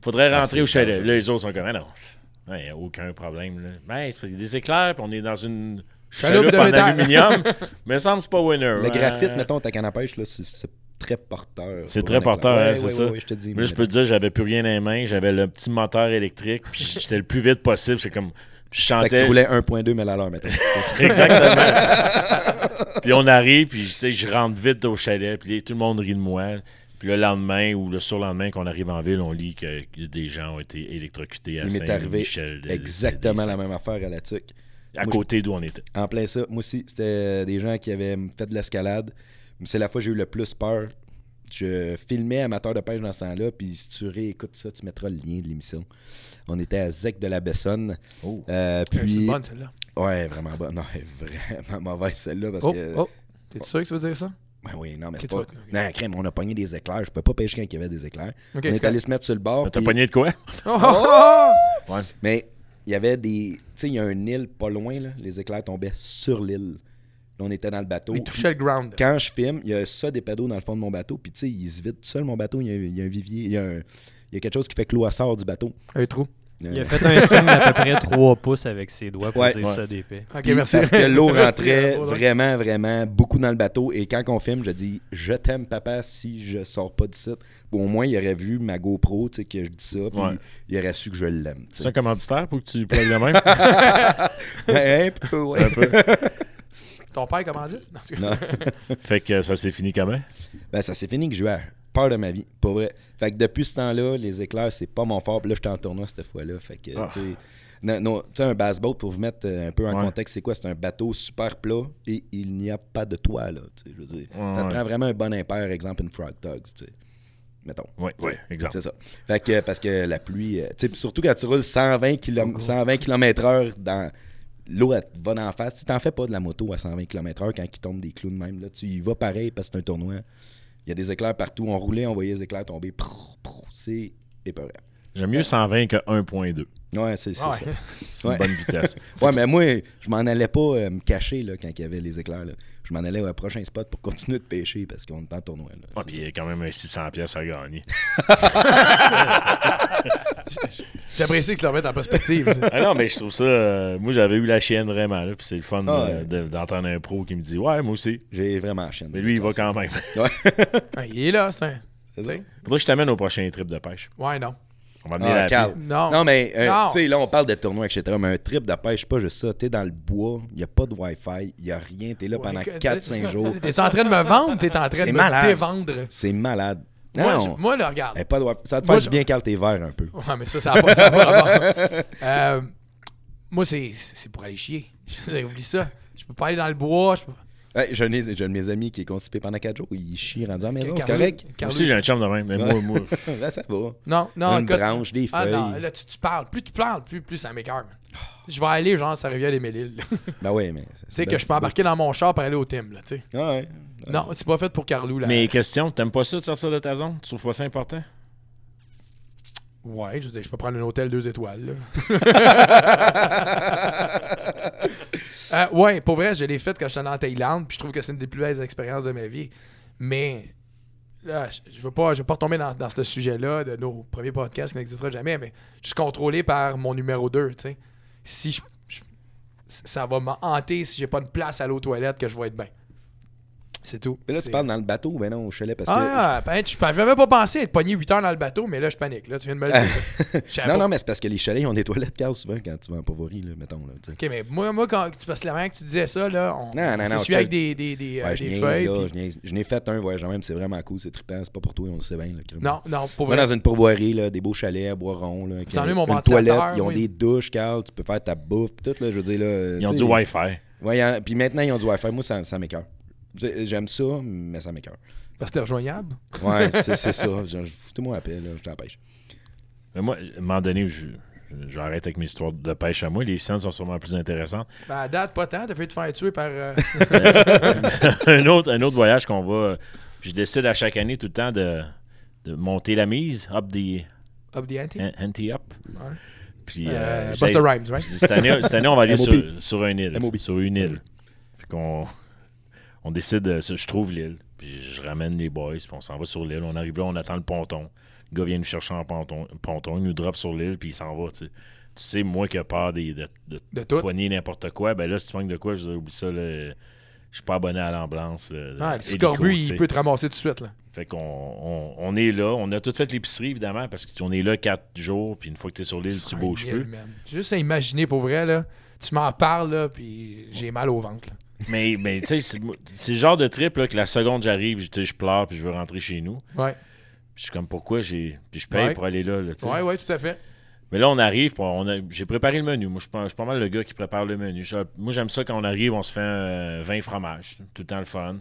Speaker 1: faudrait rentrer au chalet. Là, les autres sont comme, Ah non, il n'y a aucun problème. Là. Ben, c'est parce qu'il y a des éclairs, puis on est dans une
Speaker 2: Chaloupe
Speaker 1: chaloupe,
Speaker 2: de
Speaker 1: en
Speaker 2: métal.
Speaker 1: aluminium. Mais ça me semble que c'est pas winner.
Speaker 5: Le
Speaker 1: hein.
Speaker 5: graphite, mettons, ta canne à pêche, là, c'est c'est très porteur.
Speaker 1: C'est
Speaker 5: pour
Speaker 1: très
Speaker 5: un éclair.
Speaker 1: porteur, hein,
Speaker 5: Ouais,
Speaker 1: c'est
Speaker 5: ouais,
Speaker 1: ça.
Speaker 5: ouais, ouais, je te dis.
Speaker 1: Mais là, je peux te dire, j'avais plus rien dans les mains. J'avais le petit moteur électrique, puis j'étais le plus vite possible. C'est comme, je
Speaker 5: Fait que tu
Speaker 1: chantais.
Speaker 5: roulais 1.2 mais à l'heure, mettons. C'est ça.
Speaker 1: Exactement. puis on arrive, puis tu sais, je rentre vite au chalet, puis là, tout le monde rit de moi. Puis le lendemain ou le surlendemain qu'on arrive en ville, on lit que des gens ont été électrocutés à
Speaker 5: Il m'est arrivé
Speaker 1: Saint-Michel. de- de-
Speaker 5: exactement
Speaker 1: de-
Speaker 5: la même affaire à la tuque.
Speaker 1: À
Speaker 5: Moi,
Speaker 1: côté d'où on était.
Speaker 5: En plein ça, moi aussi, c'était euh, des gens qui avaient fait de l'escalade. C'est la fois que j'ai eu le plus peur. Je filmais amateur de pêche dans ce temps-là, puis si tu réécoutes ça, tu mettras le lien de l'émission. On était à Zec de la Bessonne. Euh,
Speaker 2: Euh, C'est
Speaker 5: puis...
Speaker 2: bonne, celle-là.
Speaker 5: Ouais, vraiment bonne. Non, elle est vraiment mauvaise celle-là parce
Speaker 2: Oh,
Speaker 5: que.
Speaker 2: oh. T'es sûr que tu veux dire ça?
Speaker 5: Ben oui, non, mais
Speaker 2: Qu'est-ce
Speaker 5: c'est
Speaker 2: que
Speaker 5: pas.
Speaker 2: tu
Speaker 5: Non, crème, on a pogné des éclairs. Je pouvais pas pêcher quand il y avait des éclairs.
Speaker 2: Ok, c'est
Speaker 5: on est allé se mettre sur le bord.
Speaker 1: Mais T'as
Speaker 5: puis-
Speaker 1: pogné de quoi?
Speaker 2: Oh, oh, oh!
Speaker 5: Mais il y avait des. Tu sais, il y a une île pas loin, là. Les éclairs tombaient sur l'île. Là, on était dans le bateau.
Speaker 2: Il touchait le ground.
Speaker 5: Quand je filme, il y a ça des pédos dans le fond de mon bateau. Puis, tu sais, il se vide tout seul, mon bateau. Il y a, il y a un vivier. Il y a, un- il y a quelque chose qui fait que l'eau elle sort du bateau.
Speaker 2: Un trou.
Speaker 5: Euh,
Speaker 3: Il a fait un signe d'à peu près 3 pouces avec ses doigts pour
Speaker 5: Ouais.
Speaker 3: dire
Speaker 1: Ouais.
Speaker 3: ça d'épais.
Speaker 2: Ok,
Speaker 5: Puis,
Speaker 2: merci.
Speaker 5: Parce que l'eau rentrait
Speaker 2: Merci, euh, Baudouin.
Speaker 5: vraiment, vraiment beaucoup dans le bateau. Et quand on filme, je dis Je t'aime, papa, si je sors pas de site. Bon, au moins, il aurait vu ma GoPro, tu sais, que je dis ça. Puis
Speaker 1: Ouais.
Speaker 5: il aurait su que je l'aime. tu
Speaker 1: C'est
Speaker 5: sais.
Speaker 1: un commanditaire pour que tu plugues le même?
Speaker 5: Ouais, un peu, ouais.
Speaker 2: Ton père, comment dire? Non, en tout cas.
Speaker 1: fait que ça s'est fini quand même.
Speaker 5: Ben, ça s'est fini que j'ai eu peur de ma vie, pas vrai. Fait que depuis ce temps-là, les éclairs, c'est pas mon fort. Puis là, j'étais en tournoi cette fois-là. Fait que,
Speaker 1: Ah.
Speaker 5: tu sais, non, non, tu sais, un bass boat, pour vous mettre euh, un peu en
Speaker 1: Ouais.
Speaker 5: contexte, c'est quoi? C'est un bateau super plat et il n'y a pas de toit, là. tu sais, je veux dire.
Speaker 1: Ouais,
Speaker 5: ça te
Speaker 1: ouais.
Speaker 5: prend vraiment un bon impair, exemple, une Frog Dogs, tu sais. Mettons.
Speaker 1: Oui,
Speaker 5: Tu sais,
Speaker 1: oui, exemple.
Speaker 5: C'est ça. Fait que, parce que la pluie, euh, tu sais, surtout quand tu roules 120
Speaker 1: Oh,
Speaker 5: km, 120 km/h dans l'eau, elle te va en face. Tu t'en fais pas de la moto à 120 km/h quand il tombe des clous de même. Là, tu y vas pareil parce que c'est un tournoi. Il y a des éclairs partout. On roulait, on voyait les éclairs tomber. Prou, prou, C'est épeurant.
Speaker 1: J'aime mieux 120 que 1.2.
Speaker 5: Ouais, c'est c'est
Speaker 2: Ouais.
Speaker 5: ça.
Speaker 1: C'est une
Speaker 5: Ouais.
Speaker 1: Ah bonne vitesse.
Speaker 5: Ouais, mais moi, je m'en allais pas euh, me cacher là, quand il y avait les éclairs. là. Je m'en allais au prochain spot pour continuer de pêcher parce qu'on était en tournoi. là.
Speaker 1: Ah, puis il y a quand même un 600 pièces à gagner.
Speaker 2: J'apprécie que tu le remettes en perspective. ça.
Speaker 1: Ah non, mais je trouve ça. euh, moi, j'avais eu la chienne vraiment, là. Puis c'est le fun
Speaker 5: Ah,
Speaker 1: euh,
Speaker 5: ouais.
Speaker 1: de- d'entendre un pro qui me dit Ouais, moi aussi.
Speaker 5: J'ai vraiment chienne.
Speaker 1: Mais lui, il va quand même.
Speaker 2: Ah, Il est là, c'est un.
Speaker 1: Faudrait que je t'amène au prochain trip de pêche.
Speaker 2: Ouais, non.
Speaker 1: On va amener
Speaker 5: Ah,
Speaker 1: la
Speaker 5: Carl.
Speaker 1: pile.
Speaker 2: Non.
Speaker 5: Non, mais euh,
Speaker 2: Non.
Speaker 5: tu sais, là, on parle de tournoi, etc. Mais un trip de pêche, pas juste ça. T'es dans le bois, il a pas de Wi-Fi, il a rien. T'es là pendant
Speaker 2: Ouais, que-
Speaker 5: 4-5 jours.
Speaker 2: T'es en train de me vendre, t'es en train
Speaker 5: C'est
Speaker 2: de
Speaker 5: malade.
Speaker 2: me dévendre.
Speaker 5: C'est malade. Non,
Speaker 2: Moi,
Speaker 5: non.
Speaker 2: je- moi, là, regarde.
Speaker 5: Eh, pas de Wi-Fi. Ça te
Speaker 2: Moi,
Speaker 5: fait
Speaker 2: je-
Speaker 5: du bien, Carl, t'es vert un peu.
Speaker 2: Ouais, mais ça, ça n'a pas, ça a pas rapport. Euh, moi, c'est, c'est pour aller chier. Je veux dire, Oublie ça. Je peux pas aller dans le bois. Je peux...
Speaker 5: Ouais, j'ai un des- j'ai un de mes amis qui est constipé pendant 4 jours, il chie rendu à la maison, c'est
Speaker 2: Carlo-
Speaker 5: correct?
Speaker 1: Moi
Speaker 2: Carlo-
Speaker 1: aussi, j'ai un chum de même. Mais moi, moi.
Speaker 5: Là, ça va.
Speaker 2: Non, non,
Speaker 5: Une
Speaker 2: écoute-
Speaker 5: branche, des
Speaker 2: Ah non,
Speaker 5: feuilles.
Speaker 2: là, tu, tu parles. Plus tu parles, plus, plus ça m'écœure. man. Je vais aller, genre, ça revient à des Méliles. tu
Speaker 5: Ben ouais, mais. Tu
Speaker 2: sais, que je peux embarquer dans mon char pour aller au Tim, là, tu sais.
Speaker 5: Ouais.
Speaker 2: Non, c'est pas fait pour Carlou, là.
Speaker 1: Mais question, t'aimes pas ça de sortir de ta zone Tu trouves pas ça important
Speaker 2: Ouais, je veux dire, je peux prendre un hôtel deux étoiles. là. Euh, ouais, pour vrai, je l'ai faite quand j'étais allé en Thaïlande, puis je trouve que c'est une des plus belles expériences de ma vie. Mais là, je- je veux pas, je veux pas retomber dans, dans ce sujet-là de nos premiers podcasts qui n'existera jamais, mais je suis contrôlé par mon numéro 2, tu sais. Si je, je- ça va me hanter si j'ai pas de place à l'eau toilette que je vais être bien. C'est tout.
Speaker 5: Mais là,
Speaker 2: C'est-
Speaker 5: tu parles dans le bateau, ben non, au chalet, parce que.
Speaker 2: ah, ben, je n'avais pas pensé être pogné 8 heures dans le bateau, mais là, je panique. Là, tu viens de me le dire. Je savais
Speaker 5: Non,
Speaker 2: pas.
Speaker 5: non, mais c'est parce que les chalets, ils ont des toilettes Carl, souvent quand tu vas en Pavorie, là, mettons. Là, tu sais.
Speaker 2: OK, mais moi, moi quand, parce que la manière que tu disais ça, là, on,
Speaker 5: Non, non,
Speaker 2: on
Speaker 5: non,
Speaker 2: s'essuie
Speaker 5: check.
Speaker 2: avec des, des, des, euh,
Speaker 5: Ouais, je
Speaker 2: des
Speaker 5: niaise,
Speaker 2: feuilles.
Speaker 5: là,
Speaker 2: puis-
Speaker 5: je niaise. Je n'ai fait un voyage en même, c'est vraiment cool, c'est trippant, c'est pas pour toi, on le sait bien. là, crime.
Speaker 2: Non, non, pour
Speaker 5: Va
Speaker 2: vrai.
Speaker 5: dans une pourvoirie, là, des beaux chalets à Boiron, là, avec,
Speaker 2: T'en as
Speaker 5: euh,
Speaker 2: eu mon
Speaker 5: une
Speaker 2: ventilateur,
Speaker 5: toilette, ils ont
Speaker 2: oui.
Speaker 5: des douches, Carl, tu peux faire ta bouffe, pis tout, là, je veux dire, là. euh,
Speaker 1: Ils ont
Speaker 5: tu
Speaker 1: du
Speaker 5: sais,
Speaker 1: Wi-Fi.
Speaker 5: Ouais, y en- puis maintenant, ils ont du Wi-Fi, moi, ça, ça m'écoeure. J'ai- J'aime ça, mais ça m'écoeure.
Speaker 2: Parce que c'était rejoignable.
Speaker 5: Ouais, c'est c'est ça. Je- je- Foutez-moi la paix, là, je t'empêche.
Speaker 1: Mais moi, à un moment donné, je, je- je vais arrêter avec mes histoires de pêche à moi. Les siennes sont sûrement plus intéressantes.
Speaker 2: Ben, à date, pas tant. T'as fait te faire tuer par. euh,
Speaker 1: un, autre, un autre voyage qu'on va. Je décide à chaque année tout le temps de, de monter la mise, up the
Speaker 2: Up the ante.
Speaker 1: anti up.
Speaker 2: Ouais.
Speaker 1: Puis,
Speaker 2: Euh,
Speaker 1: euh,
Speaker 2: Buster
Speaker 1: j'ai-
Speaker 2: Rhymes,
Speaker 1: Je
Speaker 2: right?
Speaker 1: dis, cette, année, cette année, on va aller sur,
Speaker 5: M.O.B.
Speaker 1: sur une île.
Speaker 5: M.O.B.
Speaker 1: Sur une île. Puis qu'on on décide, euh, je trouve l'île, puis je ramène les boys, puis on s'en va sur l'île. On arrive là, on attend le ponton. Le gars vient nous chercher en ponton, ponton il nous drop sur l'île, puis il s'en va. Tu sais, Tu sais, moi qui ai peur des, de, de
Speaker 2: De tout.
Speaker 1: poigner n'importe quoi, ben là, si tu manques de quoi, je dis, oublie ça, là, je suis pas abonné à l'ambulance. euh,
Speaker 2: Ah, le
Speaker 1: hélico,
Speaker 2: scorbut,
Speaker 1: tu sais.
Speaker 2: il peut te ramasser tout de suite, là.
Speaker 1: Fait qu'on on, on est là, on a tout fait l'épicerie, évidemment, parce qu'on est là quatre jours, puis une fois que tu es sur l'île, tu bouges
Speaker 2: Unreal,
Speaker 1: plus.
Speaker 2: man. J'ai Juste à imaginer, pour vrai, là. Tu m'en parles, là, puis j'ai mal au ventre, là.
Speaker 1: Mais, mais tu sais, c'est- c'est le genre de trip là, que la seconde j'arrive, tu sais, je pleure puis je veux rentrer chez nous.
Speaker 2: Ouais.
Speaker 1: Je suis comme pourquoi j'ai. Puis je paye
Speaker 2: Ouais.
Speaker 1: pour aller là. là, tu sais.
Speaker 2: Ouais, ouais, tout à fait.
Speaker 1: Mais là, on arrive, puis on a- j'ai préparé le menu. Moi, je suis pas- je suis pas mal le gars qui prépare le menu. Je- moi, j'aime ça quand on arrive, on se fait euh, 20 fromages, tout le temps le fun.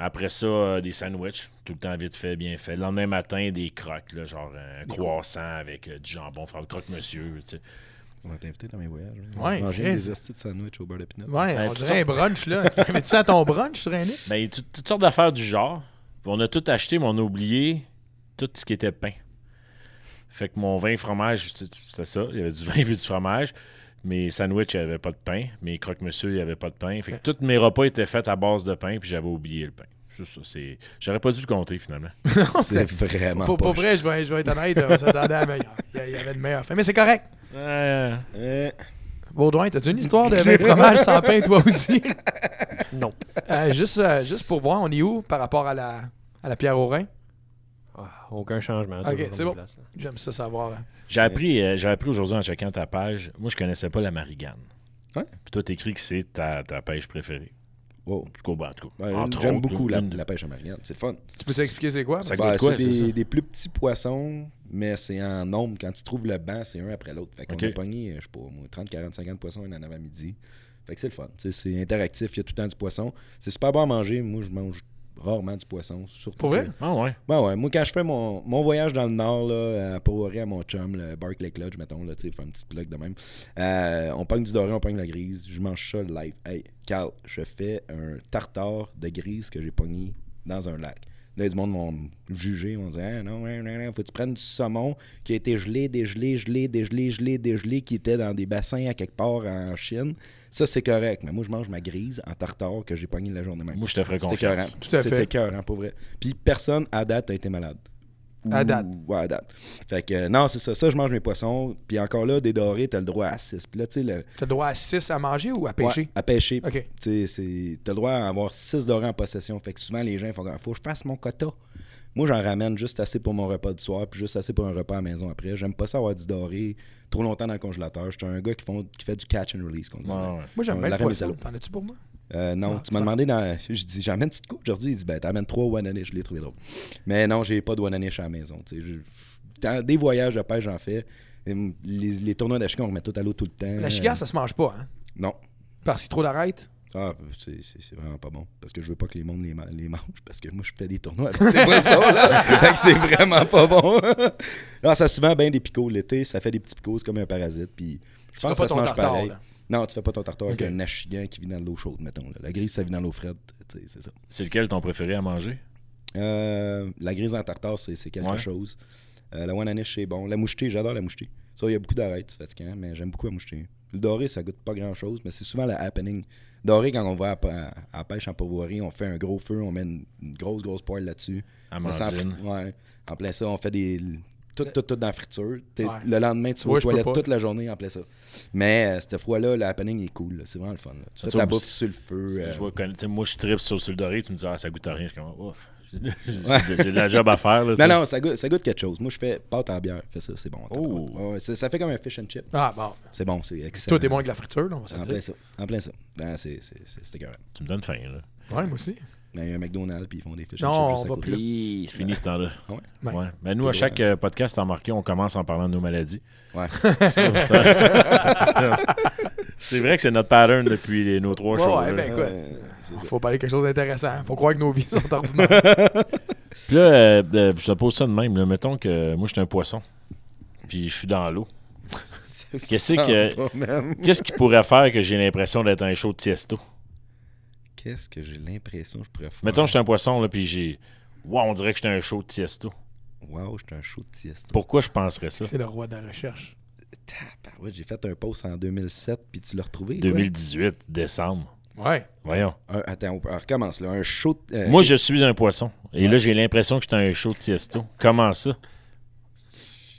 Speaker 1: Après ça, euh, des sandwichs, tout le temps vite fait, bien fait. Le lendemain matin, des crocs, là, genre un croissant avec euh, du jambon, fr- croque-monsieur. tu sais.
Speaker 5: On va t'inviter dans mes voyages. là.
Speaker 2: Ouais,
Speaker 5: Manger
Speaker 2: Chris.
Speaker 5: des hosties de sandwich au beurre de pinot.
Speaker 2: Ouais,
Speaker 1: Ben,
Speaker 2: on
Speaker 1: tout
Speaker 2: dirait un brunch, là. Mais tu à ton brunch sur un lit?
Speaker 1: Ben, tout- toutes sortes d'affaires du genre. Puis On a tout acheté, mais on a oublié tout ce qui était pain. Fait que mon vin fromage, c'est- c'était ça. Il y avait du vin et du fromage. Mes sandwichs, il n'y avait pas de pain. Mes croque-monsieur, il n'y avait pas de pain. Fait que tous mes repas étaient faits à base de pain, puis j'avais oublié le pain. Juste ça, c'est... J'aurais pas dû le compter, finalement.
Speaker 5: C'est vraiment
Speaker 2: Pour,
Speaker 5: pas
Speaker 2: pour vrai, je vais, je vais être honnête, on s'attendait à meilleur. Il y a- il y avait de meilleure fin. Mais c'est correct.
Speaker 1: Euh,
Speaker 2: Baudouin, t'as-tu une histoire de vin fromage sans pain, toi aussi?
Speaker 3: Non.
Speaker 2: Euh, juste, euh, juste pour voir, on est où par rapport à la, à la pierre au rein?
Speaker 3: Ah, aucun changement.
Speaker 2: Ok,
Speaker 3: toujours
Speaker 2: c'est
Speaker 3: même
Speaker 2: bon.
Speaker 3: place, là.
Speaker 2: J'aime ça savoir. hein.
Speaker 1: j'ai, appris, euh, j'ai appris aujourd'hui en checkant ta page, moi, je connaissais pas la marigane.
Speaker 5: Ouais.
Speaker 1: Puis toi, t'écris que c'est ta, ta pêche préférée.
Speaker 5: Wow.
Speaker 1: Je comprends, en tout cas.
Speaker 5: Ouais,
Speaker 1: Entre
Speaker 5: Ben, J'aime
Speaker 1: autres, Mm.
Speaker 5: beaucoup la,
Speaker 1: une-
Speaker 5: la pêche à marinière. C'est le fun.
Speaker 2: Tu peux t'expliquer c'est quoi?
Speaker 1: Ça
Speaker 5: Bah,
Speaker 1: goûte quoi,
Speaker 5: c'est
Speaker 1: c'est ça?
Speaker 5: des, des plus petits poissons, mais c'est en nombre. Quand tu trouves le banc, c'est un après l'autre. Fait qu'on
Speaker 1: Ok.
Speaker 5: a pogné, euh, je sais pas, moi, 30, 40, 50 poissons, un en avant midi. Fait que c'est le fun. Tu sais, C'est interactif, il y a tout le temps du poisson. C'est super bon à manger. Moi, je mange rarement du poisson. Surtout
Speaker 2: Pour vrai?
Speaker 5: que-
Speaker 1: Ah ouais.
Speaker 5: Ouais, Ben ouais. Moi, quand je fais mon, mon voyage dans le Nord, là, à Powari, à mon chum, le Barclay Lodge, mettons, là, tu sais, faire un petit plug de même. euh, on pogne du doré, on pogne de la grise. Je mange ça live. Hey, Carl, je fais un tartare de grise que j'ai pogné dans un lac. Là, du monde m'ont jugé, m'ont dit Ah, non, non, non, non, faut que tu prennes du saumon qui a été gelé, dégelé, gelé, dégelé, gelé, dégelé, qui était dans des bassins à quelque part en Chine. Ça, c'est correct. Mais moi, je mange ma grise en tartare que j'ai pogné la journée même.
Speaker 1: Moi, je te ferais
Speaker 5: C'était
Speaker 1: confiance.
Speaker 5: écœurant.
Speaker 2: Tout à fait.
Speaker 5: C'était écœurant, pour vrai. Puis personne à date a été malade. Ou-
Speaker 2: À date.
Speaker 5: Ouais, à date. Fait que, euh, non, c'est ça. Ça, je mange mes poissons. Puis encore là, des dorés, t'as le droit à 6. Puis là, tu sais, le.
Speaker 2: T'as le droit à 6 à manger ou à
Speaker 5: Ouais,
Speaker 2: pêcher?
Speaker 5: à pêcher.
Speaker 2: Ok.
Speaker 5: Tu sais, c'est- t'as le droit à avoir 6 dorés en possession. Fait que souvent, les gens font comme, faut que je fasse mon quota. Moi, j'en ramène juste assez pour mon repas du soir, puis juste assez pour un repas à la maison après. J'aime pas ça avoir du doré trop longtemps dans le congélateur. J'étais un gars qui, font, qui fait du catch and release, qu'on Euh, dit.
Speaker 1: Ouais, ouais.
Speaker 2: Moi, j'aime
Speaker 5: On
Speaker 2: bien le
Speaker 5: l'arrête,
Speaker 2: poisson.
Speaker 5: salaud.
Speaker 2: T'en as-tu pour moi?
Speaker 5: Euh, non,
Speaker 2: Tu
Speaker 5: tu m'as demandé dans. Je dis, j'emmène petite coupe aujourd'hui. Il dit, ben, t'emmènes trois one annish. Je l'ai trouvé drôle. Mais non, j'ai pas de one annish à la maison. tu sais. Je- dans des voyages de pêche, j'en fais. Et m- Les, les tournois d'Achigan, on remet tout à l'eau tout le temps.
Speaker 2: La chigasse, ça se mange pas, hein?
Speaker 5: Euh, Non.
Speaker 2: Parce qu'il y a trop d'arêtes.
Speaker 5: Ah, c'est- c'est c'est vraiment pas bon. Parce que je veux pas que les mondes les, ma- les mangent. Parce que moi, je fais des tournois avec ces poissons, là. Fait que c'est vraiment pas bon. non, ça a souvent bien des picots l'été. Ça fait des petits picots. C'est comme un parasite. Puis
Speaker 2: Tu fais
Speaker 5: je pense que
Speaker 2: pas
Speaker 5: ça se
Speaker 2: ton
Speaker 5: mange
Speaker 2: tartare,
Speaker 5: pareil.
Speaker 2: là.
Speaker 5: Non, tu fais pas ton tartare
Speaker 2: Ok.
Speaker 5: avec un achigan qui vit dans de l'eau chaude, mettons. là. La grise, ça vit dans l'eau frette. tu sais, C'est ça.
Speaker 1: C'est lequel ton préféré à manger?
Speaker 5: Euh, la grise en tartare, c'est c'est quelque
Speaker 1: Ouais.
Speaker 5: chose. Euh, la Wananish, c'est bon. La mouchetée, j'adore la mouchetée. Ça, il y a beaucoup d'arêtes, c'est fatigant, mais j'aime beaucoup la mouchetée. Le doré, ça goûte pas grand-chose, mais c'est souvent le happening. Doré, quand on va à, pa- à la pêche en pourvoirie, on fait un gros feu, on met une, une grosse, grosse poêle là-dessus. Mais ça, en-
Speaker 1: Amandine.
Speaker 5: Ouais. En plein ça, on fait des. Tout, tout, tout dans la friture. T'es-
Speaker 2: Ouais.
Speaker 5: Le lendemain, tu vas
Speaker 2: Ouais,
Speaker 5: aux
Speaker 2: je peux
Speaker 5: toilettes
Speaker 2: pas.
Speaker 5: toute la journée en plein ça. Mais euh, cette fois-là, le happening est cool. là. C'est vraiment le fun. là. Tu fais
Speaker 1: Ça,
Speaker 5: ta
Speaker 1: on-
Speaker 5: bouffe sur le feu. euh,
Speaker 1: Je vois que- tu sais, moi, je tripe sur, sur le doré, tu me dis, ah, ça goûte à rien. Je suis comme, ouf, j'ai j'ai- j'ai de la job à faire. Là, tu sais.
Speaker 5: Non, non, ça goûte, ça goûte quelque chose. Moi, je fais pâte à bière. Fais ça, c'est bon.
Speaker 1: Oh.
Speaker 5: Ouais, ouais, ça, ça fait comme un fish and chip.
Speaker 2: Ah, bon.
Speaker 5: C'est bon, c'est Ah, excellent.
Speaker 2: Tout est bon avec la friture, là, on va se le
Speaker 5: En
Speaker 2: dire.
Speaker 5: plein ça. En plein ça. Ben, c'est- c'est- c'est- C'était correct.
Speaker 1: Tu me donnes faim. Là.
Speaker 2: Ouais, moi aussi.
Speaker 5: Ben, Il y a un McDonald's, puis ils font des fish
Speaker 2: Non,
Speaker 5: and chips
Speaker 2: on
Speaker 5: juste
Speaker 2: va
Speaker 5: à côté.
Speaker 2: plus là.
Speaker 1: Puis, C'est fini ce temps-là.
Speaker 5: Ah ouais?
Speaker 1: Ouais.
Speaker 2: Ouais.
Speaker 1: Ben, nous, à
Speaker 5: Ouais.
Speaker 1: chaque euh, podcast, t'as remarqué, on commence en parlant de nos maladies.
Speaker 5: Ouais.
Speaker 1: Ça, c'est un- c'est vrai que c'est notre pattern depuis les- nos trois
Speaker 2: Ouais,
Speaker 1: shows. là.
Speaker 2: ouais, ben, écoute.
Speaker 5: Ouais, c'est ça.
Speaker 2: Faut parler de quelque chose d'intéressant. Faut croire que nos vies sont ordinaires.
Speaker 1: Puis là, euh, euh, je te pose ça de même. là. Mettons que moi, je suis un poisson. Puis je suis dans l'eau. Qu'est-ce que-
Speaker 5: Ça va, man.
Speaker 1: Qu'est-ce qui pourrait faire que j'ai l'impression d'être un show de tiesto?
Speaker 5: Qu'est-ce que j'ai l'impression que je pourrais faire?
Speaker 1: Mettons que je suis un poisson, là, puis j'ai. Wow, on dirait que j'étais un show de tiesto.
Speaker 5: Wow, je suis un show de sieste.
Speaker 1: Pourquoi je penserais ça?
Speaker 2: C'est le roi de la recherche.
Speaker 5: Tabarouette, Ah j'ai fait un post en 2007, puis tu l'as retrouvé. quoi?
Speaker 1: 2018, décembre.
Speaker 2: Ouais.
Speaker 1: Voyons.
Speaker 5: Un- attends, on, on recommence là. Un show de. euh,
Speaker 1: Moi, je suis un poisson. Et là, j'ai l'impression que j'étais un show de tiesto. Comment ça?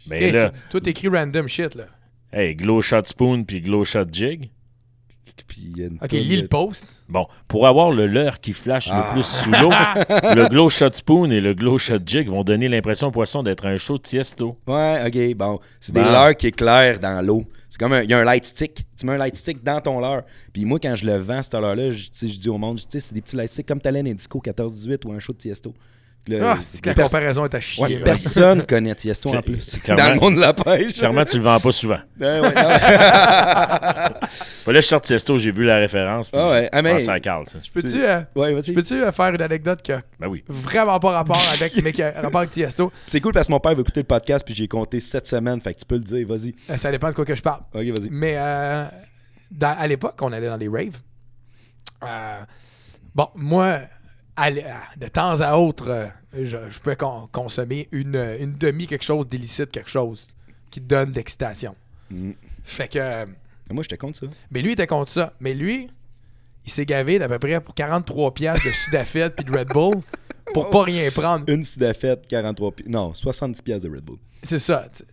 Speaker 1: Ben
Speaker 2: Hey,
Speaker 1: là,
Speaker 2: tu- Toi, t'écris random shit, là.
Speaker 1: hey, glow shot spoon puis glow shot jig.
Speaker 5: Puis il y a une
Speaker 2: Ok,
Speaker 5: toune
Speaker 2: lis
Speaker 5: de-
Speaker 2: le post.
Speaker 1: Bon, pour avoir le leurre qui flash
Speaker 5: Ah.
Speaker 1: le plus sous l'eau, le glow shot spoon et le glow shot jig vont donner l'impression au poisson d'être un show de tiesto.
Speaker 5: Ouais, ok, bon. C'est des
Speaker 1: Bon.
Speaker 5: leurres qui éclairent dans l'eau. C'est comme un. Il y a un light stick. Tu mets un light stick dans ton leurre. Puis moi, quand je le vends, ce leurre-là, je, tu sais, je dis au monde, tu sais, c'est des petits light sticks comme Talen Indico 14-18 ou un show de Tiesto. Le-
Speaker 2: Ah, c'est que la
Speaker 5: euh, pers-
Speaker 2: comparaison est à chier. hein.
Speaker 5: ouais,
Speaker 2: man.
Speaker 5: personne connaît Tiesto en
Speaker 1: Cla-
Speaker 5: plus.
Speaker 1: clairement-
Speaker 5: Dans le monde de la pêche.
Speaker 1: Clairement, tu le vends pas souvent.
Speaker 5: Ouais, Ah, ouais, non.
Speaker 1: Puis là, je sors de tiesto, j'ai vu la référence. puis
Speaker 5: Ah ouais, ah,
Speaker 1: je
Speaker 5: mais-
Speaker 1: pense à Carl, ça.
Speaker 2: Peux-tu euh,
Speaker 5: Ouais, vas-y.
Speaker 2: peux-tu, euh, faire une anecdote qui a
Speaker 1: Ben oui.
Speaker 2: vraiment pas rapport avec, mais qui a rapport avec Tiesto?
Speaker 5: C'est cool parce que mon père veut écouter le podcast, puis j'ai compté cette semaines. Fait que tu peux le dire, vas-y.
Speaker 2: Euh, Ça dépend de quoi que je parle.
Speaker 5: Ok, vas-y.
Speaker 2: Mais euh, dans- à l'époque, on allait dans les raves. Euh, bon, moi, à l- à- de temps à autre, euh, je, je peux con- consommer une, une demi quelque chose d'illicite, quelque chose qui te donne d'excitation.
Speaker 5: Mm.
Speaker 2: Fait que. euh,
Speaker 5: Moi, je te compte ça.
Speaker 2: Mais lui, il était contre ça. Mais lui, il s'est gavé d'à peu près pour 43 piastres de Sudafed puis de Red Bull pour
Speaker 5: Oh.
Speaker 2: pas rien prendre.
Speaker 5: Une sudafette, 43 pi- Non, 70 piastres de Red Bull.
Speaker 2: C'est ça. tu-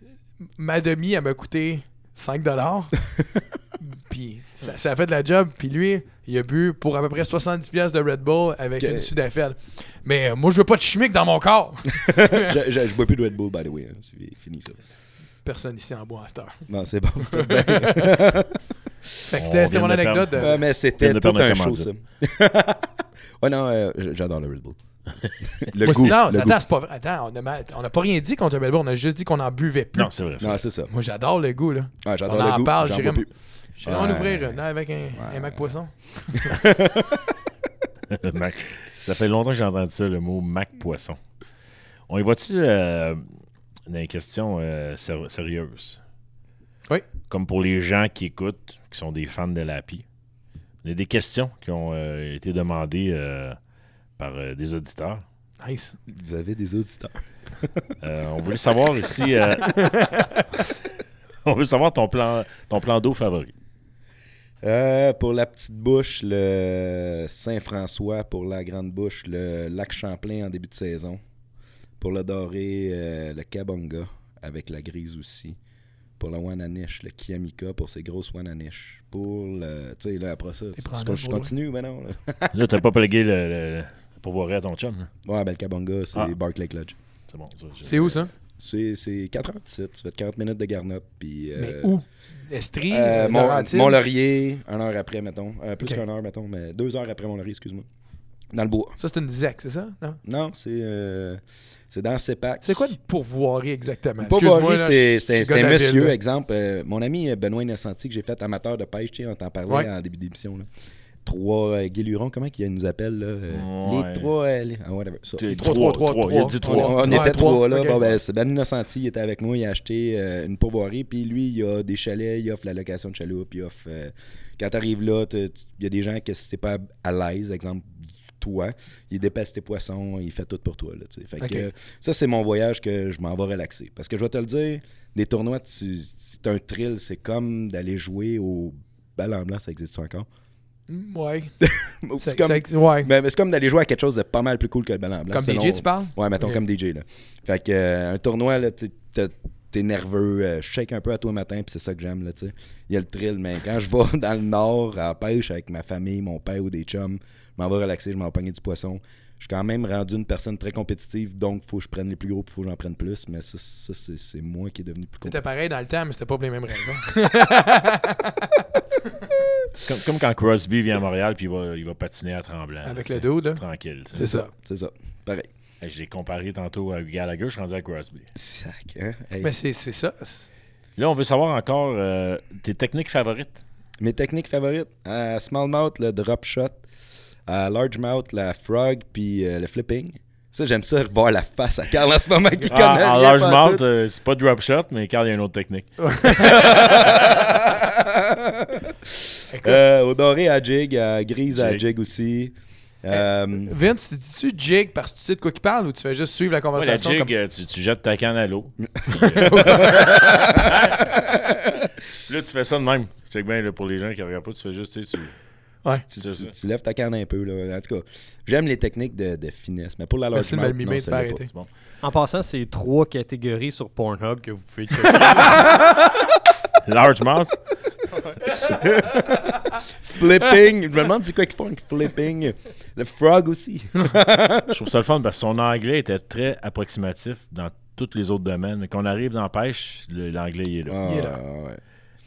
Speaker 2: Ma demi, elle m'a coûté 5 Puis ça, ça a fait de la job. Puis lui, il a bu pour à peu près 70 pièces de Red Bull avec
Speaker 5: Ok.
Speaker 2: une Sudafed. Mais euh, moi, je veux pas de chimique dans mon corps.
Speaker 5: je, je, je bois plus de Red Bull, by the way. hein. C'est fini ça.
Speaker 2: Personne ici en boit à cette heure.
Speaker 5: Non, c'est bon.
Speaker 2: Fait que
Speaker 1: On
Speaker 2: c'était c'était
Speaker 1: vient
Speaker 2: mon
Speaker 1: de perdre-
Speaker 2: anecdote. de-
Speaker 5: Ouais, mais
Speaker 1: On
Speaker 5: c'était
Speaker 1: vient de
Speaker 5: tout
Speaker 1: perdre
Speaker 5: un
Speaker 1: notre
Speaker 5: show, ça.
Speaker 1: commandite.
Speaker 5: ouais, non, euh, j- j'adore le Red Bull. Le
Speaker 2: Moi,
Speaker 5: goût.
Speaker 2: non,
Speaker 5: le
Speaker 2: attends,
Speaker 5: goût.
Speaker 2: c'est pas vrai. Attends, on a, mal- on a pas rien dit contre Red Bull. On a juste dit qu'on en buvait plus.
Speaker 1: Non, c'est vrai. c'est
Speaker 5: Non,
Speaker 1: vrai.
Speaker 5: c'est ça.
Speaker 2: Moi, j'adore le goût, là.
Speaker 5: Ouais, j'adore
Speaker 2: On
Speaker 5: le
Speaker 2: en
Speaker 5: goût.
Speaker 2: parle,
Speaker 5: j'en
Speaker 2: j'ai
Speaker 5: bois
Speaker 2: vraiment-
Speaker 5: plus.
Speaker 2: Je vais en
Speaker 5: Ouais.
Speaker 2: ouvrir une avec un, un Mac Poisson.
Speaker 1: Mac. Ça fait longtemps que j'ai entendu ça, le mot Mac Poisson. On y va-tu euh, dans les questions euh, ser- sérieuses?
Speaker 2: Oui.
Speaker 1: Comme pour les gens qui écoutent, qui sont des fans de l'API. Il y a des questions qui ont euh, été demandées euh, par euh, des auditeurs.
Speaker 2: Nice.
Speaker 5: Vous avez des auditeurs.
Speaker 1: Euh, on voulait savoir ici. euh, on veut savoir ton plan, ton plan d'eau favori.
Speaker 5: Euh, pour la petite bouche, le Saint-François. Pour la grande bouche, le lac Champlain en début de saison. Pour le doré, euh, le Kabonga avec la grise aussi. Pour la Wananish, le Kiamika pour ses grosses Wananish. Pour le. Tu sais, là, après ça, tu-
Speaker 2: prends
Speaker 5: tu-
Speaker 2: note,
Speaker 5: je
Speaker 2: Baudouin.
Speaker 5: continue, mais non. là.
Speaker 1: Là, t'as pas plugué le, le, le pourvoirie à ton chum. là.
Speaker 5: Ouais, ben le Kabonga, c'est
Speaker 1: Ah.
Speaker 5: Barclay Lodge.
Speaker 1: C'est bon. ça, j'ai-
Speaker 2: C'est où ça?
Speaker 5: C'est, c'est 4 heures de site. Tu fais 40 minutes de garnotte. Puis, euh,
Speaker 2: Mais où? Estrie,
Speaker 5: euh, Mont-
Speaker 2: Laurentides?
Speaker 5: Mont-Laurier, une heure après, mettons. Euh, plus
Speaker 2: Ok.
Speaker 5: qu'une heure, mettons, mais deux heures après Mont-Laurier, excuse-moi. Dans le bois.
Speaker 2: Ça, c'est une ZEC, c'est ça? Non?
Speaker 5: Non, c'est euh, c'est dans CEPAC.
Speaker 2: C'est quoi le pourvoirie exactement?
Speaker 5: Pas
Speaker 2: Excuse-moi,
Speaker 5: barré,
Speaker 2: là,
Speaker 5: c'est
Speaker 2: je- je suis
Speaker 5: c'est-
Speaker 2: gars de
Speaker 5: c'est un
Speaker 2: la ville,
Speaker 5: monsieur,
Speaker 2: là.
Speaker 5: exemple. euh, mon ami Benoît Innocenti, que j'ai fait amateur de pêche, tu sais, on t'en parlait
Speaker 2: Ouais.
Speaker 5: en début d'émission. là. Trois euh, guélurons, comment qu'il nous appelle là? euh,
Speaker 1: Ouais.
Speaker 5: Les trois. euh, les- ah, whatever, ça.
Speaker 1: T'es-
Speaker 2: Trois, trois, trois,
Speaker 1: Il a dit
Speaker 2: trois.
Speaker 5: On,
Speaker 1: trois.
Speaker 5: on
Speaker 2: Ouais,
Speaker 5: était
Speaker 2: trois,
Speaker 5: trois, là.
Speaker 2: ok.
Speaker 5: Bon, ben, c'est Ben Innocenti, il était avec nous, il a acheté euh, une pourvoirie, puis lui, il a des chalets, il offre la location de chaloupe, il offre. euh, quand t'arrives là, t'as- tu- il y a des gens que si t'es pas à l'aise, exemple, toi. Il dépasse tes poissons, il fait tout pour toi. Là, tu sais. fait
Speaker 2: Ok.
Speaker 5: que, euh, ça, c'est mon voyage que je m'en vais relaxer. Parce que je vais te le dire, des tournois, tu- c'est un thrill. C'est comme d'aller jouer au bal en blanc, ça existe encore.
Speaker 2: Mm, Ouais.
Speaker 5: C'est
Speaker 2: C'est-
Speaker 5: comme, Ben,
Speaker 2: c'est- ouais.
Speaker 5: mais- mais c'est comme d'aller jouer à quelque chose de pas mal plus cool que le bal en blanc.
Speaker 2: Comme
Speaker 5: selon-
Speaker 2: DJ, tu parles?
Speaker 5: Ouais, mettons
Speaker 2: Ok.
Speaker 5: comme DJ. Là. Fait que, euh, un tournoi, là, t'es- t'es t'es nerveux, euh, je shake un peu à toi le matin, puis c'est ça que j'aime. là, tu sais. Il y a le thrill, mais quand je vais dans le nord à la pêche avec ma famille, mon père ou des chums, je m'en vais relaxer, je m'en vais pogner du poisson. Je suis quand même rendu une personne très compétitive, donc faut que je prenne les plus gros, puis faut que j'en prenne plus. Mais ça, ça, c'est c'est moi qui est devenu plus
Speaker 2: C'était
Speaker 5: compétitif.
Speaker 2: pareil dans le temps, mais c'était pas pour les mêmes raisons.
Speaker 1: Comme, comme quand Crosby vient à Montréal puis il va, il va patiner à Tremblant.
Speaker 2: Avec
Speaker 1: là,
Speaker 2: le
Speaker 1: tu sais.
Speaker 2: dude, là.
Speaker 1: Tranquille. tu sais.
Speaker 2: C'est ça.
Speaker 5: Ah, C'est ça, pareil.
Speaker 1: Hey, Je l'ai comparé tantôt à Gallagher, je suis rendu à Crosby.
Speaker 5: Sac, hein? Hey.
Speaker 2: Mais c'est c'est ça.
Speaker 1: Là, on veut savoir encore euh, tes techniques favorites.
Speaker 5: Mes techniques favorites, euh, small mouth, le drop shot, euh, large mouth, la frog, puis euh, le flipping. Ça, j'aime ça, revoir la face à Carl en ce moment qui connaît.
Speaker 1: Ah, en
Speaker 5: rien
Speaker 1: large
Speaker 5: pantoute.
Speaker 1: mouth, euh, c'est pas drop shot, mais Carl, il y a une autre technique.
Speaker 5: Euh, au doré à jig, à grise à
Speaker 1: Jig.
Speaker 5: jig aussi.
Speaker 2: Eh,
Speaker 5: Euh,
Speaker 2: Vince, tu dis-tu jig parce que tu sais de quoi qu'il parle ou tu fais juste suivre la
Speaker 1: Ouais, la
Speaker 2: conversation?
Speaker 1: jig,
Speaker 2: comme-
Speaker 1: euh, tu, tu jettes ta canne à l'eau. Puis, euh, là, tu fais ça de même. C'est bien là, pour les gens qui regardent pas, tu fais juste, tu sais, tu.
Speaker 2: Ouais.
Speaker 1: tu-
Speaker 5: tu,
Speaker 1: tu-
Speaker 5: tu lèves ta canne un peu. Là. En tout cas, j'aime les techniques de, de finesse. Mais pour la large
Speaker 2: Merci de me
Speaker 5: mouth,
Speaker 2: le mimer
Speaker 5: non,
Speaker 2: de
Speaker 5: ça
Speaker 2: faire
Speaker 5: l'est pas.
Speaker 2: arrêter.
Speaker 3: En passant, c'est trois catégories sur Pornhub que vous pouvez checker.
Speaker 1: Large mouth,
Speaker 5: Flipping. Je me demande c'est quoi qu'ils font avec flipping. Le frog aussi.
Speaker 1: je trouve ça le fun parce que son anglais était très approximatif dans tous les autres domaines. Mais quand on arrive dans la pêche, le- l'anglais il est là.
Speaker 5: Ah,
Speaker 2: est là.
Speaker 5: ouais.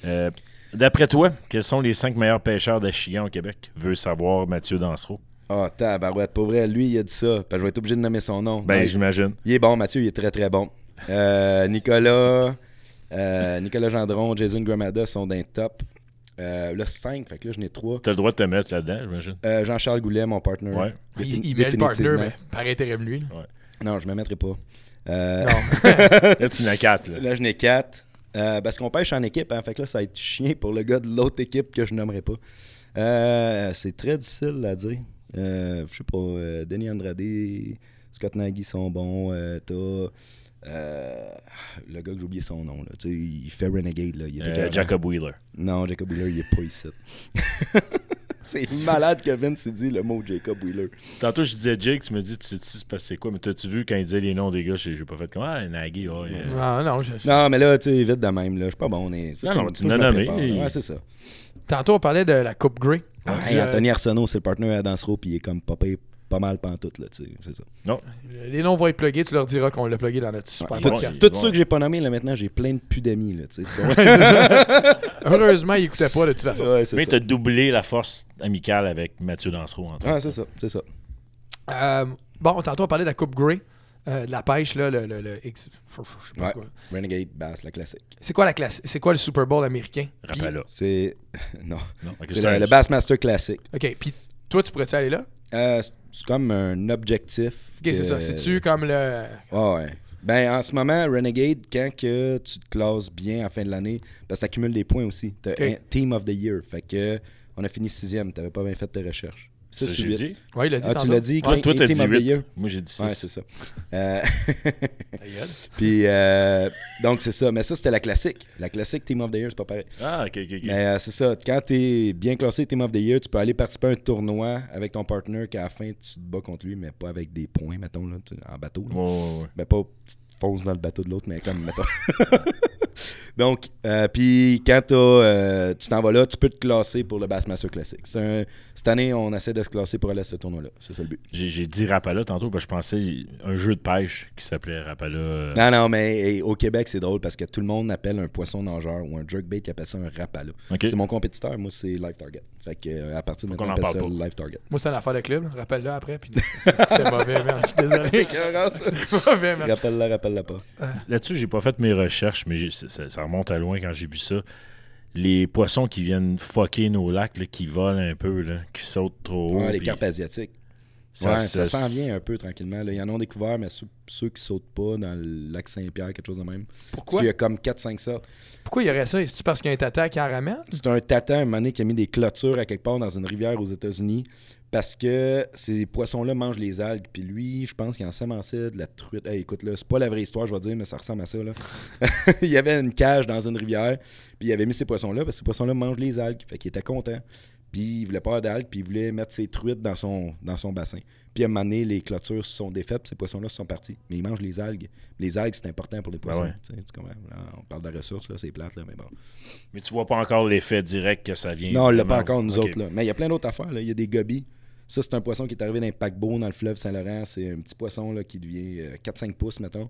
Speaker 1: Euh, D'après toi, quels sont les cinq meilleurs pêcheurs de Chigan au Québec? Veut savoir Mathieu Dansereau.
Speaker 5: Ah, tabarouette. Pour vrai, lui, il a dit ça. Parce que je vais être obligé de nommer son nom.
Speaker 1: Ben,
Speaker 5: Ouais,
Speaker 1: j'imagine.
Speaker 5: Il est bon, Mathieu, il est très très bon. Euh, Nicolas, euh, Nicolas Gendron, Jason Gramada sont d'un top. Euh, là, 5, fait que là, j'en ai 3.
Speaker 1: T'as le droit de te mettre là-dedans, j'imagine.
Speaker 5: Jean-Charles Goulet, mon partner.
Speaker 1: Ouais.
Speaker 5: Défi-
Speaker 2: Ah, Il, il met le partner,
Speaker 5: définitivement.
Speaker 2: mais par intérêt de lui.
Speaker 5: Non, je me mettrai pas. Euh,
Speaker 1: Là, tu n'as quatre. là.
Speaker 5: là, j'en ai 4. Euh, parce qu'on pêche en équipe, hein, fait que là, ça va être chien pour le gars de l'autre équipe que je nommerai pas. Euh, c'est très difficile à dire. Euh, je sais pas, euh, Denis Andrade, Scott Nagy sont bons. euh, T'as euh, le gars que j'ai oublié son nom, là, tu sais, il fait Renegade. Là, il était
Speaker 1: Euh,
Speaker 5: écœurant.
Speaker 1: Jacob Wheeler.
Speaker 5: Non, Jacob Wheeler, il est pas ici. c'est malade que Vince s'est dit le mot Jacob Wheeler.
Speaker 1: Tantôt, je disais Jake, tu me dis, tu sais-tu se passer quoi? Mais t'as-tu vu quand il disait les noms des gars, j'ai j'ai pas fait comme Ah, Nagui, oh, yeah.
Speaker 2: Non, Ah, non. je-
Speaker 5: Non, mais là, tu sais, vite de même, là, je suis pas bon. On est...
Speaker 1: Non,
Speaker 5: Faut-
Speaker 1: non,
Speaker 5: faut
Speaker 1: tu
Speaker 5: que
Speaker 1: l'as
Speaker 5: je me
Speaker 1: nommé.
Speaker 5: prépare, là. Ouais, c'est ça.
Speaker 2: Tantôt, on parlait de la coupe Grey.
Speaker 5: Ah,
Speaker 2: Du,
Speaker 5: hey,
Speaker 2: euh,
Speaker 5: Anthony Arsenault, c'est le partenaire à Dansereau, puis il est comme popé pas mal pantoute, là, tu sais, c'est ça.
Speaker 2: Les noms vont être pluggés, tu leur diras qu'on l'a plugué dans notre super
Speaker 1: Ouais,
Speaker 5: Tout-
Speaker 1: bon,
Speaker 2: podcast.
Speaker 1: il-
Speaker 5: Tous
Speaker 1: bon.
Speaker 5: ceux que j'ai pas nommés, là, maintenant, j'ai plein de plus d'amis, là, tu sais, tu comprends?
Speaker 2: Heureusement, il écoutait pas de toute façon.
Speaker 5: Ouais, c'est
Speaker 1: Mais
Speaker 5: ça.
Speaker 1: t'as doublé la force amicale avec Mathieu Dansereau, entre
Speaker 5: Ah,
Speaker 1: autres.
Speaker 5: c'est ça, c'est ça.
Speaker 2: Euh, bon, tantôt, on parlait de la coupe Grey, euh, de la pêche, là, le, le, le X- je sais pas
Speaker 5: Ouais.
Speaker 2: c'est quoi.
Speaker 5: Renegade, basse, la classique.
Speaker 2: C'est quoi la classe? C'est quoi le Super Bowl américain? Puis-
Speaker 1: Rappelle-le.
Speaker 5: C'est... non.
Speaker 1: Non, ok,
Speaker 5: Ah. C'est
Speaker 1: c'est
Speaker 5: le,
Speaker 1: un-
Speaker 5: le Bassmaster classique.
Speaker 2: OK, puis toi, tu pourrais-tu aller là? OK,
Speaker 5: Euh, c'est- c'est comme un objectif. que-
Speaker 2: c'est ça. C'est-tu comme le...
Speaker 5: Ouais, ouais. Ben, en ce moment, Renegade, quand que tu te classes bien à la fin de l'année, parce que t'accumules des points aussi. T'as
Speaker 2: Ok.
Speaker 5: un Team of the Year. Fait que on a fini sixième. T'avais pas bien fait tes recherches.
Speaker 1: Ça,
Speaker 5: Ça, c'est
Speaker 1: j'ai
Speaker 5: huit.
Speaker 1: dit.
Speaker 2: Oui, il l'a dit
Speaker 5: Ah, tu
Speaker 2: tantôt.
Speaker 5: l'as dit,
Speaker 1: Ouais,
Speaker 5: Green-
Speaker 1: toi,
Speaker 5: et
Speaker 1: t'as
Speaker 5: Team
Speaker 1: dit
Speaker 5: of the
Speaker 1: 8.
Speaker 5: Year.
Speaker 1: Moi, j'ai dit
Speaker 5: Ouais,
Speaker 1: 6.
Speaker 5: c'est ça. Euh, Puis, euh, donc, c'est ça. Mais ça, c'était la classique. La classique Team of the Year, c'est pas pareil.
Speaker 1: ah, ok, ok, ok.
Speaker 5: Mais euh, c'est ça, quand tu es bien classé Team of the Year, tu peux aller participer à un tournoi avec ton partner qu'à la fin, tu te bats contre lui, mais pas avec des points, mettons, là, tu- en bateau. là.
Speaker 1: Ouais, ouais, ouais.
Speaker 5: Ben, pas tu te fonces dans le bateau de l'autre, mais comme, mettons. Donc, euh, puis quand t'as, euh, tu t'en vas là, tu peux te classer pour le Bassmaster Classic. C'est un- Cette année, on essaie de se classer pour aller à ce tournoi-là. C'est ça le but.
Speaker 1: J'ai j'ai dit Rapala tantôt, parce que je pensais un jeu de pêche qui s'appelait Rapala. euh,
Speaker 5: Non, non, mais hey, au Québec, c'est drôle parce que tout le monde appelle un poisson nageur ou un jerkbait qui appelle ça un rapala.
Speaker 1: Ok.
Speaker 5: C'est mon compétiteur, moi, c'est Live Target. Fait que, euh, à partir de
Speaker 1: Faut qu'on
Speaker 5: maintenant,
Speaker 1: en
Speaker 5: on appelle
Speaker 1: parle
Speaker 5: ça Live Target.
Speaker 2: Moi, c'est une affaire de club. là. Rappelle-le après. Puis... C'était mauvais, merde. Je suis désolé. C'était mauvais, merde.
Speaker 5: Rappelle-la, rappelle-la pas.
Speaker 1: Là-dessus, j'ai pas fait mes recherches, mais j'ai- ça- ça, ça remonte à loin quand j'ai vu ça. Les poissons qui viennent fucker nos lacs, là, qui volent un peu, là, qui sautent trop haut.
Speaker 5: Ouais, les
Speaker 1: Oh, puis
Speaker 5: carpes asiatiques.
Speaker 1: ça-
Speaker 5: ouais,
Speaker 1: ça-
Speaker 5: ça s'en vient un peu tranquillement. Là. Ils en ont découvert, mais ceux, ceux qui sautent pas dans le lac Saint-Pierre, quelque chose de même.
Speaker 2: Pourquoi?
Speaker 5: Il y a comme 4-5 sortes.
Speaker 2: Pourquoi il y aurait ça? Est-ce parce qu'il y a un tata qui en ramène?
Speaker 5: C'est un tatan, un moment donné, qui a mis des clôtures à quelque part dans une rivière aux États-Unis parce que ces poissons-là mangent les algues. Puis lui, je pense qu'il ensemençait de la truite. Hey, écoute, là, c'est pas la vraie histoire, je vais dire, mais ça ressemble à ça. Là. il y avait une cage dans une rivière, puis il avait mis ces poissons-là, parce que ces poissons-là mangent les algues. Fait qu'il était content. Puis il voulait pas avoir d'algues, puis il voulait mettre ses truites dans son, dans son bassin. Puis à un moment donné, les clôtures se sont défaites, puis ces poissons-là se sont partis. Mais ils mangent les algues. Les algues, c'est important pour les poissons.
Speaker 1: ouais.
Speaker 5: tu sais, tu comprends? Là, on parle de la ressource, là, c'est plate, là, mais bon.
Speaker 1: Mais tu vois pas encore l'effet direct que ça vient.
Speaker 5: Non, on l'a pas
Speaker 1: vraiment.
Speaker 5: encore, nous
Speaker 1: Ok.
Speaker 5: autres. Là. Mais il y a plein d'autres affaires. Là. Il y a des gobies. Ça, c'est un poisson qui est arrivé d'un paquebot dans le fleuve Saint-Laurent. C'est un petit poisson là, qui devient euh, 4-5 pouces, mettons.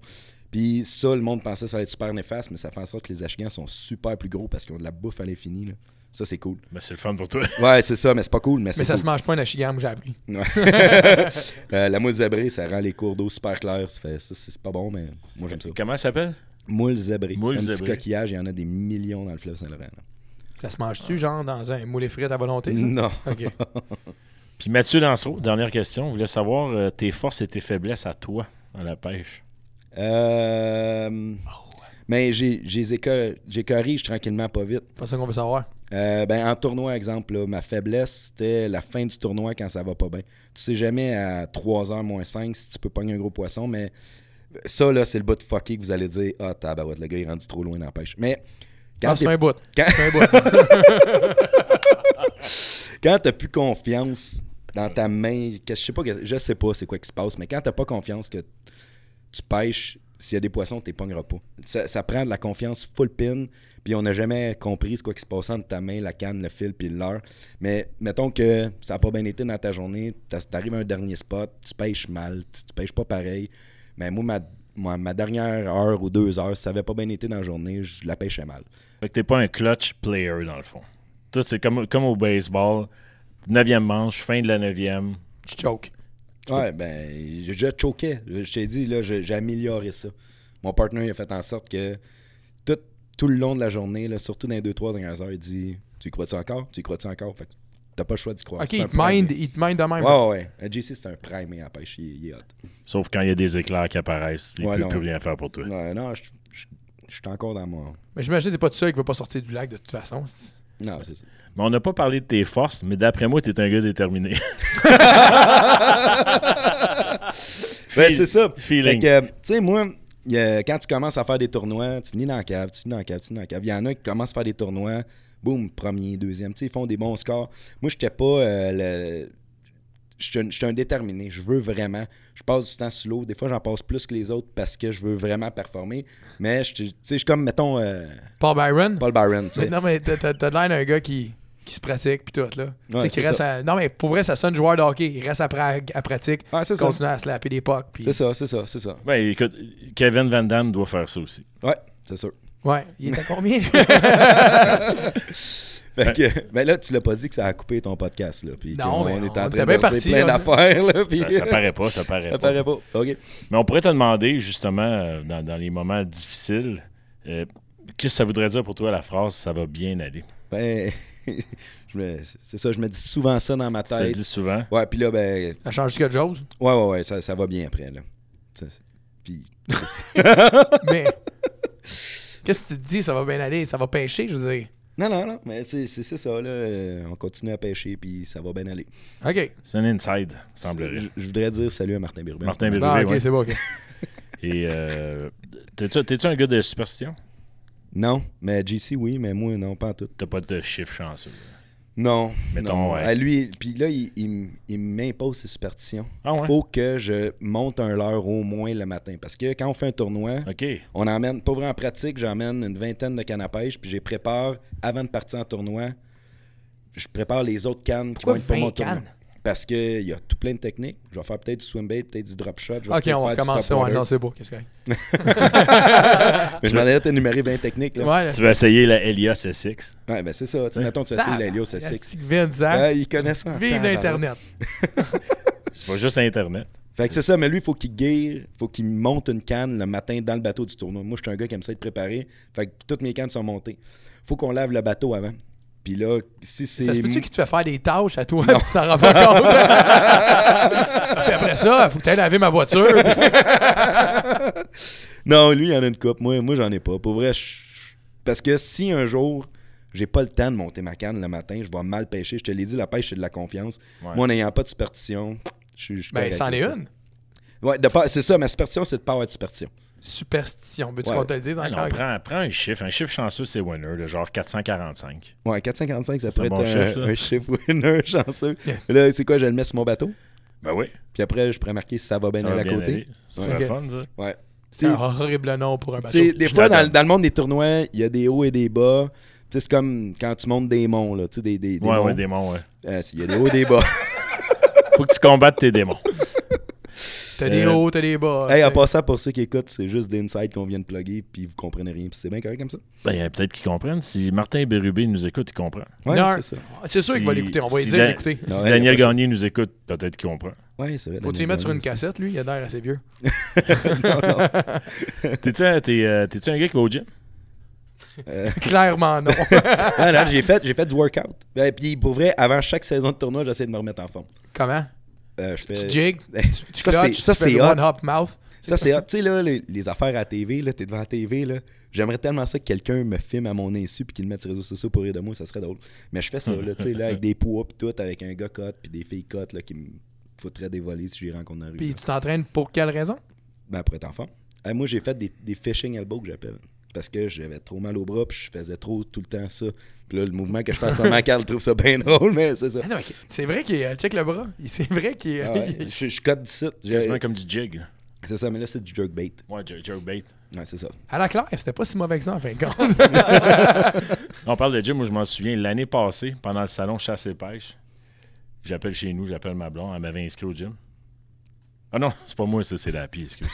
Speaker 5: Puis ça, le monde pensait que ça allait être super néfaste, mais ça fait en sorte que les achigans sont super plus gros parce qu'ils ont de la bouffe à l'infini. là. Ça, c'est cool.
Speaker 1: Mais ben, c'est le fun pour toi.
Speaker 5: Ouais, c'est ça, mais c'est pas cool. Mais,
Speaker 2: Mais
Speaker 5: c'est
Speaker 2: ça
Speaker 5: cool.
Speaker 2: se mange pas un ashigam, j'ai appris.
Speaker 5: Euh, la moule zébrée, ça rend les cours d'eau super clairs. Ça, fait- ça, c'est pas bon, mais moi, j'aime ça.
Speaker 1: Comment ça s'appelle?
Speaker 5: Moule zébrée.
Speaker 1: Moule
Speaker 5: c'est un petit
Speaker 1: zébrée.
Speaker 5: coquillage. Il y en a des millions dans le fleuve Saint-Laurent. là.
Speaker 2: Ça se mange-tu, genre, dans un moule et frites à volonté, ça?
Speaker 5: Non.
Speaker 2: OK.
Speaker 1: Puis Mathieu Dansereau, dernière question. On voulait savoir euh, tes forces et tes faiblesses à toi dans la pêche.
Speaker 5: Euh, Mais j'ai- j'ai les éco- j'ai corrige tranquillement, pas vite.
Speaker 2: Pas ça qu'on veut savoir.
Speaker 5: Euh, ben, en tournoi, exemple, là, ma faiblesse, c'était la fin du tournoi quand ça va pas bien. Tu sais jamais à 3h moins 5 si tu peux pogner un gros poisson, mais ça, là, c'est le bout de fucké que vous allez dire Ah, tabarouette, le gars, il est rendu trop loin dans la pêche. Mais quand
Speaker 2: Ah,
Speaker 5: t'es-
Speaker 2: c'est un bout.
Speaker 5: quand-
Speaker 2: C'est un bout.
Speaker 5: quand t'as plus confiance dans ta main, que- je sais pas, que- je sais pas c'est quoi qui se passe, mais quand t'as pas confiance que tu pêches, s'il y a des poissons, t'es pogneras pas. Ça, ça prend de la confiance full pin, puis on n'a jamais compris ce quoi qui se passe entre ta main, la canne, le fil, puis l'heure. Mais mettons que ça a pas bien été dans ta journée, t'as- t'arrives à un dernier spot, tu pêches mal, tu, tu pêches pas pareil. Mais moi, ma, moi, ma dernière heure ou deux heures, si ça avait pas bien été dans la journée, je la pêchais mal.
Speaker 1: Fait que t'es pas un clutch player dans le fond. Toi, c'est comme, comme au baseball. 9e manche, fin de la 9e.
Speaker 2: Je choke.
Speaker 5: Ouais, ben, je, je choquais. Je, je t'ai dit, là, je- j'ai amélioré ça. Mon partenaire, il a fait en sorte que tout, tout le long de la journée, là, surtout dans les deux, trois dernières heures, il dit Tu y crois-tu encore Tu y crois-tu encore Fait que t'as pas le choix d'y croire.
Speaker 2: OK,
Speaker 5: C'est un
Speaker 2: il te mind,
Speaker 5: primé.
Speaker 2: il te mind de même.
Speaker 5: Ouais, ouais. ouais. JC, c'est un primé à pêche. Il, il est hot.
Speaker 1: Sauf quand il y a des éclairs qui apparaissent, il
Speaker 5: Ouais,
Speaker 1: peut
Speaker 5: non.
Speaker 1: plus rien faire pour toi.
Speaker 5: Non, non, je je- je suis encore dans mon.
Speaker 2: Mais j'imagine que t'es pas tout seul qui va pas sortir du lac de toute façon. C'est-
Speaker 5: Non, c'est ça.
Speaker 1: Mais on n'a pas parlé de tes forces, mais d'après moi, t'es un gars déterminé.
Speaker 5: Ben, c'est ça.
Speaker 1: Feeling.
Speaker 5: Fait que, tu sais, moi, il y a- quand tu commences à faire des tournois, tu finis dans la cave, tu finis dans la cave, tu finis dans la cave. Il y en a qui commencent à faire des tournois, boum, premier, deuxième. Tu sais, ils font des bons scores. Moi, j'étais pas euh, le. Je suis un- je suis un déterminé, je veux vraiment. Je passe du temps sous l'eau. Des fois, j'en passe plus que les autres parce que je veux vraiment performer. Mais je suis- tu sais, je suis comme, mettons, euh,
Speaker 2: Paul Byron?
Speaker 5: Paul Byron. tu sais.
Speaker 2: Mais non, mais t'as- t'as t'as de l'air d'un gars qui, qui se pratique, puis tout, là. tu sais,
Speaker 5: Ouais,
Speaker 2: qui
Speaker 5: c'est
Speaker 2: reste à- Non, mais pour vrai, ça sonne joueur de hockey. Il reste à, pra- à pratique,
Speaker 5: Ouais, c'est ça.
Speaker 2: continue à slapper des pucks, puis...
Speaker 5: C'est ça, c'est ça, c'est ça.
Speaker 1: Ben écoute, Kevin Van Damme doit faire ça aussi.
Speaker 5: Ouais, c'est sûr.
Speaker 2: Ouais, il est à combien? lui?
Speaker 5: Fait que, mais là, tu l'as pas dit que ça a coupé ton podcast. Là, puis
Speaker 2: Non,
Speaker 5: qu'on
Speaker 2: mais
Speaker 5: est
Speaker 2: on
Speaker 5: en train
Speaker 2: était
Speaker 5: de
Speaker 2: bien
Speaker 5: dire
Speaker 2: parti,
Speaker 5: plein
Speaker 2: on-
Speaker 5: d'affaires. là, puis-
Speaker 1: Ça, ça paraît pas, ça paraît
Speaker 5: Ça
Speaker 1: pas.
Speaker 5: paraît pas. OK.
Speaker 1: Mais on pourrait te demander, justement, euh, dans, dans les moments difficiles, euh, qu'est-ce que ça voudrait dire pour toi la phrase ça va bien aller
Speaker 5: Ben, je me- c'est ça, je me dis souvent ça dans ma
Speaker 1: Tu te le
Speaker 5: tête.
Speaker 1: dis souvent.
Speaker 5: Ouais, puis là, ben,
Speaker 2: Ça change quelque chose,
Speaker 5: ouais, ouais, ouais, ça, ça va bien après, là. Ça, c'est- Puis,
Speaker 2: mais... Qu'est-ce que tu te dis? Ça va bien aller, ça va pêcher, je veux dire.
Speaker 5: non, non, non, mais c'est c'est- c'est ça, là. euh, On continue à pêcher, puis ça va bien aller.
Speaker 2: OK.
Speaker 1: C'est un inside, semblerait.
Speaker 5: Je je voudrais dire salut à Martin Birben.
Speaker 1: Martin Bérubé,
Speaker 2: Bon, Ah, OK,
Speaker 1: ouais.
Speaker 2: c'est bon, OK.
Speaker 1: Et euh, t'es-tu t'es-tu un gars de superstition?
Speaker 5: Non, mais JC, oui, mais moi, non, pas en tout.
Speaker 1: T'as pas de chiffre chanceux.
Speaker 5: Non.
Speaker 1: Mettons,
Speaker 5: non.
Speaker 1: ouais.
Speaker 5: À lui, puis là, il, il m- il m'impose ses superstitions.
Speaker 1: Ah ouais?
Speaker 5: Faut que je monte un leurre au moins le matin. Parce que quand on fait un tournoi,
Speaker 1: OK.
Speaker 5: On emmène, pour vrai, en pratique, j'emmène une vingtaine de cannes à pêche, puis je les prépare avant de partir en tournoi. Je prépare les autres cannes qui
Speaker 2: Pourquoi
Speaker 5: vont être pour
Speaker 2: 20
Speaker 5: mon tournoi.
Speaker 2: cannes?
Speaker 5: Parce qu'il y a tout plein de techniques. Je vais faire peut-être du swim bait, peut-être du drop shot. je vais
Speaker 2: OK,
Speaker 5: peut-être
Speaker 2: on va
Speaker 5: faire du
Speaker 2: commencer.
Speaker 5: top
Speaker 2: Ouais,
Speaker 5: water.
Speaker 2: non, c'est beau. Qu'est-ce que...
Speaker 5: Mais je m'en allais t'énumérer 20 techniques. Là.
Speaker 2: Ouais.
Speaker 1: Tu veux essayer la Helios S6?
Speaker 5: Ouais, ben c'est ça. Tu sais,
Speaker 1: Ouais.
Speaker 5: Mettons, tu essayes l'Helios à 6.
Speaker 2: Asti que Vincent,
Speaker 5: Ah, il connaît ça. en
Speaker 2: Ah, Vive
Speaker 5: tabarnak.
Speaker 2: l'Internet.
Speaker 1: C'est pas juste Internet.
Speaker 5: Fait que c'est ça, mais lui, faut qu'il guire, faut qu'il monte une canne le matin dans le bateau du tournoi. Moi, je suis un gars qui aime ça être préparé. Fait que toutes mes cannes sont montées. Faut qu'on lave le bateau avant. Puis là, si c'est.
Speaker 2: Ça se peut-tu qu'il te fait faire des tâches à toi, puis tu t'en rends pas compte? puis après ça, faut que t'ailles laver ma voiture.
Speaker 5: Ben,
Speaker 2: Ben,
Speaker 5: Non, lui, il en a une coupe. Moi, moi j'en ai pas. Pour vrai, je- parce que si un jour J'ai pas le temps de monter ma canne le matin. Je vais mal pêcher. Je te l'ai dit, la pêche, c'est de la confiance.
Speaker 1: Ouais.
Speaker 5: Moi, n'ayant pas de superstition, je suis. je suis
Speaker 2: Ben,
Speaker 5: correct,
Speaker 2: c'en est
Speaker 5: là,
Speaker 2: une.
Speaker 5: t'sais. Ouais, de pas- c'est ça. Ma superstition, c'est de pas avoir de superstition.
Speaker 2: Superstition. Veux-tu
Speaker 5: Ouais.
Speaker 2: qu'on te le dise
Speaker 1: Ah non,
Speaker 2: encore?
Speaker 1: prends, prends un chiffre. Un chiffre chanceux, c'est winner, le genre 445.
Speaker 5: Ouais, 455, ça
Speaker 1: C'est
Speaker 5: pourrait
Speaker 1: un bon
Speaker 5: être
Speaker 1: chiffre,
Speaker 5: un,
Speaker 1: ça.
Speaker 5: un chiffre winner chanceux. Là, c'est quoi, je le mets sur mon bateau.
Speaker 1: Ben oui,
Speaker 5: Puis après, je pourrais marquer si ça va bien
Speaker 1: ça
Speaker 5: aller
Speaker 1: va
Speaker 5: à
Speaker 1: bien
Speaker 5: Ben, côté.
Speaker 1: aller. Ça serait
Speaker 2: Ok.
Speaker 1: le fun, ça.
Speaker 5: Ouais.
Speaker 2: C'est un horrible nom pour un bateau.
Speaker 5: Tu sais, des
Speaker 1: Je
Speaker 5: fois, dans,
Speaker 1: t'attends.
Speaker 5: dans le monde des tournois, il y a des hauts et des bas. Tu sais, c'est comme quand tu montes des monts, là. Tu sais, des, des, des
Speaker 1: ouais,
Speaker 5: monts.
Speaker 1: ouais, démons, ouais.
Speaker 5: Euh, Il y a des hauts et des bas.
Speaker 1: Faut que tu combattes tes démons.
Speaker 2: T'as des
Speaker 1: Euh,
Speaker 2: hauts, t'as des bas.
Speaker 5: hey, en
Speaker 2: t'sais.
Speaker 5: passant, pour ceux qui écoutent, c'est juste des insights qu'on vient de plugger, puis vous comprenez rien, puis c'est bien correct comme ça.
Speaker 1: Ben, il y en a peut-être qui comprennent. Si Martin Bérubé nous écoute, il comprend.
Speaker 5: Ouais,
Speaker 2: Non.
Speaker 5: c'est ça.
Speaker 2: Ah, C'est sûr qu'il va
Speaker 1: Si-
Speaker 2: l'écouter. On va lui
Speaker 1: si ben-
Speaker 2: dire
Speaker 1: Dan-
Speaker 2: d'écouter.
Speaker 5: Non,
Speaker 1: Si
Speaker 5: ouais,
Speaker 1: Daniel
Speaker 5: la prochaine-
Speaker 1: Gagné nous écoute, peut-être qu'il comprend.
Speaker 5: Ouais, ben, c'est vrai.
Speaker 2: Faut-tu
Speaker 5: Daniel
Speaker 2: y mettre sur une
Speaker 5: Gagnon,
Speaker 2: cassette, lui? Il a l'air assez vieux.
Speaker 1: T'es-tu un, t'es, euh, t'es-tu un gars qui va au gym?
Speaker 2: Clairement non.
Speaker 5: c'est- Ah, non, j'ai fait, j'ai fait du workout. Ben, puis pour vrai, avant chaque saison de tournoi, j'essaie de me remettre en forme.
Speaker 2: Comment?
Speaker 5: Euh, je fais...
Speaker 2: Tu jigs? Tu, tu
Speaker 5: ça,
Speaker 2: clutches,
Speaker 5: c'est-
Speaker 2: tu
Speaker 5: ça,
Speaker 2: fais
Speaker 5: c'est
Speaker 2: le
Speaker 5: hot.
Speaker 2: one hop mouth.
Speaker 5: Ça, c'est hot. Tu sais, là, les, les affaires à la TV, là, t'es devant la TV, là. J'aimerais tellement ça que quelqu'un me filme à mon insu puis qu'il le mette sur les réseaux sociaux pour rire de moi, ça serait drôle. Mais je fais ça, là, tu sais, là, avec des poids puis tout, avec un gars cote puis des filles cotes, là, qui me foutraient des volets si j'y rencontre dans la rue.
Speaker 2: Puis
Speaker 5: là.
Speaker 2: tu t'entraînes pour quelle raison?
Speaker 5: Ben, pour être enfant. Euh, moi, j'ai fait des, des fishing elbows que j'appelle. Parce que j'avais trop mal au bras puis je faisais trop tout le temps ça. Puis là, le mouvement que je fais en ce moment, Carl trouve ça bien drôle, mais c'est ça.
Speaker 2: Ah non, ok. C'est vrai qu'il est. Check le bras. Il- C'est vrai qu'il euh, est.
Speaker 5: Ah ouais, je, je cote 17. J'ai-
Speaker 1: Quasiment comme du jig. là.
Speaker 5: C'est ça, mais là, c'est du jerkbait.
Speaker 1: Ouais, jo- joke bait.
Speaker 5: Ouais, c'est ça.
Speaker 2: À la claire, c'était pas si mauvais que ça en fin de
Speaker 1: Ah
Speaker 2: compte.
Speaker 1: On parle de gym, moi je m'en souviens, l'année passée, pendant le salon chasse et pêche, j'appelle chez nous, j'appelle ma blonde, elle m'avait inscrit au gym. Ah non, c'est pas moi, ça, c'est la pie, excuse.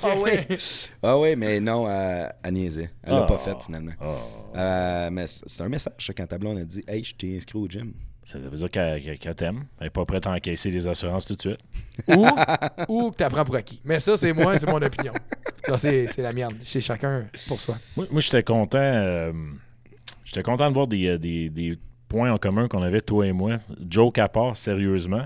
Speaker 5: Ah ouais. Ah ouais, mais non, elle, elle niaisait. Elle l'a
Speaker 1: Ah.
Speaker 5: pas fait finalement.
Speaker 1: Oh,
Speaker 5: Euh, mais c- c'est un message ça, quand ta blonde a dit Hey, je t'ai inscrit au gym.
Speaker 1: ça veut dire qu'elle, qu'elle- qu'elle t'aime. Elle n'est pas prête à encaisser les assurances tout de suite.
Speaker 2: ou, ou que t'apprends pour acquis. Mais ça, c'est moi, c'est mon opinion. Non, c'est c'est la mienne. C'est chacun pour soi.
Speaker 1: Moi, moi, j'étais content. euh, j'étais content de voir des, euh, des- des points en commun qu'on avait, toi et moi. Joke à part, sérieusement.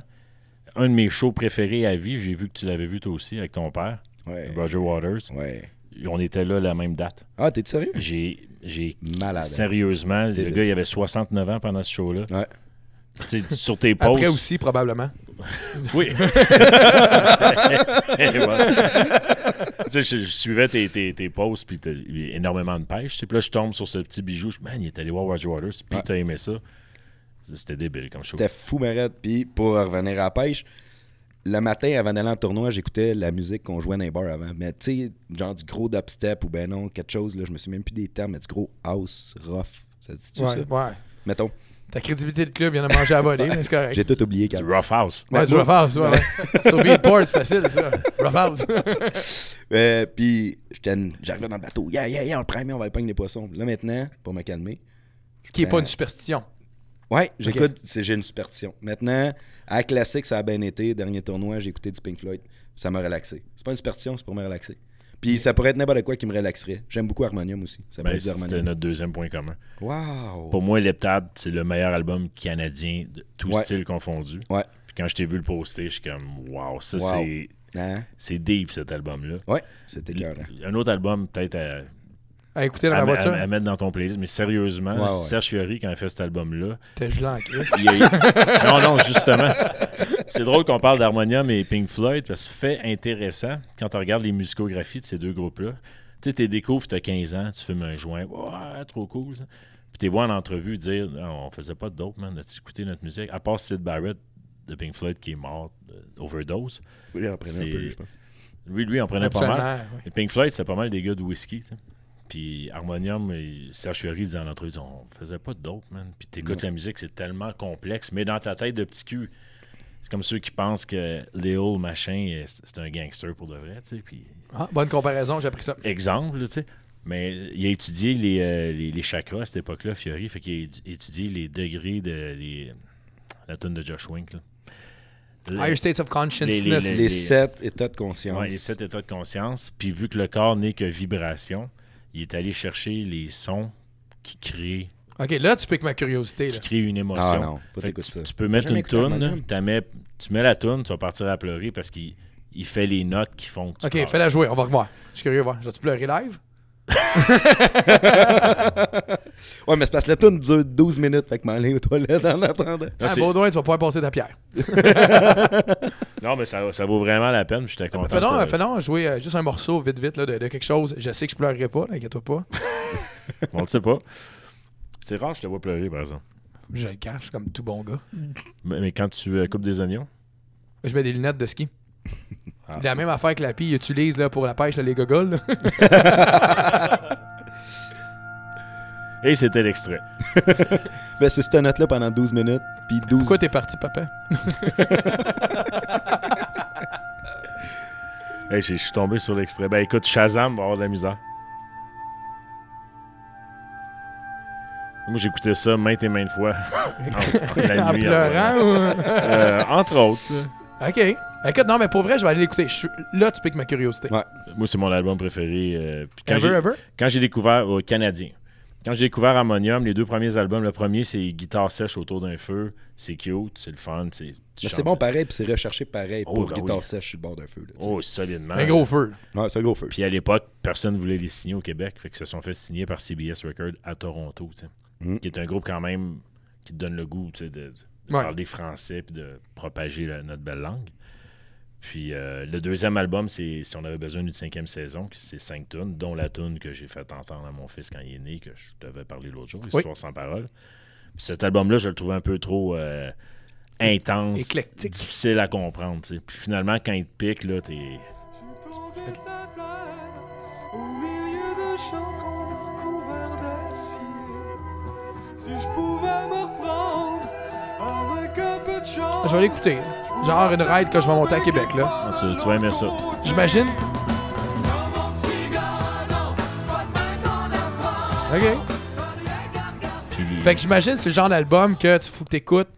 Speaker 1: Un de mes shows préférés à vie, j'ai vu que tu l'avais vu toi aussi avec ton père,
Speaker 5: Ouais.
Speaker 1: Roger Waters.
Speaker 5: Ouais.
Speaker 1: On était là la même date.
Speaker 5: Ah, t'es sérieux?
Speaker 1: J'ai, j'ai
Speaker 5: Malade.
Speaker 1: Sérieusement,
Speaker 5: C'est
Speaker 1: le
Speaker 5: de-
Speaker 1: gars, il avait 69 ans pendant ce show-là.
Speaker 5: Ouais.
Speaker 1: Tu sais, sur tes posts.
Speaker 2: Après aussi, probablement.
Speaker 1: Oui. Et voilà. Tu sais, je, je suivais tes, tes, tes posts, puis t'as eu énormément de pêche. tu sais. Puis là, je tombe sur ce petit bijou. Je, man, il est allé voir Roger Waters, puis
Speaker 5: Ouais.
Speaker 1: t'as aimé ça. C'était débile comme show.
Speaker 5: C'était fou, Marette. Puis pour revenir à la pêche, le matin, avant d'aller en tournoi, j'écoutais la musique qu'on jouait dans les bars avant. Mais tu sais, genre du gros dubstep ou ben non, quelque chose, là, je me souviens même plus des termes, mais du gros house rough. Ça se dit
Speaker 2: Ouais,
Speaker 5: ça?
Speaker 2: ouais.
Speaker 5: Mettons,
Speaker 2: Ta crédibilité de club vient de manger à voler, mais c'est correct.
Speaker 5: j'ai tout oublié quand
Speaker 1: Du Rough House.
Speaker 2: Ouais, du
Speaker 5: Ouais,
Speaker 2: rough house, ouais. ouais. Sur Beatport, c'est facile, ça. Rough house.
Speaker 5: Euh, puis j'étais- j'arrivais dans le bateau. Yeah, yeah, yeah, on le prend, mais on va le pogner des poissons. Là maintenant, pour me calmer. je
Speaker 2: Qui est pas
Speaker 5: prends-
Speaker 2: une superstition.
Speaker 5: Ouais, j'écoute, c'est- j'ai une superstition. Maintenant, à la classique, ça a bien été. Dernier tournoi, j'ai écouté du Pink Floyd. Ça m'a relaxé. C'est pas une superstition, c'est pour me relaxer. Puis ça pourrait être n'importe quoi qui me relaxerait. J'aime beaucoup Harmonium aussi. Ça pourrait
Speaker 1: Ben,
Speaker 5: être du
Speaker 1: c'était
Speaker 5: Harmonium.
Speaker 1: notre deuxième point commun.
Speaker 5: Wow!
Speaker 1: Pour moi, Leptable, c'est le meilleur album canadien, de tout
Speaker 5: Ouais.
Speaker 1: style confondu.
Speaker 5: Ouais.
Speaker 1: Puis quand je t'ai vu le poster, je suis comme, wow, ça,
Speaker 5: Wow.
Speaker 1: c'est-
Speaker 5: Hein?
Speaker 1: c'est deep cet album-là.
Speaker 5: Ouais, c'était clair.
Speaker 1: Un autre album, peut-être à,
Speaker 2: À écouter dans
Speaker 1: à,
Speaker 2: la
Speaker 1: me- à-
Speaker 2: voiture,
Speaker 1: à mettre dans ton playlist, Ah, mais sérieusement,
Speaker 5: Ouais, ouais.
Speaker 1: Serge Fiori, quand il a fait cet album-là,
Speaker 2: t'es gelant en crise.
Speaker 1: il a- non, non, justement. C'est drôle qu'on parle d'Harmonium et Pink Floyd, parce que fait intéressant, quand tu regardes les musicographies de ces deux groupes-là, tu sais, tu découvres, tu as 15 ans, tu fumes un joint, Ouah, trop cool, ça. Puis tu vois en entrevue dire, Non, on faisait pas de dope, man, as-tu écouté notre musique? À part Sid Barrett de Pink Floyd qui est mort, euh, overdose.
Speaker 5: Oui, on prenait un peu,
Speaker 1: C'est-
Speaker 5: je pense.
Speaker 1: Lui, lui, en prenait pas mal.
Speaker 2: Absolument. ouais.
Speaker 1: Et Pink Floyd, c'était pas mal des gars de whisky. tu sais. Puis Harmonium, et Serge Fiori disait en entrevue, on faisait pas de dope, man. Puis t'écoutes la musique, c'est tellement complexe, mais dans ta tête de petit cul, c'est comme ceux qui pensent que Léo, machin, euh, c'est c'est un gangster pour de vrai, tu sais. Puis
Speaker 2: Ah, bonne comparaison, j'ai appris ça.
Speaker 1: exemple, là, tu sais. Mais il a étudié les, euh, les, les chakras à cette époque-là, Fiori, fait qu'il a édu- étudié les degrés de les- la tune de Josh Wink, là. Le-
Speaker 2: Higher states of consciousness.
Speaker 1: Les- les-
Speaker 5: Les sept états de conscience.
Speaker 1: Ouais, les sept états de conscience. Puis vu que le corps n'est que vibration, il est allé chercher les sons qui créent,
Speaker 2: Ok, là, tu piques ma curiosité. Là.
Speaker 1: qui créent une émotion.
Speaker 5: Ah non, faut
Speaker 1: Fait
Speaker 5: t'écouter
Speaker 1: que
Speaker 5: ça.
Speaker 1: tu, tu peux mettre
Speaker 5: jamais
Speaker 1: une
Speaker 5: écouté Harmonium?
Speaker 1: toune, t'as mets- tu mets la toune, tu vas partir à pleurer parce qu'il il fait les notes qui font que tu
Speaker 2: Ok,
Speaker 1: pleures.
Speaker 2: fais-la jouer, on va revoir. Je suis curieux, voir. Vas-tu pleurer live?
Speaker 5: Ouais, mais c'est parce que la toune dure 12 minutes, fait que m'aller aux toilettes en attendant.
Speaker 1: Non,
Speaker 2: Ah,
Speaker 1: c'est-
Speaker 2: Baudouin, tu vas pouvoir passer ta pierre.
Speaker 1: non, mais ça, ça vaut vraiment la peine. puis J'étais
Speaker 5: Ah, ben,
Speaker 1: content.
Speaker 2: Fais donc,
Speaker 1: euh,
Speaker 2: fais donc jouer euh, juste un morceau vite vite là, de, de quelque chose. Je sais que je pleurerai pas, là, inquiète-toi pas.
Speaker 1: On le sait pas. C'est rare, je te vois pleurer, par exemple.
Speaker 2: Je le cache comme tout bon gars.
Speaker 1: Mais, mais quand tu euh, coupes des oignons,
Speaker 2: Je mets des lunettes de ski.
Speaker 1: Ah.
Speaker 2: La même affaire que la pie utilise là, pour la pêche, là, les gogoles. là.
Speaker 1: et c'était l'extrait.
Speaker 5: Ben, c'est cette note-là pendant 12 minutes, puis 12...
Speaker 2: Pourquoi t'es parti, papa?
Speaker 1: Hey, j'ai- je suis tombé sur l'extrait. Ben écoute, Shazam va avoir de la misère. Moi, j'écoutais ça maintes et maintes fois. en, en la
Speaker 2: en
Speaker 1: nuit, en
Speaker 2: pleurant ou...
Speaker 1: pleurant. Euh, entre autres. là.
Speaker 2: OK. Écoute, non, mais pour vrai, je vais aller l'écouter. Je suis- Là, tu piques ma curiosité.
Speaker 5: Ouais.
Speaker 1: Moi, c'est mon album préféré. euh, puis quand
Speaker 2: Ever,
Speaker 1: j'ai-
Speaker 2: ever?
Speaker 1: quand j'ai découvert au Canadien. Quand j'ai découvert Ammonium, les deux premiers albums, le premier c'est guitare sèche autour d'un feu, c'est cute, c'est le fun, c'est tu
Speaker 5: Mais
Speaker 1: chantes-
Speaker 5: Ben, c'est bon pareil, puis c'est recherché pareil
Speaker 1: Oh,
Speaker 5: pour
Speaker 1: ben
Speaker 5: guitare
Speaker 1: oui.
Speaker 5: sèche sur le bord d'un feu. Là, tu sais.
Speaker 1: Oh, solidement.
Speaker 2: Un gros feu.
Speaker 5: Ouais, c'est un gros feu.
Speaker 1: Puis à l'époque, personne voulait les signer au Québec, fait que se sont fait signer par CBS Records à Toronto, tu sais.
Speaker 5: Mm.
Speaker 1: qui est un groupe quand même qui te donne le goût tu sais, de, de
Speaker 2: Ouais.
Speaker 1: parler français puis de propager la- notre belle langue. Puis euh, le deuxième album, c'est Si on avait besoin d'une cinquième saison, qui- c'est cinq tunes, dont la tune que j'ai fait entendre à mon fils quand il est né, que je devais parler l'autre jour, Histoire sans parole. Puis cet album-là, je le trouvais un peu trop euh, intense,
Speaker 2: Éclectique.
Speaker 1: difficile à comprendre. tu sais. Puis finalement, quand il te pique, là,
Speaker 6: Au
Speaker 1: t'es.
Speaker 6: milieu de champs recouverts d'acier Si je pouvais me reprendre Avec un peu de chance
Speaker 2: Je vais l'écouter. Genre une ride que je vais monter à Québec, là.
Speaker 1: Ah, Tu, tu vas aimer ça.
Speaker 2: J'imagine. OK.
Speaker 1: Puis-
Speaker 2: Fait que j'imagine c'est le genre d'album que tu faut que t'écoutes,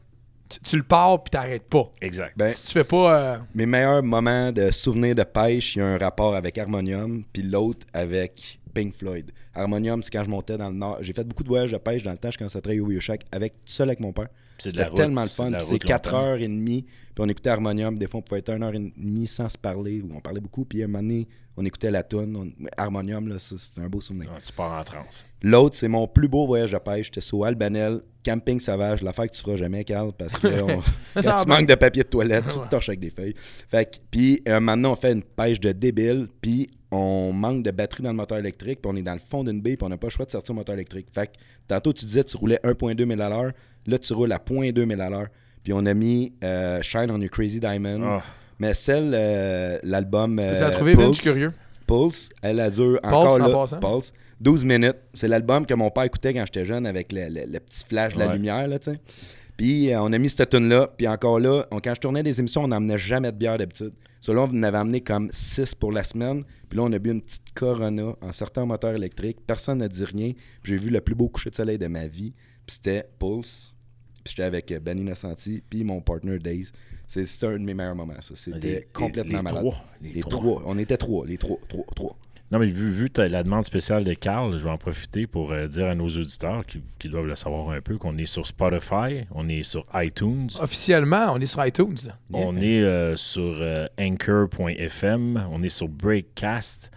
Speaker 2: tu, tu le pars puis t'arrêtes pas.
Speaker 1: Exact.
Speaker 5: Ben,
Speaker 2: Si tu fais pas euh,
Speaker 5: mes meilleurs moments de souvenirs de pêche, il y a un rapport avec Harmonium, puis l'autre avec Pink Floyd. Harmonium, c'est quand je montais dans le nord. J'ai fait beaucoup de voyages de pêche dans le temps, je commençais à travailler au Shack avec tout seul avec mon père.
Speaker 1: C'est de la
Speaker 5: C'était
Speaker 1: route,
Speaker 5: tellement le
Speaker 1: c'est
Speaker 5: fun.
Speaker 1: de la
Speaker 5: puis C'est
Speaker 1: route
Speaker 5: 4
Speaker 1: longtemps.
Speaker 5: heures et demie, puis on écoutait Harmonium. Des fois, on pouvait être 1 heure et demie sans se parler, ou on parlait beaucoup, puis à un moment donné, on écoutait la toune. on- Harmonium, là, ça, c'est un beau souvenir.
Speaker 1: Ah, tu pars en transe.
Speaker 5: L'autre, c'est mon plus beau voyage de pêche. J'étais sur Albanel, camping sauvage, l'affaire que tu feras jamais, Carl, parce que on-
Speaker 2: Ça
Speaker 5: quand
Speaker 2: va
Speaker 5: tu
Speaker 2: bien.
Speaker 5: manques de papier de toilette, tu
Speaker 2: Ouais.
Speaker 5: te torches avec des feuilles. Fait que, puis euh, maintenant, on fait une pêche de débile, puis on manque de batterie dans le moteur électrique, puis on est dans le fond d'une baie, puis on n'a pas le choix de sortir le moteur électrique. Fait que, tantôt, tu disais tu roulais 1,2 000 à l'heure. Là, tu roules à 0,2 000 à l'heure. Puis on a mis euh, Shine on Your Crazy Diamond.
Speaker 1: Ah.
Speaker 5: Mais celle, euh, l'album.
Speaker 2: tu
Speaker 5: euh,
Speaker 2: as trouvé, Vince, je
Speaker 5: Pulse.
Speaker 2: suis curieux.
Speaker 5: Pulse, elle a duré
Speaker 2: en
Speaker 5: encore là,
Speaker 2: passant.
Speaker 5: Pulse, 12 minutes. C'est l'album que mon père écoutait quand j'étais jeune avec le, le- le petit flash de la
Speaker 1: Ouais.
Speaker 5: lumière, là, tu sais. Puis euh, on a mis cette tune là puis encore là, on- quand je tournais des émissions, on n'emmenait jamais de bière d'habitude. Cela, on en avait amené comme 6 pour la semaine, puis là, on a bu une petite Corona en sortant au moteur électrique. Personne n'a dit rien, puis j'ai vu le plus beau coucher de soleil de ma vie, puis c'était Pulse. Puis j'étais avec euh, Ben Innocenti, puis mon partner Days. C'est- C'était un de mes meilleurs moments, ça.
Speaker 1: Les-
Speaker 5: C'était
Speaker 1: les-
Speaker 5: complètement
Speaker 1: les
Speaker 5: malade.
Speaker 1: trois, les
Speaker 5: les
Speaker 1: trois.
Speaker 5: trois. On était trois, les trois, trois, trois.
Speaker 1: Non, mais vu, vu ta- la demande spéciale de Carl, je vais en profiter pour euh, dire à nos auditeurs qui, qui doivent le savoir un peu qu'on est sur Spotify, on est sur iTunes,
Speaker 2: Officiellement, on est sur iTunes. là.
Speaker 1: on est euh, sur euh, Anchor.fm, on est sur Breakcast,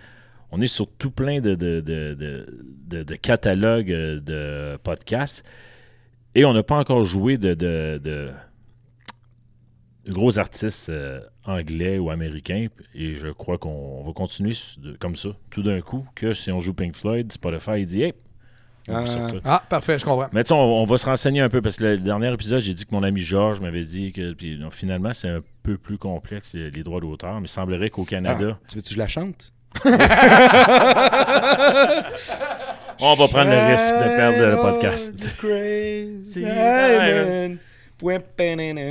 Speaker 1: on est sur tout plein de, de, de- de- de- de catalogues euh, de podcasts et on n'a pas encore joué de, de- de- de gros artistes euh, anglais ou américains et je crois qu'on on va continuer su- de- comme ça, tout d'un coup, que si on joue Pink Floyd, Spotify, il dit Hey, on va
Speaker 5: Ah.
Speaker 1: sortir
Speaker 2: Ah, parfait, je comprends.
Speaker 1: mais tu sais, on, on va se renseigner un peu parce que le dernier épisode, j'ai dit que mon ami Georges m'avait dit que puis, non, finalement, c'est un peu plus complexe euh, les les droits d'auteur, mais il semblerait qu'au Canada,
Speaker 5: Ah, tu veux que je la chante? Ah.
Speaker 1: on va prendre le risque de perdre le podcast. Mais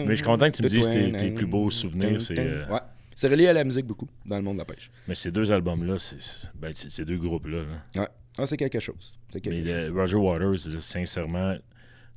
Speaker 1: je suis content que tu me dises tes- tes plus beaux souvenirs, c'est, euh,
Speaker 5: Ouais. C'est relié à la musique beaucoup dans le monde de la pêche.
Speaker 1: Mais ces deux albums-là, c'est- c'est- ben, c'est- ces deux groupes-là. là.
Speaker 5: Ouais. Ah, c'est quelque chose. C'est quelque
Speaker 1: Mais
Speaker 5: chose.
Speaker 1: le Roger Waters, là, sincèrement,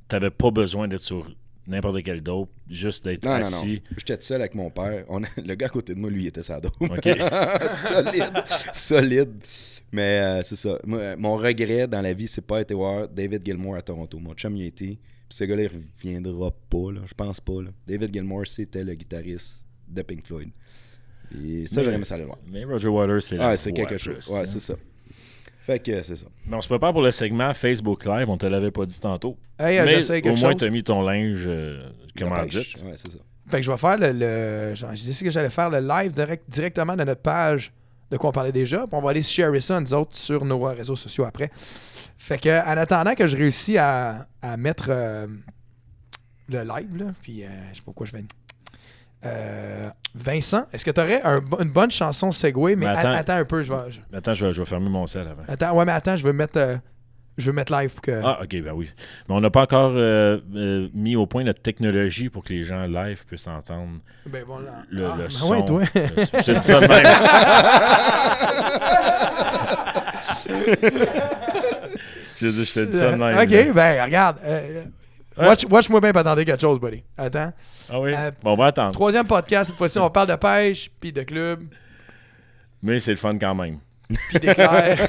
Speaker 1: t'avais pas besoin d'être sur n'importe quel dope, juste d'être
Speaker 5: Non, non, non.
Speaker 1: assis.
Speaker 5: J'étais tout seul avec mon père. On a- Le gars à côté de moi, lui, il était sado.
Speaker 1: OK.
Speaker 5: solide, solide. Mais euh, c'est ça. Moi, euh, mon regret dans la vie, c'est pas été voir David Gilmour à Toronto. Mon chum y a été. Puis ce gars-là, il reviendra pas, là. Je pense pas, là. David Gilmour, c'était le guitariste de Pink Floyd. Et ça,
Speaker 1: Mais-
Speaker 5: j'aurais aimé ça le voir.
Speaker 1: Mais Roger Waters, c'est la
Speaker 5: Ah, c'est
Speaker 1: voix
Speaker 5: quelque chose.
Speaker 1: plus,
Speaker 5: Ouais,
Speaker 1: hein.
Speaker 5: c'est ça. Fait que c'est ça.
Speaker 1: Mais on se prépare pour le segment Facebook Live, on te l'avait pas dit tantôt.
Speaker 2: Hey,
Speaker 5: Eh,
Speaker 2: euh,
Speaker 1: Mais
Speaker 2: j'essaie
Speaker 1: au
Speaker 2: quelque
Speaker 1: moins,
Speaker 2: chose.
Speaker 1: tu as mis ton linge, euh, comment
Speaker 5: La
Speaker 1: dire,
Speaker 5: pêche. Ouais, c'est ça.
Speaker 2: Fait que je vais faire le. le- genre, J'ai décidé que j'allais faire le live direct, directement de notre page de quoi on parlait déjà. Puis on va aller share ça, nous autres, sur nos euh, réseaux sociaux après. Fait que, en attendant que je réussisse à, à mettre euh, le live, là, puis euh, je sais pas pourquoi je vais. Euh, Vincent, est-ce que tu aurais une bonne chanson Segway? Mais
Speaker 1: Mais
Speaker 2: a- attends.
Speaker 1: attends.
Speaker 2: un peu, je vais. je-
Speaker 1: Attends, je vais, je vais fermer mon sel avant.
Speaker 2: attends, ouais, mais attends, je veux mettre, euh, je veux mettre live pour que.
Speaker 1: Ah, ok, ben oui. Mais on n'a pas encore euh, euh, mis au point notre technologie pour que les gens live puissent entendre
Speaker 2: Ben bon, là-
Speaker 1: le,
Speaker 2: ah,
Speaker 1: le
Speaker 2: ben
Speaker 1: son.
Speaker 2: ouais, toi.
Speaker 1: Le- je te dis ça de même. je, te dis- je te dis ça de même.
Speaker 2: ok, ben regarde. euh,
Speaker 1: Ouais.
Speaker 2: watch- Watch-moi bien pas attendre quelque chose, buddy. Attends.
Speaker 1: Ah oui?
Speaker 2: Euh,
Speaker 1: bon, on va attendre.
Speaker 2: Troisième podcast, cette fois-ci, on parle de pêche, puis de club,
Speaker 1: Mais c'est le fun quand même.
Speaker 2: puis d'éclair.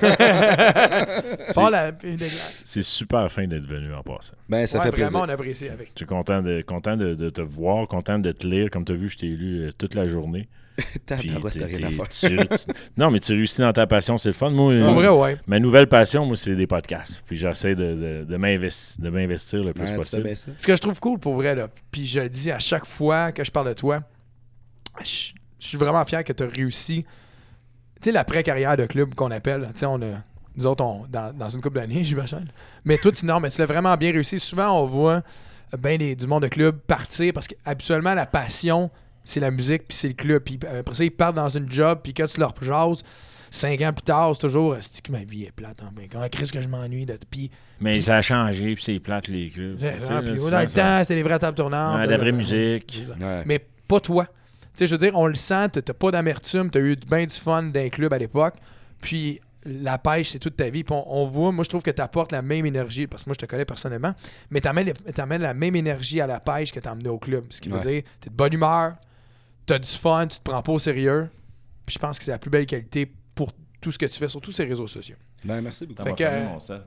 Speaker 2: bon, la, puis d'éclair.
Speaker 1: C'est super fin d'être venu en passant.
Speaker 5: Ben, ça
Speaker 2: Ouais,
Speaker 5: fait
Speaker 2: vraiment,
Speaker 5: plaisir.
Speaker 2: on apprécie avec.
Speaker 1: Je suis content de, content de, de te voir, content de te lire. Comme tu as vu, je t'ai lu euh, toute la journée. Puis
Speaker 5: Tabarouette,
Speaker 1: t'es-
Speaker 5: Ah, bah t'as rien à
Speaker 1: t'es-
Speaker 5: faire.
Speaker 1: tu- tu- non, mais tu réussis dans ta passion, c'est le fun. Moi,
Speaker 2: Pour
Speaker 1: euh,
Speaker 2: vrai, ouais.
Speaker 1: ma nouvelle passion, moi, c'est des podcasts. Puis j'essaie de, de, de m'investi- de m'investir le plus
Speaker 5: Ouais, tu fais
Speaker 1: possible.
Speaker 5: bien ça.
Speaker 2: Ce que je trouve cool pour vrai, là, puis je le dis à chaque fois que je parle de toi, je je suis vraiment fier que tu as réussi. Tu sais, l'après-carrière de club qu'on appelle, tu sais, on a. Nous autres, on, dans, dans une couple d'années, j'imagine. Mais toi, tu, non, mais tu l'as vraiment bien réussi. Souvent, on voit ben des- du monde de club partir parce qu'habituellement, la passion, c'est la musique, puis c'est le club. Puis euh, après ça, ils partent dans une job, puis quand tu leur jases, cinq ans plus tard, c'est toujours, c'est que ma vie est plate. hein, ben, comment Chris que je m'ennuie de. Puis
Speaker 1: Mais ça a changé, puis c'est plate, les clubs.
Speaker 2: Ouais,
Speaker 1: Tu sais,
Speaker 2: hein,
Speaker 1: là,
Speaker 2: puis
Speaker 1: souvent,
Speaker 2: dans le
Speaker 1: ça-
Speaker 2: temps, c'était des vraies tables tournantes. euh,
Speaker 1: Ouais, de la vraie musique.
Speaker 5: Ouais.
Speaker 2: Mais pas toi. Tu sais, je veux dire, on le sent, t'as t'as pas d'amertume, t'as eu bien du fun d'un club à l'époque. Puis la pêche, c'est toute ta vie. Puis on, on voit, moi, je trouve que t'apportes la même énergie, parce que moi, je te connais personnellement, mais t'amènes t'amènes la même énergie à la pêche que t'as emmené au club. Ce qui veut
Speaker 5: Ouais.
Speaker 2: dire, t'es de bonne humeur, t'as du fun, tu te prends pas au sérieux. Puis je pense que c'est la plus belle qualité pour tout ce que tu fais, surtout ces réseaux sociaux.
Speaker 5: Ben, merci beaucoup.
Speaker 2: Fait
Speaker 7: T'as
Speaker 2: que-
Speaker 7: fermé mon sel.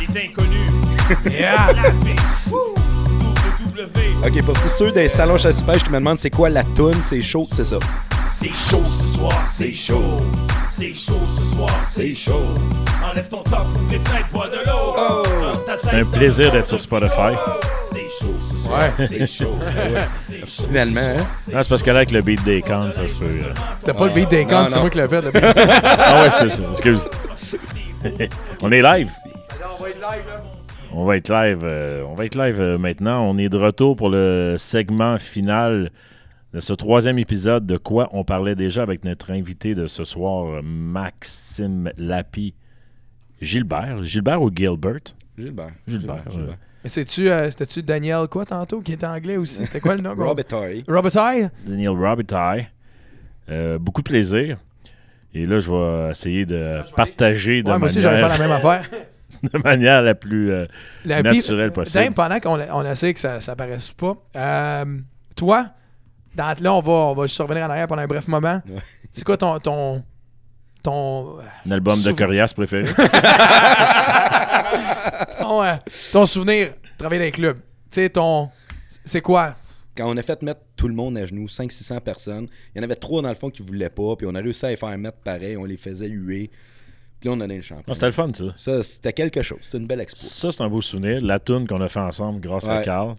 Speaker 8: Les inconnus. La paix.
Speaker 5: Ok, pour tous ceux des salons chasse-pêche qui me demandent c'est quoi la toune, c'est chaud, c'est ça.
Speaker 8: C'est chaud ce soir, c'est chaud. C'est chaud ce soir, c'est chaud. Enlève ton top, ouvre les fenêtres, bois de l'eau. Rentre ta tête
Speaker 1: Oh. C'est un
Speaker 8: dans
Speaker 1: plaisir
Speaker 8: le
Speaker 1: d'être sur Spotify.
Speaker 8: C'est chaud ce soir, c'est chaud. C'est chaud ce
Speaker 5: Finalement,
Speaker 8: soir,
Speaker 5: hein?
Speaker 8: c'est
Speaker 1: Non, Ah, c'est parce que là, avec le beat des cons, ça se peut. euh.
Speaker 2: T'as pas le beat des
Speaker 5: Non,
Speaker 2: cons, c'est
Speaker 5: non.
Speaker 2: moi qui l'ai fait. le beat.
Speaker 1: Ah ouais, c'est ça. Excuse. on est live. On va être live. euh, on va être live euh, maintenant. On est de retour pour le segment final de ce troisième épisode de quoi on parlait déjà avec notre invité de ce soir, euh, Maxime Lapi Gilbert. Gilbert ou Gilbert?
Speaker 5: Gilbert.
Speaker 1: Gilbert. euh,
Speaker 2: Mais c'est-tu, euh, c'était-tu Daniel quoi tantôt, qui était anglais aussi? C'était quoi le nom? gros?
Speaker 5: Robert Torrey.
Speaker 2: Robert Eye?
Speaker 1: Daniel Robitaille. Euh, beaucoup de plaisir. Et là, je vais essayer de partager de,
Speaker 2: Ouais, Ah, moi aussi, j'allais faire la
Speaker 1: manière,
Speaker 2: même affaire.
Speaker 1: de manière la plus euh,
Speaker 2: La pire-
Speaker 1: naturelle possible.
Speaker 2: Dame, pendant qu'on on essaie que ça, ça paraisse pas, euh, toi, dans, là, on va, on va juste revenir en arrière pendant un bref moment.
Speaker 5: Ouais.
Speaker 2: C'est quoi ton. ton, ton,
Speaker 1: Mon album de
Speaker 2: Souvent.
Speaker 1: Corias préféré.
Speaker 2: ton, euh, ton souvenir, travailler dans les clubs? Tu sais, ton. C'est quoi?
Speaker 5: Quand on a fait mettre tout le monde à genoux, 500-600 personnes, il y en avait trois dans le fond qui voulaient pas, puis on a réussi à les faire mettre pareil, on les faisait huer, puis là, on a donné le champion.
Speaker 1: Ah, C'était le fun, ça.
Speaker 5: Ça, c'était quelque chose. C'était une belle expo.
Speaker 1: Ça, c'est un beau souvenir. La tune qu'on a fait ensemble grâce à
Speaker 5: Ouais.
Speaker 1: Carl.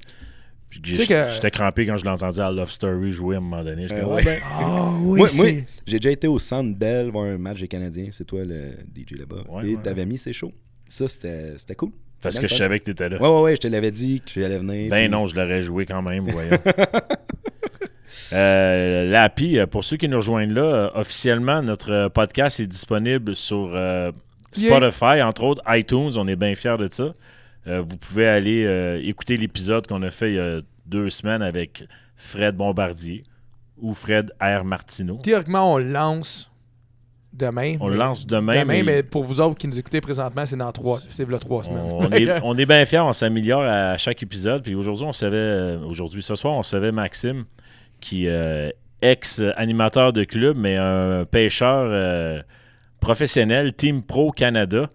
Speaker 1: J-
Speaker 2: sais que-
Speaker 1: j- J'étais crampé quand je l'entendais à Love Story jouer à un moment donné. J'étais
Speaker 5: Euh,
Speaker 1: comme,
Speaker 5: ouais.
Speaker 1: ah, ben-
Speaker 2: Ah oui,
Speaker 5: moi,
Speaker 2: c'est-
Speaker 5: moi, j'ai déjà été au Centre Bell voir un match des Canadiens. C'est toi le DJ là-bas.
Speaker 1: Ouais,
Speaker 5: Et
Speaker 1: ouais.
Speaker 5: t'avais mis, c'est chaud. Ça, c'était c'était cool.
Speaker 1: ben, Parce
Speaker 5: Bien
Speaker 1: que
Speaker 5: le
Speaker 1: je
Speaker 5: fun.
Speaker 1: savais que t'étais là.
Speaker 5: Ouais, ouais, ouais, je te l'avais dit que j'allais venir.
Speaker 1: Ben
Speaker 5: puis-
Speaker 1: non, je l'aurais joué quand même, voyons. Euh, L'API, euh, pour ceux qui nous rejoignent là, euh, officiellement, notre euh, podcast est disponible sur euh, Spotify, entre autres iTunes. On est bien fiers de ça. Euh, vous pouvez aller euh, écouter l'épisode qu'on a fait il y a deux semaines avec Fred Bombardier ou Fred R. Martineau.
Speaker 2: Théoriquement, on lance demain.
Speaker 1: On
Speaker 2: mais-
Speaker 1: le lance demain.
Speaker 2: Demain,
Speaker 1: mais-
Speaker 2: mais... pour vous autres qui nous écoutez présentement, c'est dans trois, c'est le trois semaines.
Speaker 1: On est, on est bien fiers, on s'améliore à chaque épisode. Puis aujourd'hui, on savait, euh, aujourd'hui, ce soir, on savait Maxime, qui est ex-animateur de club, mais un pêcheur euh, professionnel, Team Pro Canada.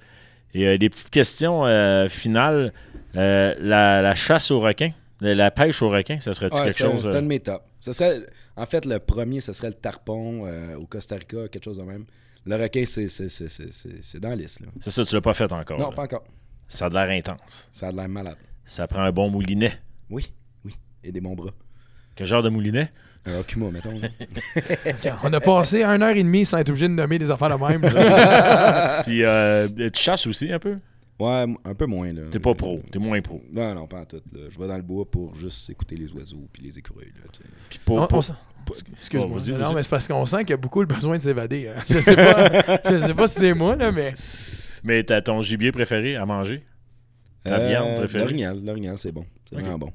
Speaker 1: Et euh, des petites questions euh, finales. Euh, la, la chasse au requin, la, la pêche au requin, ça serait-tu
Speaker 5: Ouais,
Speaker 1: quelque
Speaker 5: c'est un-
Speaker 1: chose?
Speaker 5: C'est
Speaker 1: euh,
Speaker 5: un de mes tops. Ce serait, en fait, le premier, ce serait le tarpon euh, au Costa Rica, quelque chose de même. Le requin, c'est c'est- c'est- c'est- c'est- c'est dans la liste. Là.
Speaker 1: C'est ça, tu l'as pas fait encore.
Speaker 5: Non,
Speaker 1: là.
Speaker 5: pas encore.
Speaker 1: Ça a de l'air intense.
Speaker 5: Ça a de l'air malade.
Speaker 1: Ça prend un bon moulinet.
Speaker 5: Oui, oui. Et des bons bras.
Speaker 1: Quel genre de moulinet?
Speaker 5: Un Okuma, mettons. là.
Speaker 2: On a passé une heure et demie sans être obligé de nommer des affaires de même.
Speaker 5: Ah.
Speaker 1: Puis euh, tu chasses aussi un peu?
Speaker 5: ouais, m- un peu moins. là.
Speaker 1: T'es pas pro, t'es moins pro.
Speaker 5: Non, non, pas en tout. là. Je vais dans le bois pour juste écouter les oiseaux puis les écureuils. là, tu sais.
Speaker 1: Puis pour,
Speaker 2: On- on
Speaker 1: pour-
Speaker 2: sent-
Speaker 1: pour-
Speaker 2: Excuse-moi.
Speaker 1: Oh, vas-y,
Speaker 2: non,
Speaker 1: vas-y.
Speaker 2: mais c'est parce qu'on sent qu'il y a beaucoup le besoin de s'évader. hein. Je sais pas, je sais pas si c'est moi, là, mais
Speaker 1: Mais t'as ton gibier préféré à manger? Ta
Speaker 5: Euh,
Speaker 1: viande préférée?
Speaker 5: L'orignal, l'orignal, c'est bon. C'est
Speaker 1: Ok.
Speaker 5: vraiment bon.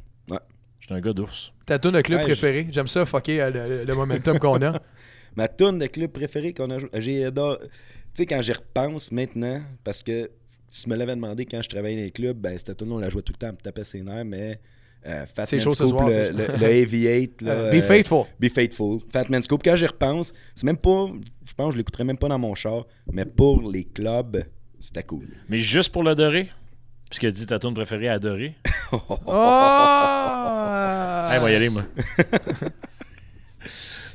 Speaker 1: J'étais un gars d'ours.
Speaker 2: ta tourne de club
Speaker 5: Ouais,
Speaker 2: préféré. J'aime ça, fucker euh, le, le momentum qu'on a.
Speaker 5: Ma tourne de club préférée qu'on a joué, j'ai adoré. Tu sais, quand j'y repense maintenant, parce que si tu me l'avais demandé quand je travaillais dans les clubs, ben, cette tourne, on la jouait tout le temps, on me tapait ses nerfs, mais euh, Fat
Speaker 2: C'est
Speaker 5: Man
Speaker 2: chaud ce
Speaker 5: Scoop,
Speaker 2: soir,
Speaker 5: le,
Speaker 2: c'est
Speaker 5: le,
Speaker 2: chaud.
Speaker 5: le Heavy Eight, là,
Speaker 2: Euh, Be
Speaker 5: euh,
Speaker 2: faithful.
Speaker 5: Be Faithful. Fat Man Scoop, quand j'y repense, c'est même pas, je pense, que je l'écouterais même pas dans mon char, mais pour les clubs, c'était cool.
Speaker 1: Mais juste pour le doré? Puisque dit ta tourne préférée à doré.
Speaker 2: Oh!
Speaker 1: Hey, moi y aller, moi.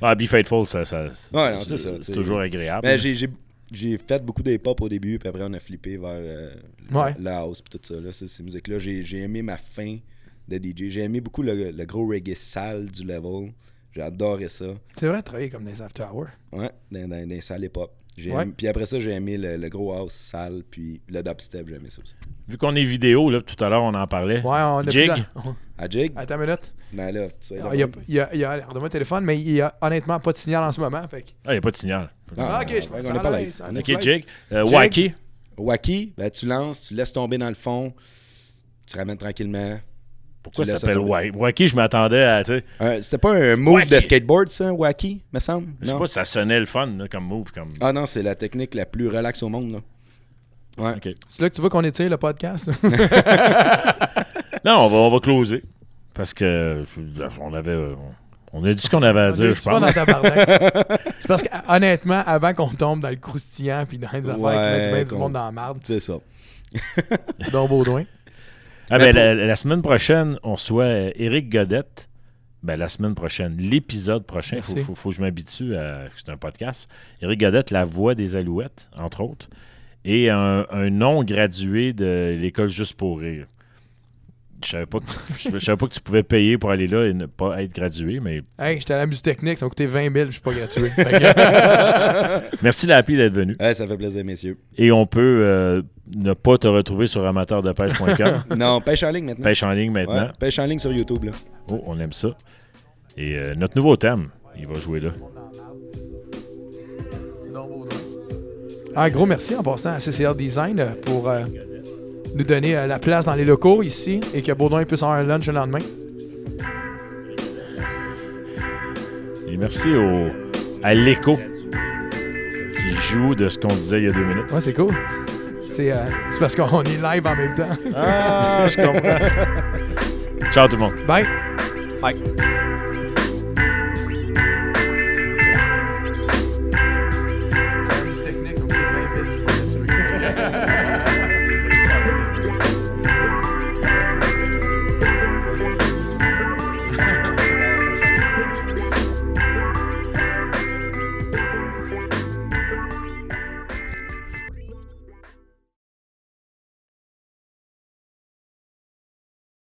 Speaker 1: ah, Be Faithful, ça, ça-
Speaker 5: Ouais, non, c'est ça,
Speaker 1: C'est
Speaker 5: t'sais.
Speaker 1: toujours
Speaker 2: Ah,
Speaker 1: agréables.
Speaker 2: ben
Speaker 5: Mais Ben, j'ai- j'ai j'ai fait beaucoup des pop au début, puis après on a flippé vers euh,
Speaker 2: Ouais.
Speaker 5: la house puis tout ça, là, ces, ces musiques-là. J'ai j'ai aimé ma fin de DJ. J'ai aimé beaucoup le, le gros reggae sale du level. J'ai adoré ça.
Speaker 2: C'est vrai, travailler comme des after hours.
Speaker 5: Ouais, dans, dans, dans les salles hip-hop. J'ai
Speaker 2: Ouais.
Speaker 5: aimé- Puis après ça, j'ai aimé le, le gros house sale, puis le dubstep, j'ai aimé ça aussi.
Speaker 1: Vu qu'on est vidéo, là, tout à l'heure, on en parlait.
Speaker 2: Ouais, on a plus
Speaker 1: Jig?
Speaker 2: la-
Speaker 5: À Jig,
Speaker 2: Attends une minute.
Speaker 5: dans là, tu sais,
Speaker 2: Il Ah, y a, il y a, il y a- regarde-moi le téléphone, mais il y a honnêtement pas de signal en ce moment. Fait. que-
Speaker 1: Ah, y a pas de signal.
Speaker 2: Ah, ok, je
Speaker 5: on est
Speaker 2: pense que ça
Speaker 5: pas
Speaker 2: allait,
Speaker 5: live.
Speaker 2: ça
Speaker 5: On
Speaker 2: allait.
Speaker 5: est
Speaker 1: Ok,
Speaker 5: live.
Speaker 1: Jig. Euh,
Speaker 2: Jig.
Speaker 1: Wacky.
Speaker 5: Wacky, ben, tu lances, tu laisses tomber dans le fond, tu ramènes tranquillement.
Speaker 1: Pourquoi
Speaker 5: Tu
Speaker 1: ça
Speaker 5: laisses
Speaker 1: s'appelle
Speaker 5: tomber.
Speaker 1: Wacky? Wacky, je m'attendais à. tu sais,
Speaker 5: Euh, C'était pas un move de
Speaker 1: Wacky.
Speaker 5: skateboard, ça, Wacky, me semble?
Speaker 1: Je sais
Speaker 5: Non.
Speaker 1: pas si ça sonnait le fun là, comme move. Comme...
Speaker 5: Ah non, c'est la technique la plus relaxe au monde. Là. Ouais.
Speaker 1: Ok.
Speaker 2: C'est là que tu vois qu'on étire le podcast.
Speaker 1: Non, on va, on va closer. Parce que je- on avait. euh, On a dit ce qu'on avait à
Speaker 2: On a eu
Speaker 1: dire,
Speaker 2: du
Speaker 1: je
Speaker 2: fun
Speaker 1: pense.
Speaker 2: en tabarnak. C'est parce que honnêtement, avant qu'on tombe dans le croustillant puis dans les affaires qui mettent bien du
Speaker 5: qu'on-
Speaker 2: monde dans la marde,
Speaker 5: C'est ça.
Speaker 2: dont Baudouin.
Speaker 1: Ah, ben,
Speaker 5: Mais
Speaker 1: la, la semaine prochaine, on reçoit euh, Eric Godette. Ben, la semaine prochaine, l'épisode prochain, il faut,
Speaker 2: Merci.
Speaker 1: faut- faut que je m'habitue à c'est un podcast. Eric Godette, la voix des Alouettes, entre autres, et un, un non gradué de l'école Juste pour Rire. Je savais pas que, je savais pas que tu pouvais payer pour aller là et ne pas être gradué, mais
Speaker 2: Hey, j'étais à la musique technique, ça m'a coûté 20 000, je suis pas gratuit. Fait que-
Speaker 1: merci Lapi d'être venu.
Speaker 5: Ouais, Eh, ça fait plaisir, messieurs.
Speaker 1: Et on peut euh, ne pas te retrouver sur amateurdepêche.com.
Speaker 5: Non, pêche en ligne maintenant.
Speaker 1: Pêche en ligne
Speaker 5: Ouais,
Speaker 1: maintenant.
Speaker 5: pêche en ligne sur YouTube. Là.
Speaker 1: Oh, on aime ça. Et euh, notre nouveau thème, il va jouer là.
Speaker 2: Un Ah, gros merci en passant à CCR Design euh, pour euh, nous donner euh, la place dans les locaux ici et que Baudouin puisse avoir un lunch le lendemain.
Speaker 1: Et merci au, à l'écho qui joue de ce qu'on disait il y a deux minutes.
Speaker 2: Ouais, c'est cool. C'est euh, c'est parce qu'on est live en même temps.
Speaker 1: Ah, je comprends. Ciao tout le monde.
Speaker 2: Bye!
Speaker 3: Bye.